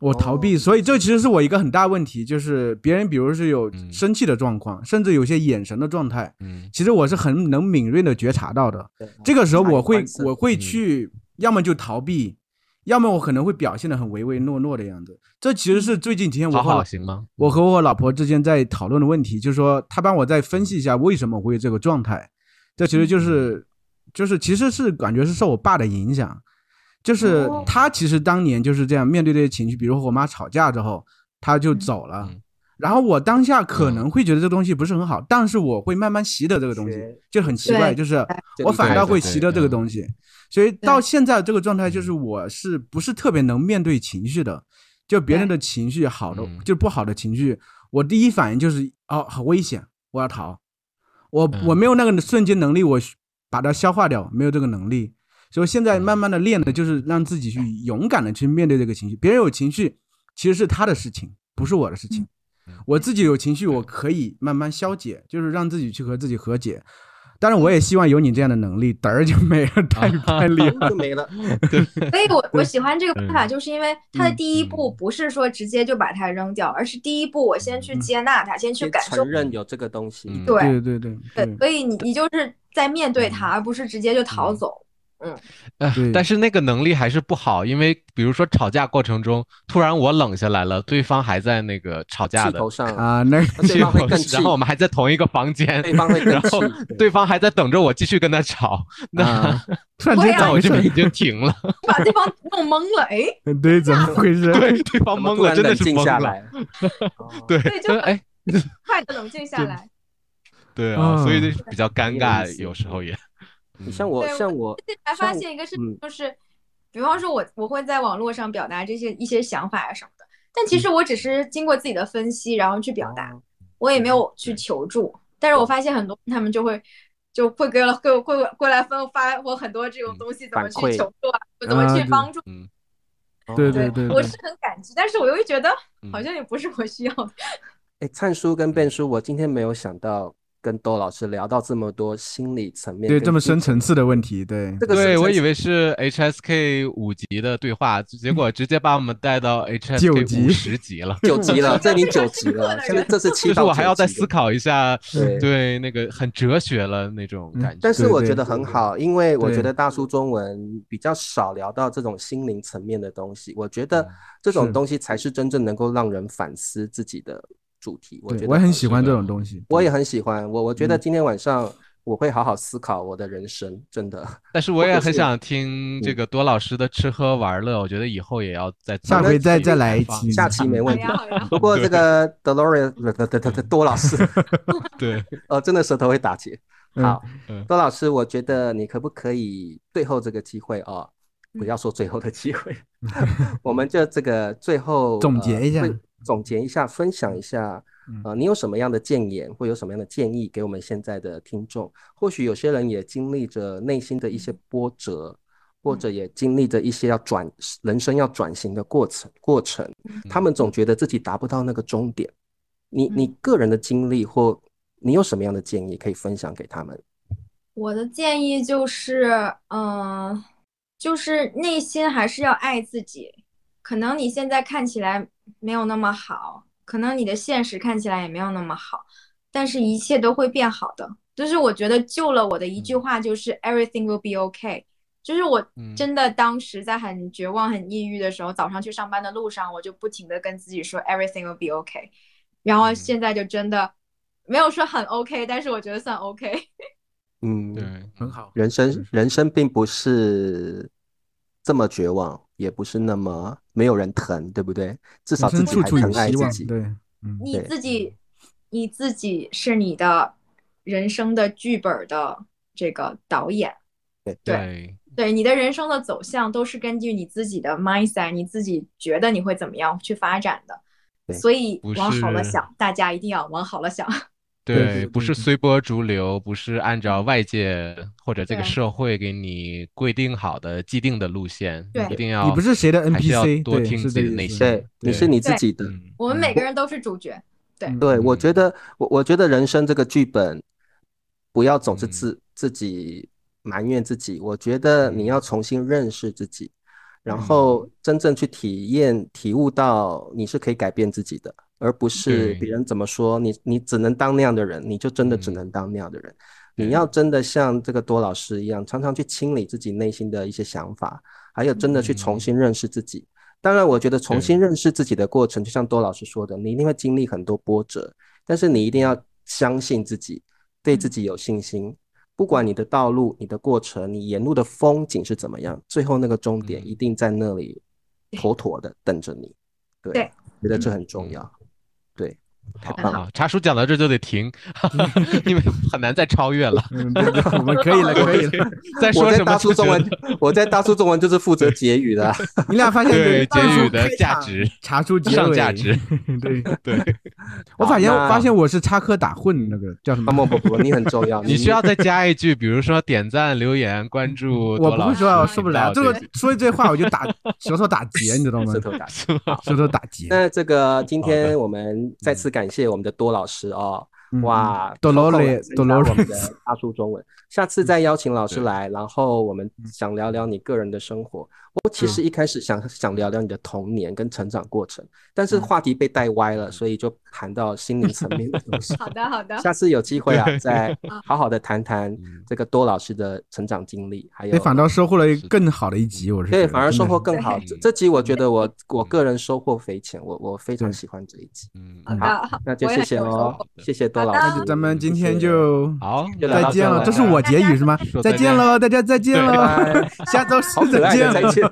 [SPEAKER 2] 我逃避，
[SPEAKER 4] 哦
[SPEAKER 2] 所以这其实是我一个很大问题，就是别人比如是有
[SPEAKER 1] 嗯
[SPEAKER 2] 生气的状况，甚至有些眼神的状态，
[SPEAKER 1] 嗯
[SPEAKER 2] 其实我是很能敏锐的觉察到的。
[SPEAKER 4] 对
[SPEAKER 2] 这个时候我会
[SPEAKER 4] 察言观色
[SPEAKER 2] 我会
[SPEAKER 1] 嗯
[SPEAKER 2] 去，要么就逃避，要么我可能会表现的很唯唯诺诺的样子。这其实是最近几天我
[SPEAKER 1] 嗯好
[SPEAKER 2] 和
[SPEAKER 1] 好
[SPEAKER 2] 我
[SPEAKER 1] 行吗？
[SPEAKER 2] 我和我老婆之间在讨论的问题，就是说她帮我再分析一下为什么我会有这个状态。这其
[SPEAKER 1] 嗯
[SPEAKER 2] 实就是就是其实是感觉是受我爸的影响，就是
[SPEAKER 3] 哦
[SPEAKER 2] 他其实当年就是这样面对这些情绪，比如和我妈吵架之后，他就走了。
[SPEAKER 1] 嗯
[SPEAKER 2] 然后我当下可
[SPEAKER 1] 嗯
[SPEAKER 2] 能会觉得这东西不是很好，但是我会慢慢习得这个东西
[SPEAKER 4] 学，
[SPEAKER 2] 就很奇怪，
[SPEAKER 3] 对
[SPEAKER 2] 就是
[SPEAKER 4] 就
[SPEAKER 2] 我
[SPEAKER 4] 理
[SPEAKER 2] 反
[SPEAKER 4] 解
[SPEAKER 2] 倒
[SPEAKER 1] 了
[SPEAKER 2] 会
[SPEAKER 1] 哎对
[SPEAKER 2] 习得这个
[SPEAKER 1] 嗯
[SPEAKER 2] 东西。所以到现在这个状态，就是我是不是特别能面对情绪的？就别人的情绪，好的
[SPEAKER 1] 嗯
[SPEAKER 2] 就不好的情绪，我第一反应就是哦，很危险，我要逃。我我
[SPEAKER 1] 嗯
[SPEAKER 2] 没有那个瞬间能力，我需把它消化掉，没有这个能力。所以现在
[SPEAKER 1] 嗯
[SPEAKER 2] 慢慢的练的就是让自己去勇敢的去面对这个情绪。别人有情绪，其实是他的事情，不是我的事情
[SPEAKER 1] 嗯。
[SPEAKER 2] 我自己有情绪，我可以慢慢消解，就是让自己去和自己和解。当然，我也希望有你这样的能力，嘚儿就没了，太
[SPEAKER 1] 啊
[SPEAKER 2] 太厉害
[SPEAKER 4] 嗯就没了。
[SPEAKER 3] 所以我我喜欢这个方法，就是因为它的
[SPEAKER 2] 嗯
[SPEAKER 3] 第一步不是说直接就把它扔掉，而是第一步我先去接纳它，先去
[SPEAKER 4] 嗯先
[SPEAKER 3] 感受
[SPEAKER 4] 承。认嗯有这个东西，
[SPEAKER 1] 嗯
[SPEAKER 3] 对
[SPEAKER 2] 对对对对
[SPEAKER 3] 对，所以你你就是在面对
[SPEAKER 4] 嗯
[SPEAKER 3] 它，而不是直接就逃走。
[SPEAKER 1] 呃
[SPEAKER 2] 对
[SPEAKER 1] 但是那个能力还是不好，因为比如说吵架过程中，突然我冷下来了，对方还在那个吵架
[SPEAKER 4] 气
[SPEAKER 1] 的
[SPEAKER 4] 头上了，
[SPEAKER 2] 啊，那
[SPEAKER 4] 那对方会
[SPEAKER 1] 头
[SPEAKER 4] 更
[SPEAKER 1] 上
[SPEAKER 4] 气
[SPEAKER 1] 然，后我们还在同一个房间，
[SPEAKER 4] 对方会更
[SPEAKER 1] 然后
[SPEAKER 4] 气。
[SPEAKER 1] 对方还在等着我继续跟他吵，那
[SPEAKER 4] 啊
[SPEAKER 2] 突然
[SPEAKER 3] 我
[SPEAKER 2] 间
[SPEAKER 3] 也
[SPEAKER 1] 那
[SPEAKER 2] 咋
[SPEAKER 1] 我
[SPEAKER 2] 回事
[SPEAKER 1] 就已经停 了，
[SPEAKER 3] 把对方弄懵了，哎，
[SPEAKER 2] 儿？对，怎么回事？
[SPEAKER 1] 对，对方
[SPEAKER 4] 怎么
[SPEAKER 1] 懵
[SPEAKER 4] 突
[SPEAKER 1] 了，
[SPEAKER 4] 然
[SPEAKER 1] 真的
[SPEAKER 4] 冷
[SPEAKER 1] 是
[SPEAKER 4] 静
[SPEAKER 1] 懵
[SPEAKER 4] 下
[SPEAKER 1] 了，
[SPEAKER 4] 来？哦
[SPEAKER 1] 对，
[SPEAKER 3] 对就
[SPEAKER 1] 他说哎，
[SPEAKER 3] 快的冷静下来。
[SPEAKER 1] 对啊，所以
[SPEAKER 2] 嗯
[SPEAKER 1] 就比较尴
[SPEAKER 4] 有
[SPEAKER 1] 尬
[SPEAKER 4] 意，思
[SPEAKER 1] 有时候也，嗯
[SPEAKER 4] 你像我，
[SPEAKER 3] 对
[SPEAKER 4] 像我，
[SPEAKER 3] 最近还发
[SPEAKER 4] 像
[SPEAKER 3] 现一个事
[SPEAKER 4] 嗯
[SPEAKER 3] 情，就是，比方说我我会在网络上表达这些一些想法啊什么的，但其实我只是经过自己的分析，然后去表达，
[SPEAKER 4] 嗯哦
[SPEAKER 3] 我也没有去求助。但是我发现很多他们就会就会给了会会过来分发我很多这种东西，怎么
[SPEAKER 4] 反
[SPEAKER 3] 去
[SPEAKER 4] 馈
[SPEAKER 3] 求助啊，我怎么
[SPEAKER 2] 啊
[SPEAKER 3] 去
[SPEAKER 2] 对
[SPEAKER 3] 帮助。
[SPEAKER 1] 嗯
[SPEAKER 2] 对
[SPEAKER 4] 哦
[SPEAKER 2] 对对
[SPEAKER 3] 我是很感激，但是我又觉得
[SPEAKER 1] 嗯
[SPEAKER 3] 好像也不是我需要的。
[SPEAKER 4] 哎，灿叔跟变叔，我今天没有想到跟窦老师聊到这么多心理层面，
[SPEAKER 2] 对这么深层次的问题，对
[SPEAKER 4] 这个
[SPEAKER 1] 对
[SPEAKER 4] 深
[SPEAKER 1] 我
[SPEAKER 4] 层
[SPEAKER 1] 以为是 HSK 五级的对话，结果直接把我们带到 HSK
[SPEAKER 2] 级
[SPEAKER 1] 五十级 了。
[SPEAKER 4] 九级了，这已经九级了，这这是
[SPEAKER 1] 就
[SPEAKER 4] 七
[SPEAKER 1] 是
[SPEAKER 4] 到
[SPEAKER 1] 我还要
[SPEAKER 4] 九
[SPEAKER 1] 再
[SPEAKER 4] 级
[SPEAKER 1] 思
[SPEAKER 4] 的
[SPEAKER 1] 考一下，
[SPEAKER 4] 对
[SPEAKER 1] 对那个很哲学了那种
[SPEAKER 2] 嗯
[SPEAKER 1] 感觉。
[SPEAKER 4] 但是
[SPEAKER 2] 对
[SPEAKER 4] 我
[SPEAKER 2] 对
[SPEAKER 4] 觉得很好，因为我觉
[SPEAKER 2] 对
[SPEAKER 4] 得大叔中文比较少聊到这种心灵层面的东西，我觉得这种
[SPEAKER 2] 啊是
[SPEAKER 4] 东西才是真正能够让人反思自己的主题。我觉
[SPEAKER 2] 对，
[SPEAKER 4] 得
[SPEAKER 2] 我也很
[SPEAKER 4] 很
[SPEAKER 2] 喜欢
[SPEAKER 1] 是的
[SPEAKER 2] 这种东西。
[SPEAKER 4] 我也很喜欢，我我觉得
[SPEAKER 2] 嗯
[SPEAKER 4] 今天晚上我会好好思考我的人生，真 的。
[SPEAKER 1] 但是我
[SPEAKER 4] 或
[SPEAKER 1] 也
[SPEAKER 4] 者
[SPEAKER 1] 很
[SPEAKER 4] 是
[SPEAKER 1] 想听这个多老师的吃喝玩乐，我觉得以后也要再
[SPEAKER 2] 下
[SPEAKER 1] 做
[SPEAKER 2] 回
[SPEAKER 1] 一
[SPEAKER 2] 再
[SPEAKER 1] 期
[SPEAKER 2] 再来一
[SPEAKER 1] 放
[SPEAKER 2] 期，
[SPEAKER 4] 下期没
[SPEAKER 3] 好
[SPEAKER 4] 问题。
[SPEAKER 3] 哎呀好呀，
[SPEAKER 4] 不过这个呃 Delorean 不不不不不多老 师，
[SPEAKER 1] 对，
[SPEAKER 4] 呃，真的舌头会打结。
[SPEAKER 2] 嗯
[SPEAKER 4] 好
[SPEAKER 1] 嗯，
[SPEAKER 4] 多老师，我觉得你可不可以最后这个机会哦，不
[SPEAKER 2] 嗯
[SPEAKER 4] 要说最后的机 会，我们就这个最后
[SPEAKER 2] 总
[SPEAKER 4] 呃
[SPEAKER 2] 结一下
[SPEAKER 4] 会总结一下，分享一下
[SPEAKER 2] 嗯，
[SPEAKER 4] 呃，你有什么样的建言或有什么样的建议给我们现在的听众？或许有些人也经历着内心的一
[SPEAKER 2] 嗯
[SPEAKER 4] 些波折，或者也经历着一些要转人生要转型的过程过程，
[SPEAKER 2] 嗯
[SPEAKER 4] 他们总觉得自己达不到那个终点。你你
[SPEAKER 2] 嗯
[SPEAKER 4] 个人的经历或你有什么样的建议可以分享给他们？
[SPEAKER 3] 我的建议就是，嗯、就是内心还是要爱自己。可能你现在看起来没有那么好，可能你的现实看起来也没有那么好，但是一切都会变好的。就是我觉得救了我的一句话就是 “everything will be okay”。就是我
[SPEAKER 1] 嗯
[SPEAKER 3] 真的当时在很绝望、很抑郁的时候，早上去上班的路上，我就不停的跟自己说 “everything will be okay”，然后
[SPEAKER 1] 嗯
[SPEAKER 3] 现在就真的没有说很 OK，但是我觉得算 OK。
[SPEAKER 4] 嗯，
[SPEAKER 1] 对，
[SPEAKER 2] 很好。
[SPEAKER 4] 人生
[SPEAKER 2] 是
[SPEAKER 4] 人生并不是这么绝望，也不是那么没有人疼，对不对？至少
[SPEAKER 2] 人
[SPEAKER 4] 自
[SPEAKER 2] 生
[SPEAKER 4] 己
[SPEAKER 2] 处
[SPEAKER 4] 还
[SPEAKER 2] 处有
[SPEAKER 4] 疼爱
[SPEAKER 2] 希
[SPEAKER 4] 自
[SPEAKER 2] 望，
[SPEAKER 4] 己。
[SPEAKER 2] 对，嗯，
[SPEAKER 3] 你
[SPEAKER 4] 对
[SPEAKER 3] 自己，你自己是你的人生的剧本的这个导演，对
[SPEAKER 1] 对，
[SPEAKER 3] 对你的人生的走向都是根据你自己的 mindset，你自己觉得你会怎么样去发展的，
[SPEAKER 4] 对
[SPEAKER 3] 所以
[SPEAKER 1] 不
[SPEAKER 3] 往好了
[SPEAKER 1] 是
[SPEAKER 3] 想，大家一定要往好了想。
[SPEAKER 1] 对，
[SPEAKER 2] 对对
[SPEAKER 1] 不
[SPEAKER 2] 对
[SPEAKER 1] 是
[SPEAKER 2] 对
[SPEAKER 1] 随波逐流，不是按照外界或者这个
[SPEAKER 3] 对
[SPEAKER 1] 社会给你规定好的既定的路线，
[SPEAKER 3] 对
[SPEAKER 1] 一定要
[SPEAKER 2] 你不是谁的
[SPEAKER 1] 还是要
[SPEAKER 2] NPC，
[SPEAKER 1] 多
[SPEAKER 2] 对
[SPEAKER 1] 听
[SPEAKER 2] 是
[SPEAKER 1] 自
[SPEAKER 2] 这
[SPEAKER 1] 己
[SPEAKER 2] 个
[SPEAKER 1] 的内
[SPEAKER 2] 意思
[SPEAKER 1] 心。
[SPEAKER 4] 对，你是你自
[SPEAKER 3] 对
[SPEAKER 4] 己的。
[SPEAKER 1] 嗯，
[SPEAKER 3] 我们每个人都是主角，
[SPEAKER 2] 嗯
[SPEAKER 4] 对，我觉
[SPEAKER 1] 嗯
[SPEAKER 4] 得我我觉得人生这个剧本，不要总是
[SPEAKER 1] 嗯
[SPEAKER 4] 自自己埋怨自己，我觉得你
[SPEAKER 1] 嗯
[SPEAKER 4] 要重新认识自己，然后真正去体验、体悟到你是可以改变自己的，而不
[SPEAKER 1] 对
[SPEAKER 4] 是别人怎么说你，你只能当那样的人，你就真的只
[SPEAKER 1] 嗯
[SPEAKER 4] 能当那样的人。
[SPEAKER 1] 对
[SPEAKER 4] 你要真的像这个多老师一样，常常去清理自己内心的一些想法，还有真的去重
[SPEAKER 1] 嗯
[SPEAKER 4] 新认识自己。当然，我觉得重
[SPEAKER 1] 对
[SPEAKER 4] 新认识自己的过程，就像多老师说的，你一定会经历很多波折，但是你一定要相信自己，对
[SPEAKER 1] 嗯
[SPEAKER 4] 自己有信心。不管你的道路、你的过程、你沿路的风景是怎么样，最后那个终点
[SPEAKER 1] 嗯
[SPEAKER 4] 一定在那里，妥妥的等着你。对，啊
[SPEAKER 3] 对
[SPEAKER 4] 觉得这很重要。对，太
[SPEAKER 1] 嗯好
[SPEAKER 4] 棒了。
[SPEAKER 1] 啊，茶叔讲到这就得 停，因为很难再超越了。
[SPEAKER 2] 嗯，对对，我们可以了， 可以了。
[SPEAKER 1] 再
[SPEAKER 4] 我
[SPEAKER 1] 说
[SPEAKER 4] 在
[SPEAKER 1] 什么
[SPEAKER 4] 大
[SPEAKER 1] 就
[SPEAKER 4] 叔
[SPEAKER 1] 觉
[SPEAKER 4] 中
[SPEAKER 1] 得？
[SPEAKER 4] 文，我在大叔中文就是负责结语 的啊。
[SPEAKER 2] 你俩发现
[SPEAKER 1] 对
[SPEAKER 2] 大
[SPEAKER 1] 结
[SPEAKER 2] 叔
[SPEAKER 1] 语的
[SPEAKER 2] 开
[SPEAKER 1] 价
[SPEAKER 2] 场
[SPEAKER 1] 值
[SPEAKER 2] 查出结
[SPEAKER 1] 上
[SPEAKER 2] 尾
[SPEAKER 1] 价值。
[SPEAKER 2] 对，
[SPEAKER 1] 对，
[SPEAKER 2] 我发现
[SPEAKER 4] 那
[SPEAKER 2] 发现我是插科打诨那个叫什
[SPEAKER 4] 啊，
[SPEAKER 2] 么？
[SPEAKER 4] 莫不不，你很 重要。
[SPEAKER 1] 你需要再加一句，比如说点赞、留言、关注
[SPEAKER 2] 我
[SPEAKER 1] 多
[SPEAKER 2] 不
[SPEAKER 1] 老
[SPEAKER 2] 会
[SPEAKER 1] 师频
[SPEAKER 2] 说
[SPEAKER 1] 道。
[SPEAKER 2] 啊，我受不了，这个说这话我就 打舌头打结，你知道 吗
[SPEAKER 4] 舌？头打结。
[SPEAKER 2] 舌头打结。嗯
[SPEAKER 4] 那这个今
[SPEAKER 1] 好的嗯
[SPEAKER 4] 天我们再次感谢我们的多老师哦，
[SPEAKER 2] 嗯
[SPEAKER 4] 哇，
[SPEAKER 2] 嗯
[SPEAKER 4] 抽空来
[SPEAKER 2] Dolores- 嗯
[SPEAKER 4] 参加我们
[SPEAKER 2] Dolores
[SPEAKER 4] 的大叔中文，下次再邀请老师
[SPEAKER 1] 对
[SPEAKER 4] 来，然后我们
[SPEAKER 2] 嗯
[SPEAKER 4] 想聊聊你个人的生活。我其实一开始想想聊聊你的童年跟成长过程，但
[SPEAKER 2] 嗯
[SPEAKER 4] 是话题被带歪了，所以就谈到心灵层面的东西。
[SPEAKER 3] 好的好嗯的，
[SPEAKER 4] 下次有机会啊，
[SPEAKER 1] 对
[SPEAKER 4] 再好好的谈谈
[SPEAKER 1] 嗯
[SPEAKER 4] 这个多老师的成长经历，还有
[SPEAKER 2] 对，反倒收获了一个更好的一集，我是觉
[SPEAKER 4] 对，
[SPEAKER 2] 得
[SPEAKER 4] 反而
[SPEAKER 2] 真
[SPEAKER 4] 收
[SPEAKER 2] 的
[SPEAKER 4] 获
[SPEAKER 2] 是
[SPEAKER 4] 更好。
[SPEAKER 1] 对
[SPEAKER 4] 这这集我觉得我我
[SPEAKER 1] 嗯
[SPEAKER 4] 个人收获匪浅，我我非常
[SPEAKER 2] 对
[SPEAKER 4] 喜欢这一集。
[SPEAKER 1] 嗯，
[SPEAKER 3] 好
[SPEAKER 4] 好
[SPEAKER 3] 的，
[SPEAKER 4] 那就
[SPEAKER 3] 我也
[SPEAKER 4] 谢
[SPEAKER 3] 很
[SPEAKER 4] 谢
[SPEAKER 3] 有收
[SPEAKER 4] 哦
[SPEAKER 3] 获，
[SPEAKER 1] 获
[SPEAKER 4] 谢谢多
[SPEAKER 3] 好
[SPEAKER 4] 老
[SPEAKER 3] 的
[SPEAKER 4] 师
[SPEAKER 3] 那，
[SPEAKER 2] 咱们今天
[SPEAKER 4] 谢谢
[SPEAKER 2] 就
[SPEAKER 1] 好，
[SPEAKER 4] 就聊
[SPEAKER 2] 再
[SPEAKER 4] 到
[SPEAKER 2] 见
[SPEAKER 4] 这
[SPEAKER 2] 了，
[SPEAKER 4] 了
[SPEAKER 2] 这是我结语是吗
[SPEAKER 1] 说？
[SPEAKER 2] 再
[SPEAKER 1] 再
[SPEAKER 2] 见
[SPEAKER 1] 见
[SPEAKER 2] 喽，大家再见
[SPEAKER 1] 对
[SPEAKER 2] 喽，下周
[SPEAKER 4] 好
[SPEAKER 2] 四
[SPEAKER 4] 可爱的
[SPEAKER 2] 再见
[SPEAKER 4] 再
[SPEAKER 2] 了。
[SPEAKER 4] 见。